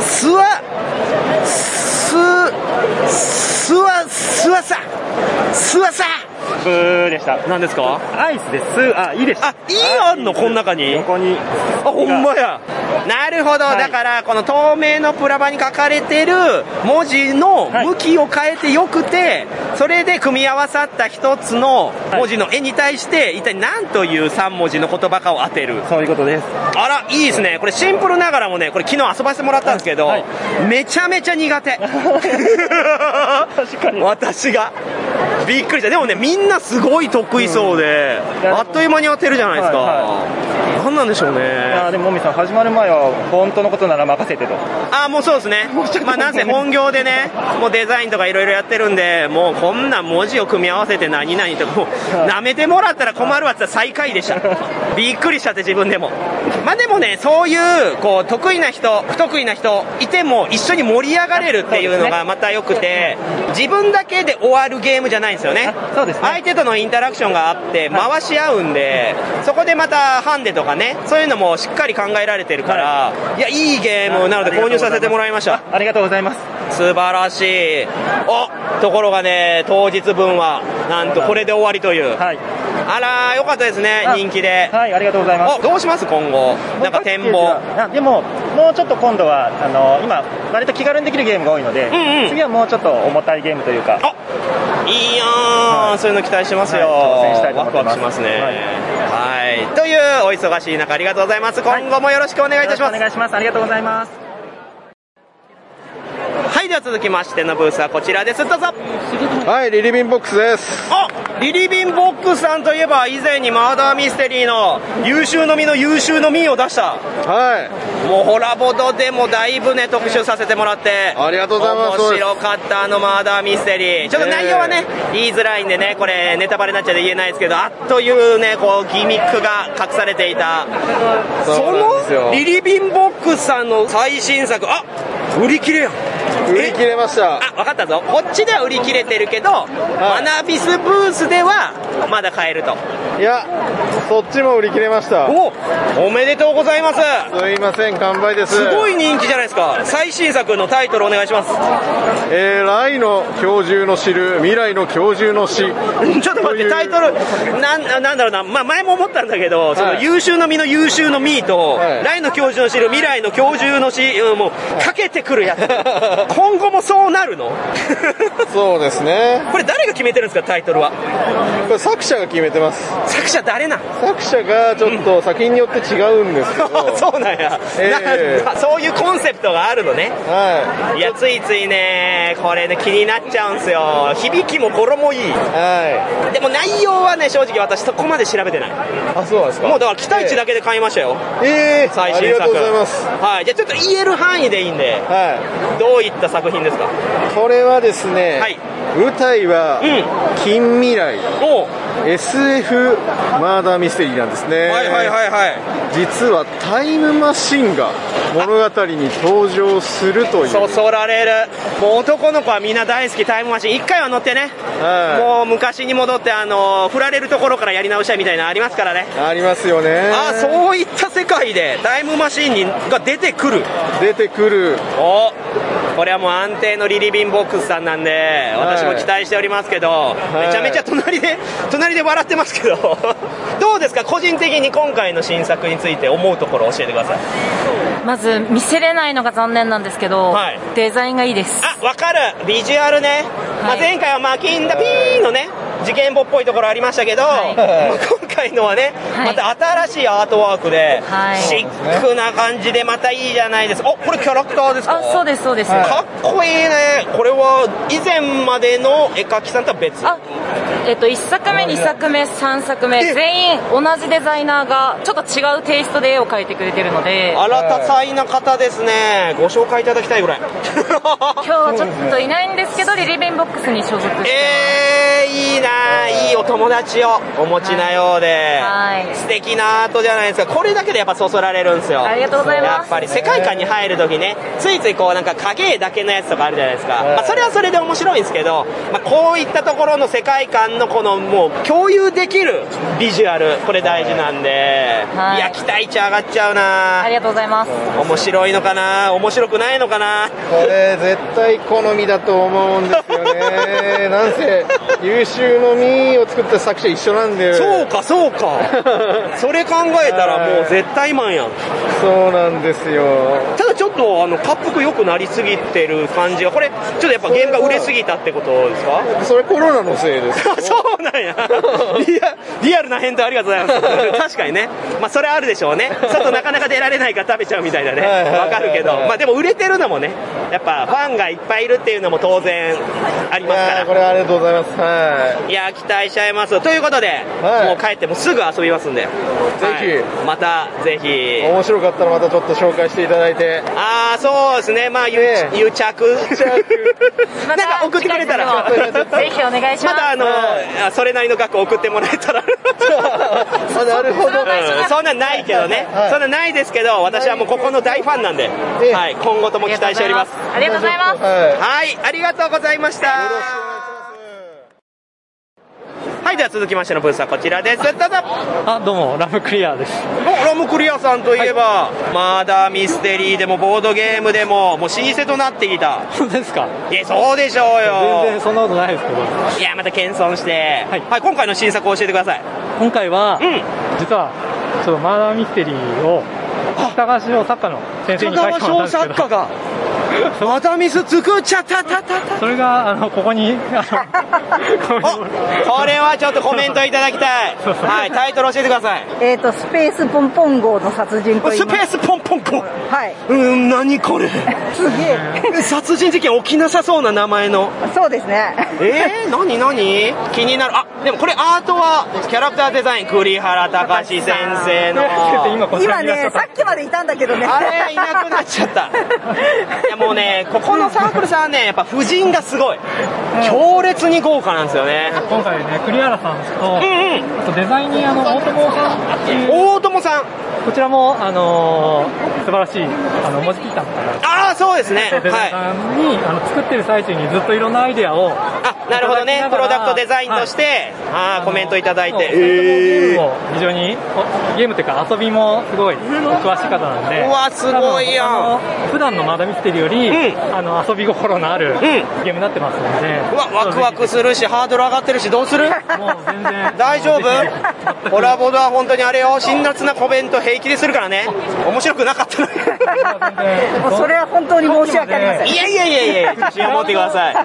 Speaker 2: すわすすすわ、すわさ、すわさ。
Speaker 3: ブーでした。
Speaker 2: 何ですか
Speaker 3: アイスです。スーあ、いいです。あ、
Speaker 2: いいあんのこの中に
Speaker 3: 横に。
Speaker 2: あ、ほんまや。なるほど、
Speaker 3: はい
Speaker 2: だから、この透明のプラ板に書かれてる文字の向きを変えてよくて、それで組み合わさった一つの文字の絵に対して、一体何という3文字の言葉かを当てる。
Speaker 3: そういうことです。
Speaker 2: あら、いいですね。これシンプルながらもね、これ昨日遊ばせてもらったんですけど、めちゃめちゃ苦手。確かに。私が。びっくりした。でもね、みんなすごい得意そうで、あっという間に当てるじゃないですか。何なんでしょうね。
Speaker 3: いやでも、もみさん、始まる前は、本当のことなら任せてと。
Speaker 2: あもうそうですね、まあ、なんせ本業でね、もうデザインとかいろいろやってるんで、もうこんな文字を組み合わせて何々とか、もう舐めてもらったら困るわって言ったら最下位でした、びっくりしちゃって、自分でも。まあでもね、そういうこう得意な人、不得意な人いても、一緒に盛り上がれるっていうのがまた良くて、自分だけで終わるゲームじゃないんですよね、相手とのインタラクションがあって、回し合うんで、そこでまたハンデとかね、そういうのもしっかり考えられてるから、いや、いいゲームなので、購入させてもらいました。
Speaker 3: ありがとうございます。
Speaker 2: 素晴らしいおところがね当日分はなんとこれで終わりという、あらーよかったですね
Speaker 3: あ
Speaker 2: 人気で
Speaker 3: はい、ありがとうございます。
Speaker 2: おどうします今後なんか展望
Speaker 3: あでも、もうちょっと今度は、あの今、割と気軽にできるゲームが多いので、次はもうちょっと重たいゲームというか、
Speaker 2: いいやー、そういうの期待してますよ、
Speaker 3: はい挑戦したいと
Speaker 2: ワ
Speaker 3: 思っ
Speaker 2: ク
Speaker 3: て
Speaker 2: ワク
Speaker 3: ます
Speaker 2: しますねはいというお忙しい中ありがとうございます今後もよろしくお願いいたします、
Speaker 3: お願いします。ありがとうございます。
Speaker 2: はい、では続きましてのブースはこちらです。どうぞ。
Speaker 6: はい、リリビンボックスです。
Speaker 2: あ、リリビンボックスさんといえば、以前にマーダーミステリーの優秀の実の優秀の実を出した。はい。もうホラボドでもだいぶね、特集させてもらって。ありがとうございます。面白かった、あのマーダーミステリー。ちょっと内容はね、言いづらいんでね、これネタバレになっちゃって言えないですけど、あっというね、こう、ギミックが隠されていた。
Speaker 6: そうなんですよ
Speaker 2: その、リリビンボックスさんの最新作、あ売り切れやん。
Speaker 6: 売り切れました。
Speaker 2: あ、分かったぞ。こっちでは売り切れてるけど、マナビスブースではまだ買えると。
Speaker 6: いや、そっちも売り切れました。
Speaker 2: おおめでとうございます。
Speaker 6: すいません、完売です。
Speaker 2: すごい人気じゃないですか。最新作のタイトルお願いします。
Speaker 6: えー、来の教授の知る、未来の教授の死。
Speaker 2: ちょっと待って、タイトル、なん、なんだろうな、まあ、前も思ったんだけど、その
Speaker 6: はい
Speaker 2: 優秀の実の優秀の実と、
Speaker 6: はい
Speaker 2: 来の教授の知る未来の教授の死、うんもう、かけてくるや つ。今後もそうなるの
Speaker 6: そうですね。
Speaker 2: これ誰が決めてるんですか、タイトルは。
Speaker 6: これ作者が決めてます。
Speaker 2: 作者誰なん
Speaker 6: 作者がちょっと作品によって違うんですけど。
Speaker 2: そうなんや、
Speaker 6: ええ
Speaker 2: なそういうコンセプトがあるのね、い、やついついねこれね気になっちゃうんすよ響きも語呂もいい、でも内容はね正直私そこまで調べてない
Speaker 6: あ、そうなんですか。
Speaker 2: もうだから期待値だけで買いましたよ、
Speaker 6: ええ
Speaker 2: 最
Speaker 6: あり
Speaker 2: 新
Speaker 6: がとう
Speaker 2: 作
Speaker 6: ございます。
Speaker 2: はい、じゃあちょっと言える範囲でいいんで、どういった作品ですか
Speaker 6: これはですね、舞台は近未来、SF マーダーミステリーなんですね実はタイムマシンが物語に登場するという
Speaker 2: そそられるもう男の子はみんな大好きタイムマシン一回は乗ってね、もう昔に戻ってあの振られるところからやり直したいみたいなのありますからね
Speaker 6: ありますよね
Speaker 2: あーそういった世界でタイムマシーンにが出てくる
Speaker 6: 出てくる
Speaker 2: おこれはもう安定のリリビンボックスさんなんで
Speaker 6: はい
Speaker 2: 私も期待しておりますけど、
Speaker 6: い
Speaker 2: めちゃめちゃ隣で隣で笑ってますけど どうですか個人的に今回の新作について思うところ教えてください
Speaker 22: まず見せれないのが残念なんですけど、デザインがいいです
Speaker 2: あわかる ビジュアルね、まあ、前回はまあ金だピーンのね事件簿っぽいところありましたけど、まあ今回のはね、また新しいアートワークで、シックな感じでまたいいじゃないですかおこれキャラクターですか
Speaker 22: そうですそうです、
Speaker 2: かっこいいねこれは以前までの絵描きさんとは別あ
Speaker 22: えっと1作目2作目3作目全員同じデザイナーがちょっと違うテイストで絵を描いてくれてるので
Speaker 2: ら多彩な方ですねご紹介いただきたいぐらい
Speaker 22: 今日はちょっといないんですけどリリベンボックスに所属してます
Speaker 2: えいいな、いいお友達をお持ちなようで、素敵なアートじゃないですかこれだけでやっぱそそられるんですよ
Speaker 22: ありがとうございます
Speaker 2: やっぱり世界観に入るときねついついこうなんか影絵だけのやつとかあるじゃないですか、まあ、それはそれで面白いんですけど、まあ、こういったところの世界観のこのもう共有できるビジュアルこれ大事なんで、
Speaker 22: はい
Speaker 2: い、や期待値上がっちゃうな
Speaker 22: ありがとうございます
Speaker 2: 面白いのかな面白くないのかな
Speaker 6: これ絶対好みだと思うんですよ ねなんせ優秀の実を作った作者一緒なんで
Speaker 2: そうかそ うかそれ考えたらもう絶対マンやん
Speaker 6: そうなんですよ
Speaker 2: ただちょっとあの滑幅良くなりすぎてる感じがこれちょっとやっぱゲームが売れすぎたってことですか
Speaker 6: それコロナのせいです
Speaker 2: そうなんやリアリアルな返答ありがとうございます 確かにねまあそれあるでしょうね外なかなか出られないから食べちゃうみたいなね
Speaker 6: はいはいはい
Speaker 2: わかるけどまあでも売れてるのもねやっぱファンがいっぱいいるっていうのも当然ありますから
Speaker 6: これありがとうございますはい
Speaker 2: やー期待しちゃいますということで、もう帰ってもうすぐ遊びますんでぜひ、はいまたぜひ
Speaker 6: 面白かったらまたちょっと紹介していただいて
Speaker 2: ああそうですねまあ癒着 癒着なんか送ってくれたら
Speaker 22: ぜひお願いします
Speaker 2: またあのあそれなりの額送ってもらえた らなるほどそんなんないけどねそんなんないですけど私はもうここの大ファンなんではい今後とも期待しております
Speaker 22: ありがとうございます
Speaker 2: はいありがとうございましたはいでは続きましてのブースはこちらですどうぞ
Speaker 9: あどうもラムクリアです
Speaker 2: もうラムクリアさんといえば、マーダーミステリーでもボードゲームでももう老舗となってきた
Speaker 9: 本当ですか
Speaker 2: いやそうでしょうよ
Speaker 9: 全然そんなことないですけど
Speaker 2: いやまた謙遜してはい、今回の新作教えてください
Speaker 9: 今回は、実はちょっとマーダーミステリーを北川翔作家の先生に書いてもらったんですけど
Speaker 2: 家がマダミス作っちゃったたたた
Speaker 9: それがあのここにあ
Speaker 2: これはちょっとコメントいただ きたいはいタイトル教えてください
Speaker 11: えっ、と、スペースポンポン号の殺人と言います。
Speaker 2: スペースポンポン号
Speaker 11: はい。
Speaker 2: うん何これ
Speaker 11: すげえ。
Speaker 2: 殺人事件起きなさそうな名前の
Speaker 11: そうですね。
Speaker 2: えー、何何気になるあでもこれアートはキャラクターデザイン栗原隆先 生の
Speaker 11: 今ね、さっきまでいたんだけどね。
Speaker 2: あれいなくなっちゃった。いやもうねここのサークルさんはねやっぱ夫人がすごい強烈に豪華なんですよね
Speaker 9: 今回ね栗原さんと、あとデザインにあの大友さんっていう
Speaker 2: 大友さん
Speaker 9: こちらもあのー素晴らしいあの文字切ったのかな
Speaker 2: ああそうですね
Speaker 9: デザインさんに、あの作ってる最中にずっといろんなアイデアを
Speaker 2: あなるほどねプロダクトデザインとして、あーコメントいただいて
Speaker 9: ゲームも非常におゲームというか遊びもすごいお詳しい方なんで
Speaker 2: うわすごいやん
Speaker 9: 多分あの普段のマダミステリーより、あの遊び心のあるゲームになってますので、
Speaker 2: うわワクワクするしハードル上がってるしどうする大丈夫コラボドは本当にあれよ辛辣なコメント平気でするからね面白くなかったな
Speaker 11: もうそれは本当に申し訳ありません。
Speaker 2: いやいやいやいや自信を持ってください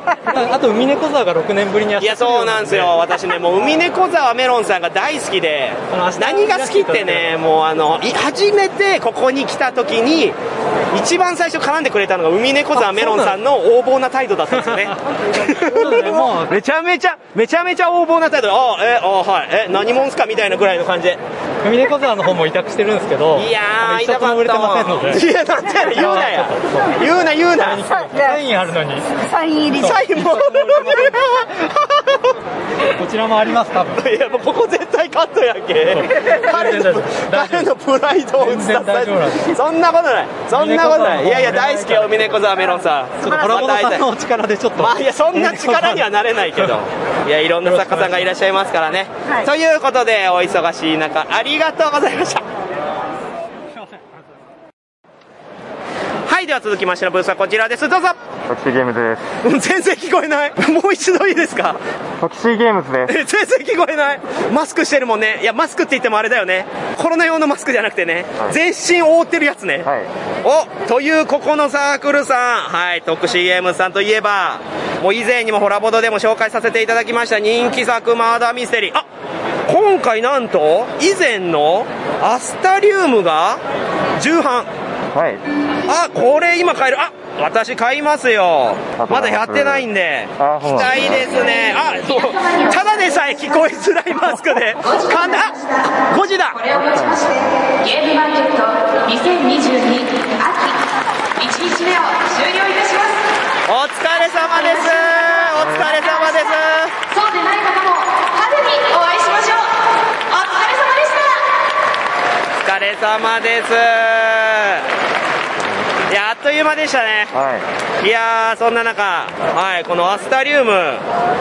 Speaker 9: あと海猫座が6年ぶりにやって
Speaker 2: いやそうなんですよ私ねもう海猫沢メロンさんが大好きで何が好きってねもうあのい初めてここに来た時に一番最初絡んでくれたのが海猫沢メロンさんの横暴な態度だったんですよねめちゃめちゃめちゃめちゃ横暴な態度あえあはいえ何者っすかみたいなぐらいの感じで
Speaker 9: 海猫座の方も委託してるんですけど
Speaker 2: いやー
Speaker 9: 一冊も売れてませんので
Speaker 2: いやなんてやねん言うなや言うな言うな
Speaker 9: サインあるのに
Speaker 11: サイン入り。
Speaker 2: サインも。
Speaker 9: こちらもあります多分
Speaker 2: いやもうここ絶対カットやんけ彼の彼のプライドを打つそんなことないそんなことないいやいや大好きよ峰子沢メロンさん
Speaker 9: ちょっとコラボの方のお力でちょっと、
Speaker 2: ま あいやそんな力にはなれないけどいやいろんな作家さんがいらっしゃいますからね、ということでお忙しい中ありがとうございましたはいでは続きましてのブースはこちらですどうぞ
Speaker 23: タクシーゲームズです。
Speaker 2: うん 全然聞こえない もう一度いいですか
Speaker 23: タクシーゲームズで
Speaker 2: え 全然聞こえないマスクしてるもんねいやマスクって言ってもあれだよねコロナ用のマスクじゃなくてね、全身覆ってるやつね、おというここのサークルさんはい特 CM さんといえばもう以前にもホラボドでも紹介させていただきました人気作マーダーミステリーあ今回なんと以前のアスタリウムが重版
Speaker 23: はい
Speaker 2: あこれ今買えるあ私買いますよまだやってないんで
Speaker 23: あ、ほ
Speaker 2: 期待ですね。あ、そう。ただでさえ聞こえづらいマスクで。かんあ、5時だ。
Speaker 24: これをもちましてゲームマーケット2022秋1日目を終了いたします
Speaker 2: お疲れ様です。お疲れ様です。
Speaker 24: そうでない方
Speaker 2: れ様です。いや、あっという間でしたね。い、やー、そんな中、はい、このアスタリウム、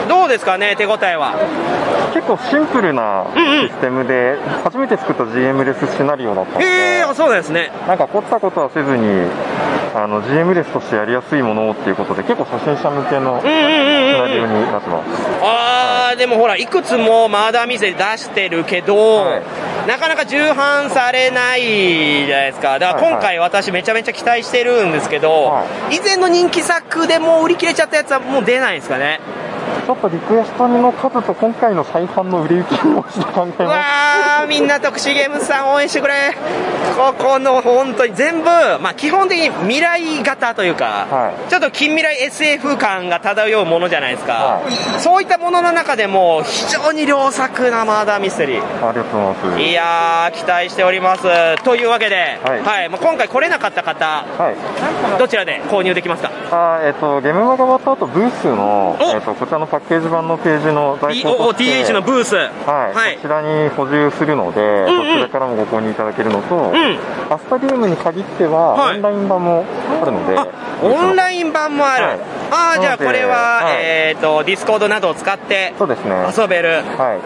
Speaker 2: どうですかね、手応えは。
Speaker 17: 結構シンプルなシステムで、初めて作った GM レスシナリオだったんで、
Speaker 2: えー、そうなんですね。
Speaker 17: なんか凝ったことはせずに、あの GM レスとしてやりやすいものをっていうことで、結構初心者向けのシナリオになってます。
Speaker 2: あー、でもほら、いくつもマーダーミステリー出してるけど、なかなか重版されないじゃないですか。だから今回私めちゃめちゃ期待してるんですけど、以前の人気作でもう売り切れちゃったやつはもう出ないんですかね。
Speaker 17: ちょっとリクエストの数と今回の再販の売れ行きをちょっと考えます。
Speaker 2: あーみんな特殊ゲームズさん応援してくれここの本当に全部、まあ、基本的に未来型というか、ちょっと近未来 SF 感が漂うものじゃないですか、そういったものの中でも非常に良作なマーダーミステリー
Speaker 17: ありがとうございます。
Speaker 2: いやー期待しておりますというわけで、はいまあ、今回来れなかった方、どちらで購入できますか
Speaker 17: あーえっ、と、ゲームマが終わった後、ブースの、えっ、と、こちらのパッケージ版のページの在庫として
Speaker 2: TH のブース
Speaker 17: はい、こちらに補充するので、
Speaker 2: んうん
Speaker 17: そちらからもご購入いただけるのと、
Speaker 2: うん
Speaker 17: アスタリウムに限っては、オンライン版もあるので、
Speaker 2: オンライン版もある、
Speaker 17: はい
Speaker 2: ああじゃあ
Speaker 17: なので
Speaker 2: これは、
Speaker 17: はい
Speaker 2: えっ、とディスコードなどを使って
Speaker 17: そうですね。
Speaker 2: 遊べる
Speaker 17: は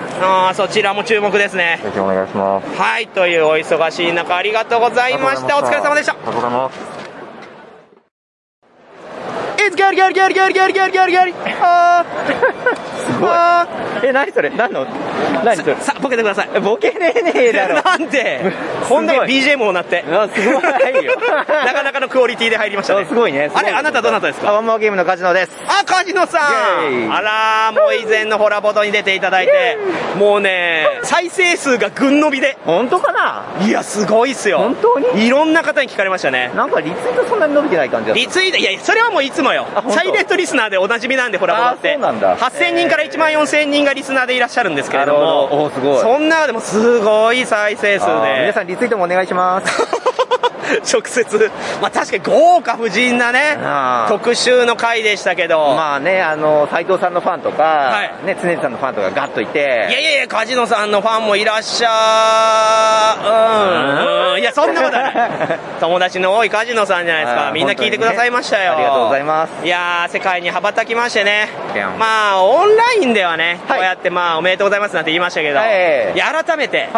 Speaker 2: あーそちらも注目ですね
Speaker 17: い。ぜひお願いします。
Speaker 2: はいというお忙しい中ありがとうございましたお疲れ様でした
Speaker 17: ありがとうございます。
Speaker 2: It's g ギャルギャルギャルギャルギャルギャルギャルあーすごいえ何それ何の何それさボケてくださいボケねえねえだろ なんでこんだけ BGM をなってすごいよ なかなかのクオリティで入りましたねすごいねあれあなたどなたですかワンモアゲームのカジノですあカジノさんあらーもう以前のホラボドに出ていただいてもうね再生数がぐん伸びで本当かないやすごいっすよ本当にいろんな方に聞かれましたねなんかリツイートそんなに伸びてない感じリツイートいやいやそれはもういつもよ
Speaker 20: 本当
Speaker 2: サイレントリスナーでおなじみなんでホラボドって8000人から1万4000人がリスナーでいらっしゃるんですけれど
Speaker 20: なるほど
Speaker 2: も
Speaker 20: おーすごい
Speaker 2: そんなでもすごい再生数
Speaker 20: あ
Speaker 2: で
Speaker 20: ー皆さ
Speaker 2: んリツイートもお願いします 直接まあ確かに豪華夫人なね特集の回でしたけど
Speaker 20: まあね、あの、斎藤さんのファンとか、ね、常地さんのファンとかガッとい
Speaker 2: いや
Speaker 20: て、
Speaker 2: いやいや、カジノさんのファンもいらっしゃー、うん、いや、そんなことはな い。友達の多いカジノさんじゃないです
Speaker 20: あ
Speaker 2: か。
Speaker 20: ー
Speaker 2: みんな聞いてくださいましたよ。
Speaker 20: 本当にねありがとうござい
Speaker 2: ます。いやー、世界に羽ばたきましてね。
Speaker 20: いや
Speaker 2: まあ、オンラインではね、こうやってまあ、おめでとうございますなんて言いましたけど、
Speaker 20: はい
Speaker 2: いや改めて、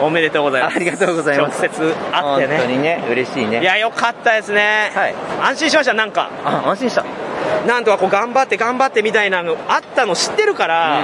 Speaker 2: おめでとうございます。ありがとうございます。直接会ってね。
Speaker 20: 本当にね、嬉しいね。
Speaker 2: いや、よかったですね。安心しました、なんか。安心した。なんとかこう頑張って頑張ってみたいなのあったの知ってるから、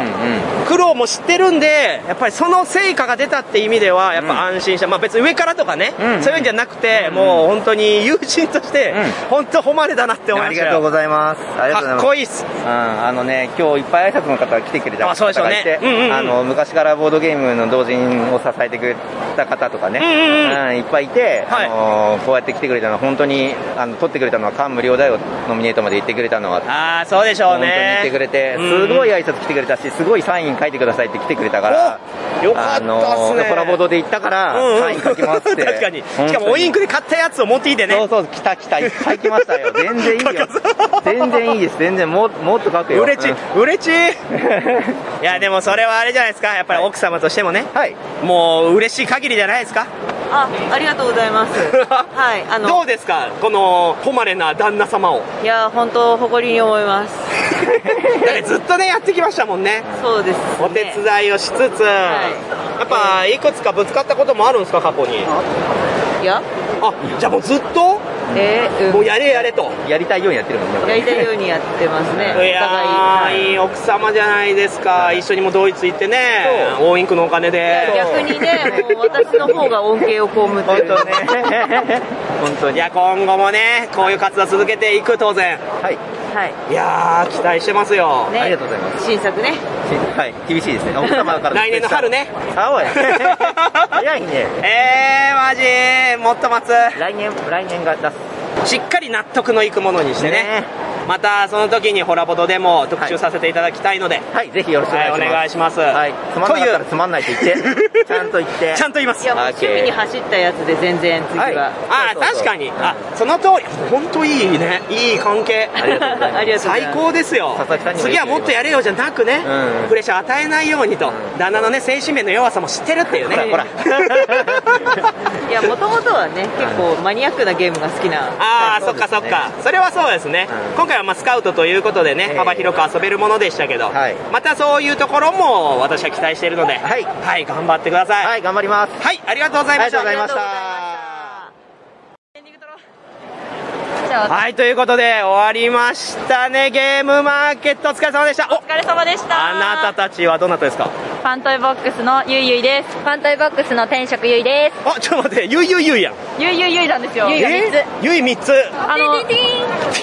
Speaker 2: 苦労も知ってるんで、やっぱりその成果が出たって意味では、やっぱ安心した。まあ別に上からとかね、そういうんじゃなくて、もう本当に友人として、本当誉れだなって思い
Speaker 20: あ
Speaker 2: ま
Speaker 20: り
Speaker 2: したよ。
Speaker 20: がとうございます。ありがとうございます。
Speaker 2: かっこいいっす。
Speaker 20: うん、あのね、今日いっぱい挨拶の方が来てくれた
Speaker 2: あそうでし
Speaker 20: 方
Speaker 2: ょう
Speaker 20: が
Speaker 2: ね
Speaker 20: いて、
Speaker 2: うんうんうん
Speaker 20: あの、昔からボードゲームの同人を支えてくれた方とかね、
Speaker 2: うんうんうん
Speaker 20: いっぱいいて、あの、こうやって来てくれたのは本当に、あの、取ってくれたのは感無量だよ、ノミネートまで行ってくれたのは。
Speaker 2: ああ、そうでしょうね
Speaker 20: 本当に言ってくれて、すごい挨拶来てくれたし、すごいサイン書いてくださいって来てくれたから、
Speaker 2: よかったっすね
Speaker 20: あのコラボドで行ったから、
Speaker 2: うんうん
Speaker 20: サイン書きますって。
Speaker 2: 確かに。しかもオインクで買ったやつを持っていてね。そうそう、来た来た、いっぱい来ま したよ。全然いいよ。
Speaker 20: 全然いいです、全然、もうもっと書くよ。
Speaker 2: うれちい、
Speaker 20: うん
Speaker 2: うれちいいや、でもそれはあれじゃないですか。やっぱり奥様としてもね。もう嬉しい限りじゃないですか。
Speaker 5: あ、ありがとうございます。はい、あの。
Speaker 2: どうですかこの、誉れな旦那様 を。
Speaker 5: いや、本当誇りに思います。
Speaker 2: だってずっとね、やってきましたもんね。
Speaker 5: そうです、
Speaker 2: お手伝いをしつつ、やっぱ、いくつかぶつかったこともあるんですか過去に。
Speaker 5: いや、
Speaker 2: あ、じゃあもうずっと
Speaker 5: えーうん
Speaker 2: もうやれやれと。
Speaker 20: やりたいようにやってるもんね。
Speaker 5: やりたいようにやってますね。お互
Speaker 2: い
Speaker 5: い。
Speaker 2: や
Speaker 5: はい
Speaker 2: ー、いい奥様じゃないですか。一緒にもドイツ行ってね、オーインクのお金で。
Speaker 5: 逆にね、もう私の方が恩恵を被ってる。
Speaker 2: 本当にいや今後もねこういう活動続けていく当然はい
Speaker 5: はい
Speaker 2: やー期待してますよ、
Speaker 5: ねありがとうございます。新作ね。
Speaker 20: はい、厳しい ですね。奥様から。
Speaker 2: 来年の春ね。
Speaker 20: あ、 おい。早いね。
Speaker 2: えーマジもっと待つ
Speaker 20: 来年、来年が出す。
Speaker 2: しっかり納得のいくものにしてねまたその時にホラボドでも特集させていただきたいので、はい、ぜひよろしくお願いします。はい、
Speaker 25: つまんなかったらつまんないと言って、ちゃんと言って。
Speaker 2: ちゃんと言います。
Speaker 26: いやもう趣味に走ったやつで全然次は。
Speaker 2: ああ、確かに。あ、その通り。本当いいね。いい関係。
Speaker 26: ありがとうございますありがとうございます
Speaker 2: 最高ですよ。次はもっとやれよじゃなくね、プレッシャー与えないようにと、旦那のね、精神面の弱さも知ってるっていうね。ほら、
Speaker 26: いや、もともとはね、結構マニアックなゲームが好きな。
Speaker 2: ああ、そっかそっか。それはそうですね。今回はまあスカウトということでね、幅広く遊べるものでしたけど、またそういうところも私は期待しているので、はい、頑張ってください。はい、頑張ります。はい、ありがとうございました。
Speaker 25: ありがとうございました
Speaker 2: はい、ということで終わりましたね、ゲームマーケットお疲れ様でした。お
Speaker 5: お疲れ様でした。
Speaker 2: あなたたちはどなたですか
Speaker 5: ファントイボックスのゆいゆいです。ファントイボックスの天職ゆいです。
Speaker 2: あ、ちょっと待って、ゆいゆいゆいやん。
Speaker 5: ゆいゆいゆいなんですよ。
Speaker 2: えゆい3つ。
Speaker 5: あの、
Speaker 2: テ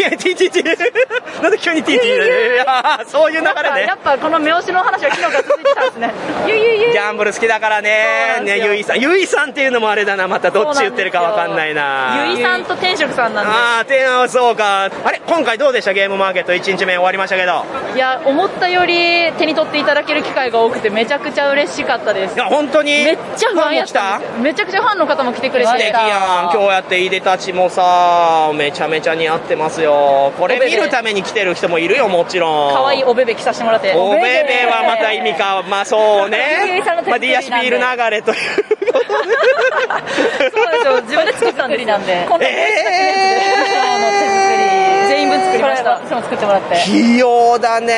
Speaker 2: ィティティティ なんで急にティティだね。そういう流れね
Speaker 5: やっぱこの名刺の話は昨日が続いてたんで すね。ゆいゆいゆい。
Speaker 2: ギャンブル好きだからね。ね、ゆいさん。ゆいさんっていうのもあれだな。またどっち言ってるかわかんないな。
Speaker 5: ゆいさんと天職さんなんで。
Speaker 2: ああ、てな、そうか。あれ今回どうでしたゲームマーケット1日目終わりましたけど。
Speaker 5: いや、思ったより手に取っていただける機会が多くて、めちゃくちゃ嬉しかったです。い
Speaker 2: や、本当に。
Speaker 5: めっちゃ不安やったんですめちゃくちゃファンの方も来てくれてた。
Speaker 2: 素敵やん今日やっていでたちもさめちゃめちゃ似合ってますよこれ見るために来てる人もいるよもちろん
Speaker 5: 可愛いおべべ着させてもらって。
Speaker 2: おべべはまた意味かまあそうねまあディアシピール流れという
Speaker 5: そうですよ自分で作ったんですなんで。こんな全員分作りました。私も作ってもらって。
Speaker 2: 器用だね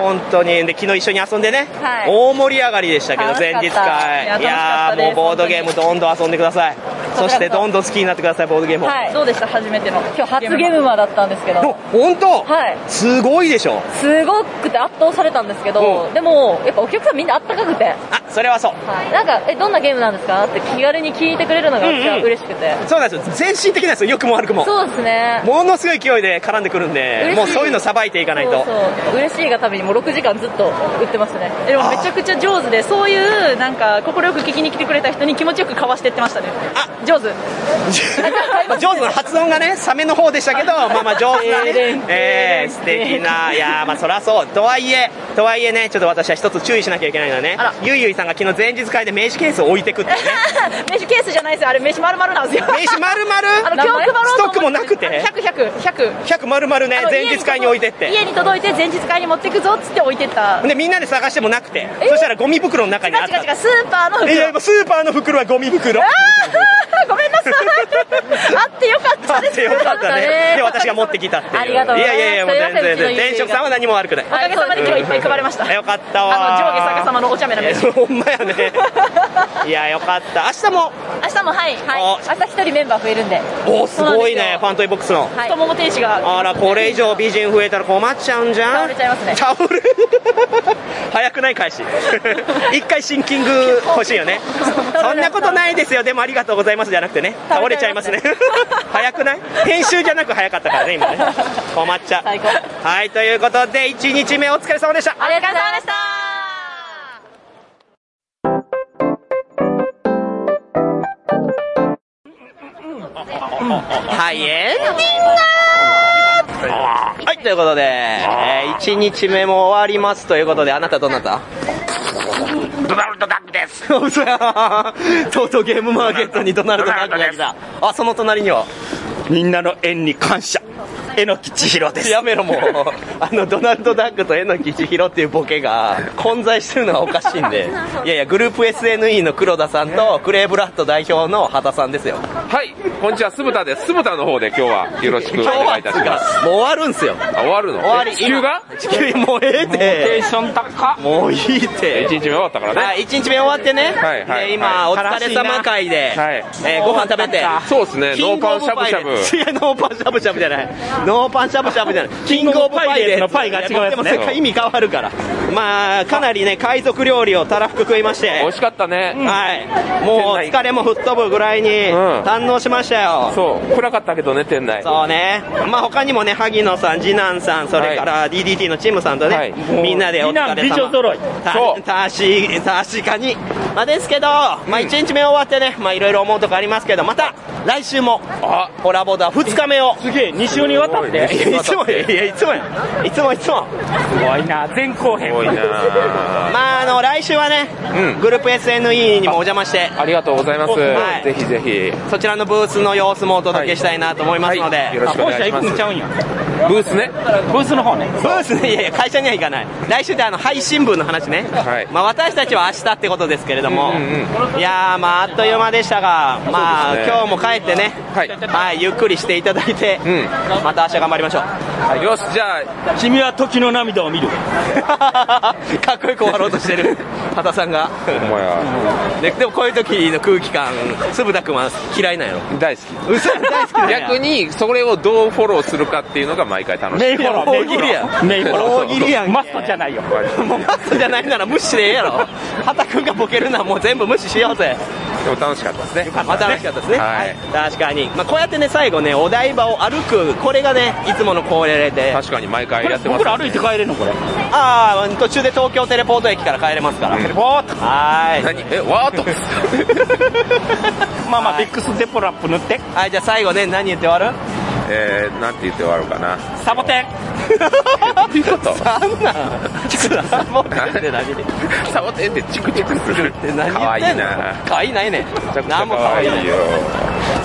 Speaker 2: 本当にで昨日一緒に遊んでね、
Speaker 5: はい
Speaker 2: 大盛り上がりでしたけど
Speaker 5: 楽
Speaker 2: 前
Speaker 5: しかった
Speaker 2: 日会
Speaker 5: いや
Speaker 2: いやー
Speaker 5: 楽しかったで
Speaker 2: もう
Speaker 5: す
Speaker 2: ボードゲームどんどん遊んでくださいそしてどんどん好きになってくださいボードゲームを、
Speaker 5: はい。どうでした初めての。今日初ゲームマだったんですけど。
Speaker 2: 本当
Speaker 5: はい。
Speaker 2: すごいでしょ
Speaker 5: すごくて圧倒されたんですけど、でも、やっぱお客さんみんなあったかくて、
Speaker 2: それはそう
Speaker 5: なんか、え、どんなゲームなんですかって気軽に聞いてくれるのが私は嬉しくて。
Speaker 2: そうなんですよ全身的なんですよ良くも悪くも
Speaker 5: そうですね。
Speaker 2: ものすごい勢いで絡んでくるんで
Speaker 5: 嬉しい
Speaker 2: もうそういうのさばいていかないと
Speaker 5: そうそう嬉しいがためにもう6時間ずっと売ってますねえでもめちゃくちゃ上手でそういうなんか快く聞きに来てくれた人に気持ちよくかわしてってましたねあ上 手
Speaker 2: まあ上手な発音がねサメの方でしたけどまあまあ上手なね、 えー、素敵ないやーまあそらそうとはいえとはいえねちょっと私は一つ注意しなきゃいけないのはねゆいゆいさんが昨日前日会で名刺ケースを置いてくっていうね
Speaker 5: 名刺ケースじゃないですよあれ名刺丸々なんですよ
Speaker 2: 名刺丸々
Speaker 5: あの今日配ろう
Speaker 2: ス
Speaker 5: と
Speaker 2: ト
Speaker 5: 思
Speaker 2: ックもなくて
Speaker 5: 100100100
Speaker 2: 100丸々ね前日会に置いてって
Speaker 5: 家に届いて前日会に持ってくぞっつって置いてった
Speaker 2: でみんなで探してもなくてそしたらゴミ袋の中にあった
Speaker 5: 違う違うスーパーの袋
Speaker 2: いやもうスーパーの袋はゴミ袋
Speaker 5: あーごめんなさい あってよかったです
Speaker 2: よかったねで私が持ってきたっていう
Speaker 5: ありがとうございます
Speaker 2: やいやいやもう全然
Speaker 5: すいませんうちのゆいゆいが
Speaker 2: 転職さんは何も悪くない
Speaker 5: おかげさまで今日いっぱい配れました
Speaker 2: よかったわ
Speaker 5: あの上下逆さまのお茶目な名
Speaker 2: い
Speaker 5: 刺
Speaker 2: やほんまやねいやよかった明日も
Speaker 5: 明日もはい、はい、明日一人メンバー増えるんで
Speaker 2: おすごいねファントイボックスの、
Speaker 5: はい太もも天使が
Speaker 2: あらこれ以上美人増えたら困っちゃうんじゃん
Speaker 5: 倒れちゃいますね
Speaker 2: 倒れ早くない開 始一回シンキング欲しいよねそんなことないですよでもありがとうございますじゃなくてね倒れちゃいますね早くない編集じゃなく早かったからね 今ね困っちゃうはいということで1日目お疲れ様でした
Speaker 5: ありがとうございました
Speaker 2: はい、エンディングはい、ということで、えー、1日目も終わりますということで、あなたどなたドナルド・ダックです 嘘やとうとうゲームマーケットにドナルド・ダックが来た。あ、その隣には、みんなの縁に感謝。えのきちひろです。やめろ もう。あの、ドナルド・ダックとえのきちひろっていうボケが混在してるのはおかしいんで。いやいや、グループ SNE の黒田さんと、クレイブラッド代表の畑さんですよ。
Speaker 3: はい、こんにちは、酢豚です。酢豚の方で今日はよろしくお願いいたします。
Speaker 2: もう終わるんすよ。
Speaker 3: あ、終わるの
Speaker 2: 終わり
Speaker 3: え地球が
Speaker 2: 地球もうええて
Speaker 3: テンション高
Speaker 2: もういいって。
Speaker 3: 1日目終わったからね。
Speaker 2: はい、1日目終わってね、
Speaker 3: はいはい
Speaker 2: で今、お疲れ様会で、えーご飯食べて、
Speaker 3: そうですね、
Speaker 2: キ
Speaker 3: ノ
Speaker 2: ン
Speaker 3: ー
Speaker 2: グ
Speaker 3: パ
Speaker 2: オ
Speaker 3: ン
Speaker 2: ブ
Speaker 3: しゃぶ
Speaker 2: パイ
Speaker 3: しゃぶ。
Speaker 2: レンいや、ノーパンしゃぶしゃぶじゃない、ノーパンしゃぶしゃぶじゃない、キングオブパイレーツのパイが違うやつ、ね、でも世界意味変わるから、まあ、かなりね、海賊料理をたらふく食いまして、美味しかったね、はい、もう疲れも吹っ飛ぶぐらいに堪能しましたよ、
Speaker 3: そう、暗かったけどね、店内。
Speaker 2: そうね、まあ他にもね、萩野さん、次男さん、それから DDT のチームさんとね、みんなでお疲れ様
Speaker 7: 次男美女揃い
Speaker 2: たたし確かに、まあ、ですけど、まあ、1日目終わってね、まあ、いろいろ思うとこありますけど、また来週もコラボだ2日目を、すげえ、2週にわったって。いや、いつもや、いや、いつもや。いつもいつも。すごいな、全後編。
Speaker 12: いなあ
Speaker 2: まあ、あの、来週はね、グループ SNE にもお邪魔して、
Speaker 12: ありがとうございます。
Speaker 2: はい
Speaker 12: ぜひぜひ。
Speaker 2: そちらのブースの様子もお届けしたいなと思いますので。
Speaker 12: はいよろしくお願いします
Speaker 2: あ本社行くんちゃうんや
Speaker 12: ブースね。
Speaker 2: ブースの方ね。ブースね、いやいや、会社には行かない。来週であの、配信部の話ね。まあ、私たちは明日ってことですけれども。いやー、まあ、あっという間でしたが、ま
Speaker 12: そう
Speaker 2: あ、
Speaker 12: ですね
Speaker 2: 今日も帰ってね、はい、ゆっくりしていただいて、また明日頑張りましょう。
Speaker 12: よし、じゃあ、
Speaker 2: 君は時の涙を見る。 かっこよく終わろうとしてる、畑さんが。
Speaker 12: お前は。
Speaker 2: ででもこういう時の空気感、粒田君は嫌いなんやろ
Speaker 12: 大好き。
Speaker 2: 嘘大好きなんや
Speaker 12: 逆に、それをどうフォローするかっていうのが毎回楽しい。
Speaker 2: メイフォロー、
Speaker 12: 大喜利やん
Speaker 2: メイフォロー。大喜利やん。
Speaker 12: ま
Speaker 2: マストじゃないよ。もうマスト じゃないなら無視でええやろ。畑君がボケるのはもう全部無視しようぜ。
Speaker 12: でも楽しかったですね。
Speaker 2: また楽しかったですね。はい。確かに。まあこうやってね、最後ね、お台場を歩く、これがね、いつもの恒例で。
Speaker 12: 確かに毎回やってますね
Speaker 2: 僕ら歩いて帰れるのこれ。ああ、途中で東京テレポート駅から帰れますから。テレポートはーい。
Speaker 12: 何え、わーっと
Speaker 2: まあまあ、ビックスデポラップ塗って。はい、じゃあ最後ね、何言って終わる
Speaker 12: えー、なんて言って終わるか な。
Speaker 2: サボテン
Speaker 12: っていうこと
Speaker 2: サボテンって何
Speaker 12: サボテンってチクチクするって
Speaker 2: 何
Speaker 12: 可愛
Speaker 2: 言って
Speaker 12: い
Speaker 2: んの
Speaker 12: な。
Speaker 2: 可愛いないねん何も可愛いないよ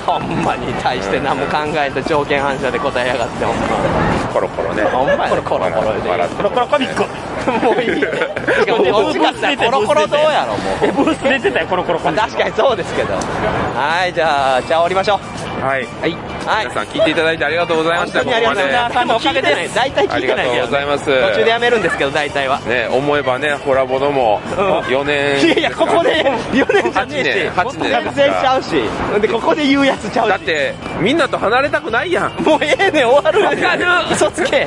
Speaker 2: ほんまに対して何も考えた条件反射で答えやがってほんま
Speaker 12: コロコロね
Speaker 2: ほんまやコロコロコロでコロコロコミックもういいしかもねおじかさんコロコロどうやろもうえブース出てたよコロコロ確かにそうですけどはいじゃあじゃあ終わりましょう
Speaker 12: はい。はい。皆さん聞いていただいてありがとうございま
Speaker 2: 本
Speaker 12: し
Speaker 2: 当
Speaker 12: た。
Speaker 2: にありがとうござい
Speaker 12: こ
Speaker 2: ます
Speaker 12: こまで
Speaker 2: あのおかげでね大体聞いてな
Speaker 12: あ
Speaker 2: い
Speaker 12: りが
Speaker 2: けど
Speaker 12: とうございます。
Speaker 2: 途中でやめるんですけど大体は
Speaker 12: ね、思えばね、ホラボドも4年。
Speaker 2: いやいやここで4年じゃねえし
Speaker 12: 8年。
Speaker 2: 全然ちゃうしでここで言うやつちゃうし
Speaker 12: だって、みんなと離れたくないやん。
Speaker 2: もうええねん終わる
Speaker 12: わかる
Speaker 2: 嘘つけ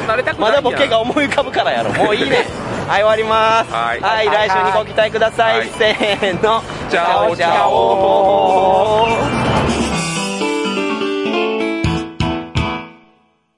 Speaker 12: 離れたくないや
Speaker 2: まだ
Speaker 12: ん
Speaker 2: ボケが思い浮かぶからやろもういいねはい終わりますはい来週にご期待ください、せーの
Speaker 12: チャオチャ
Speaker 2: オ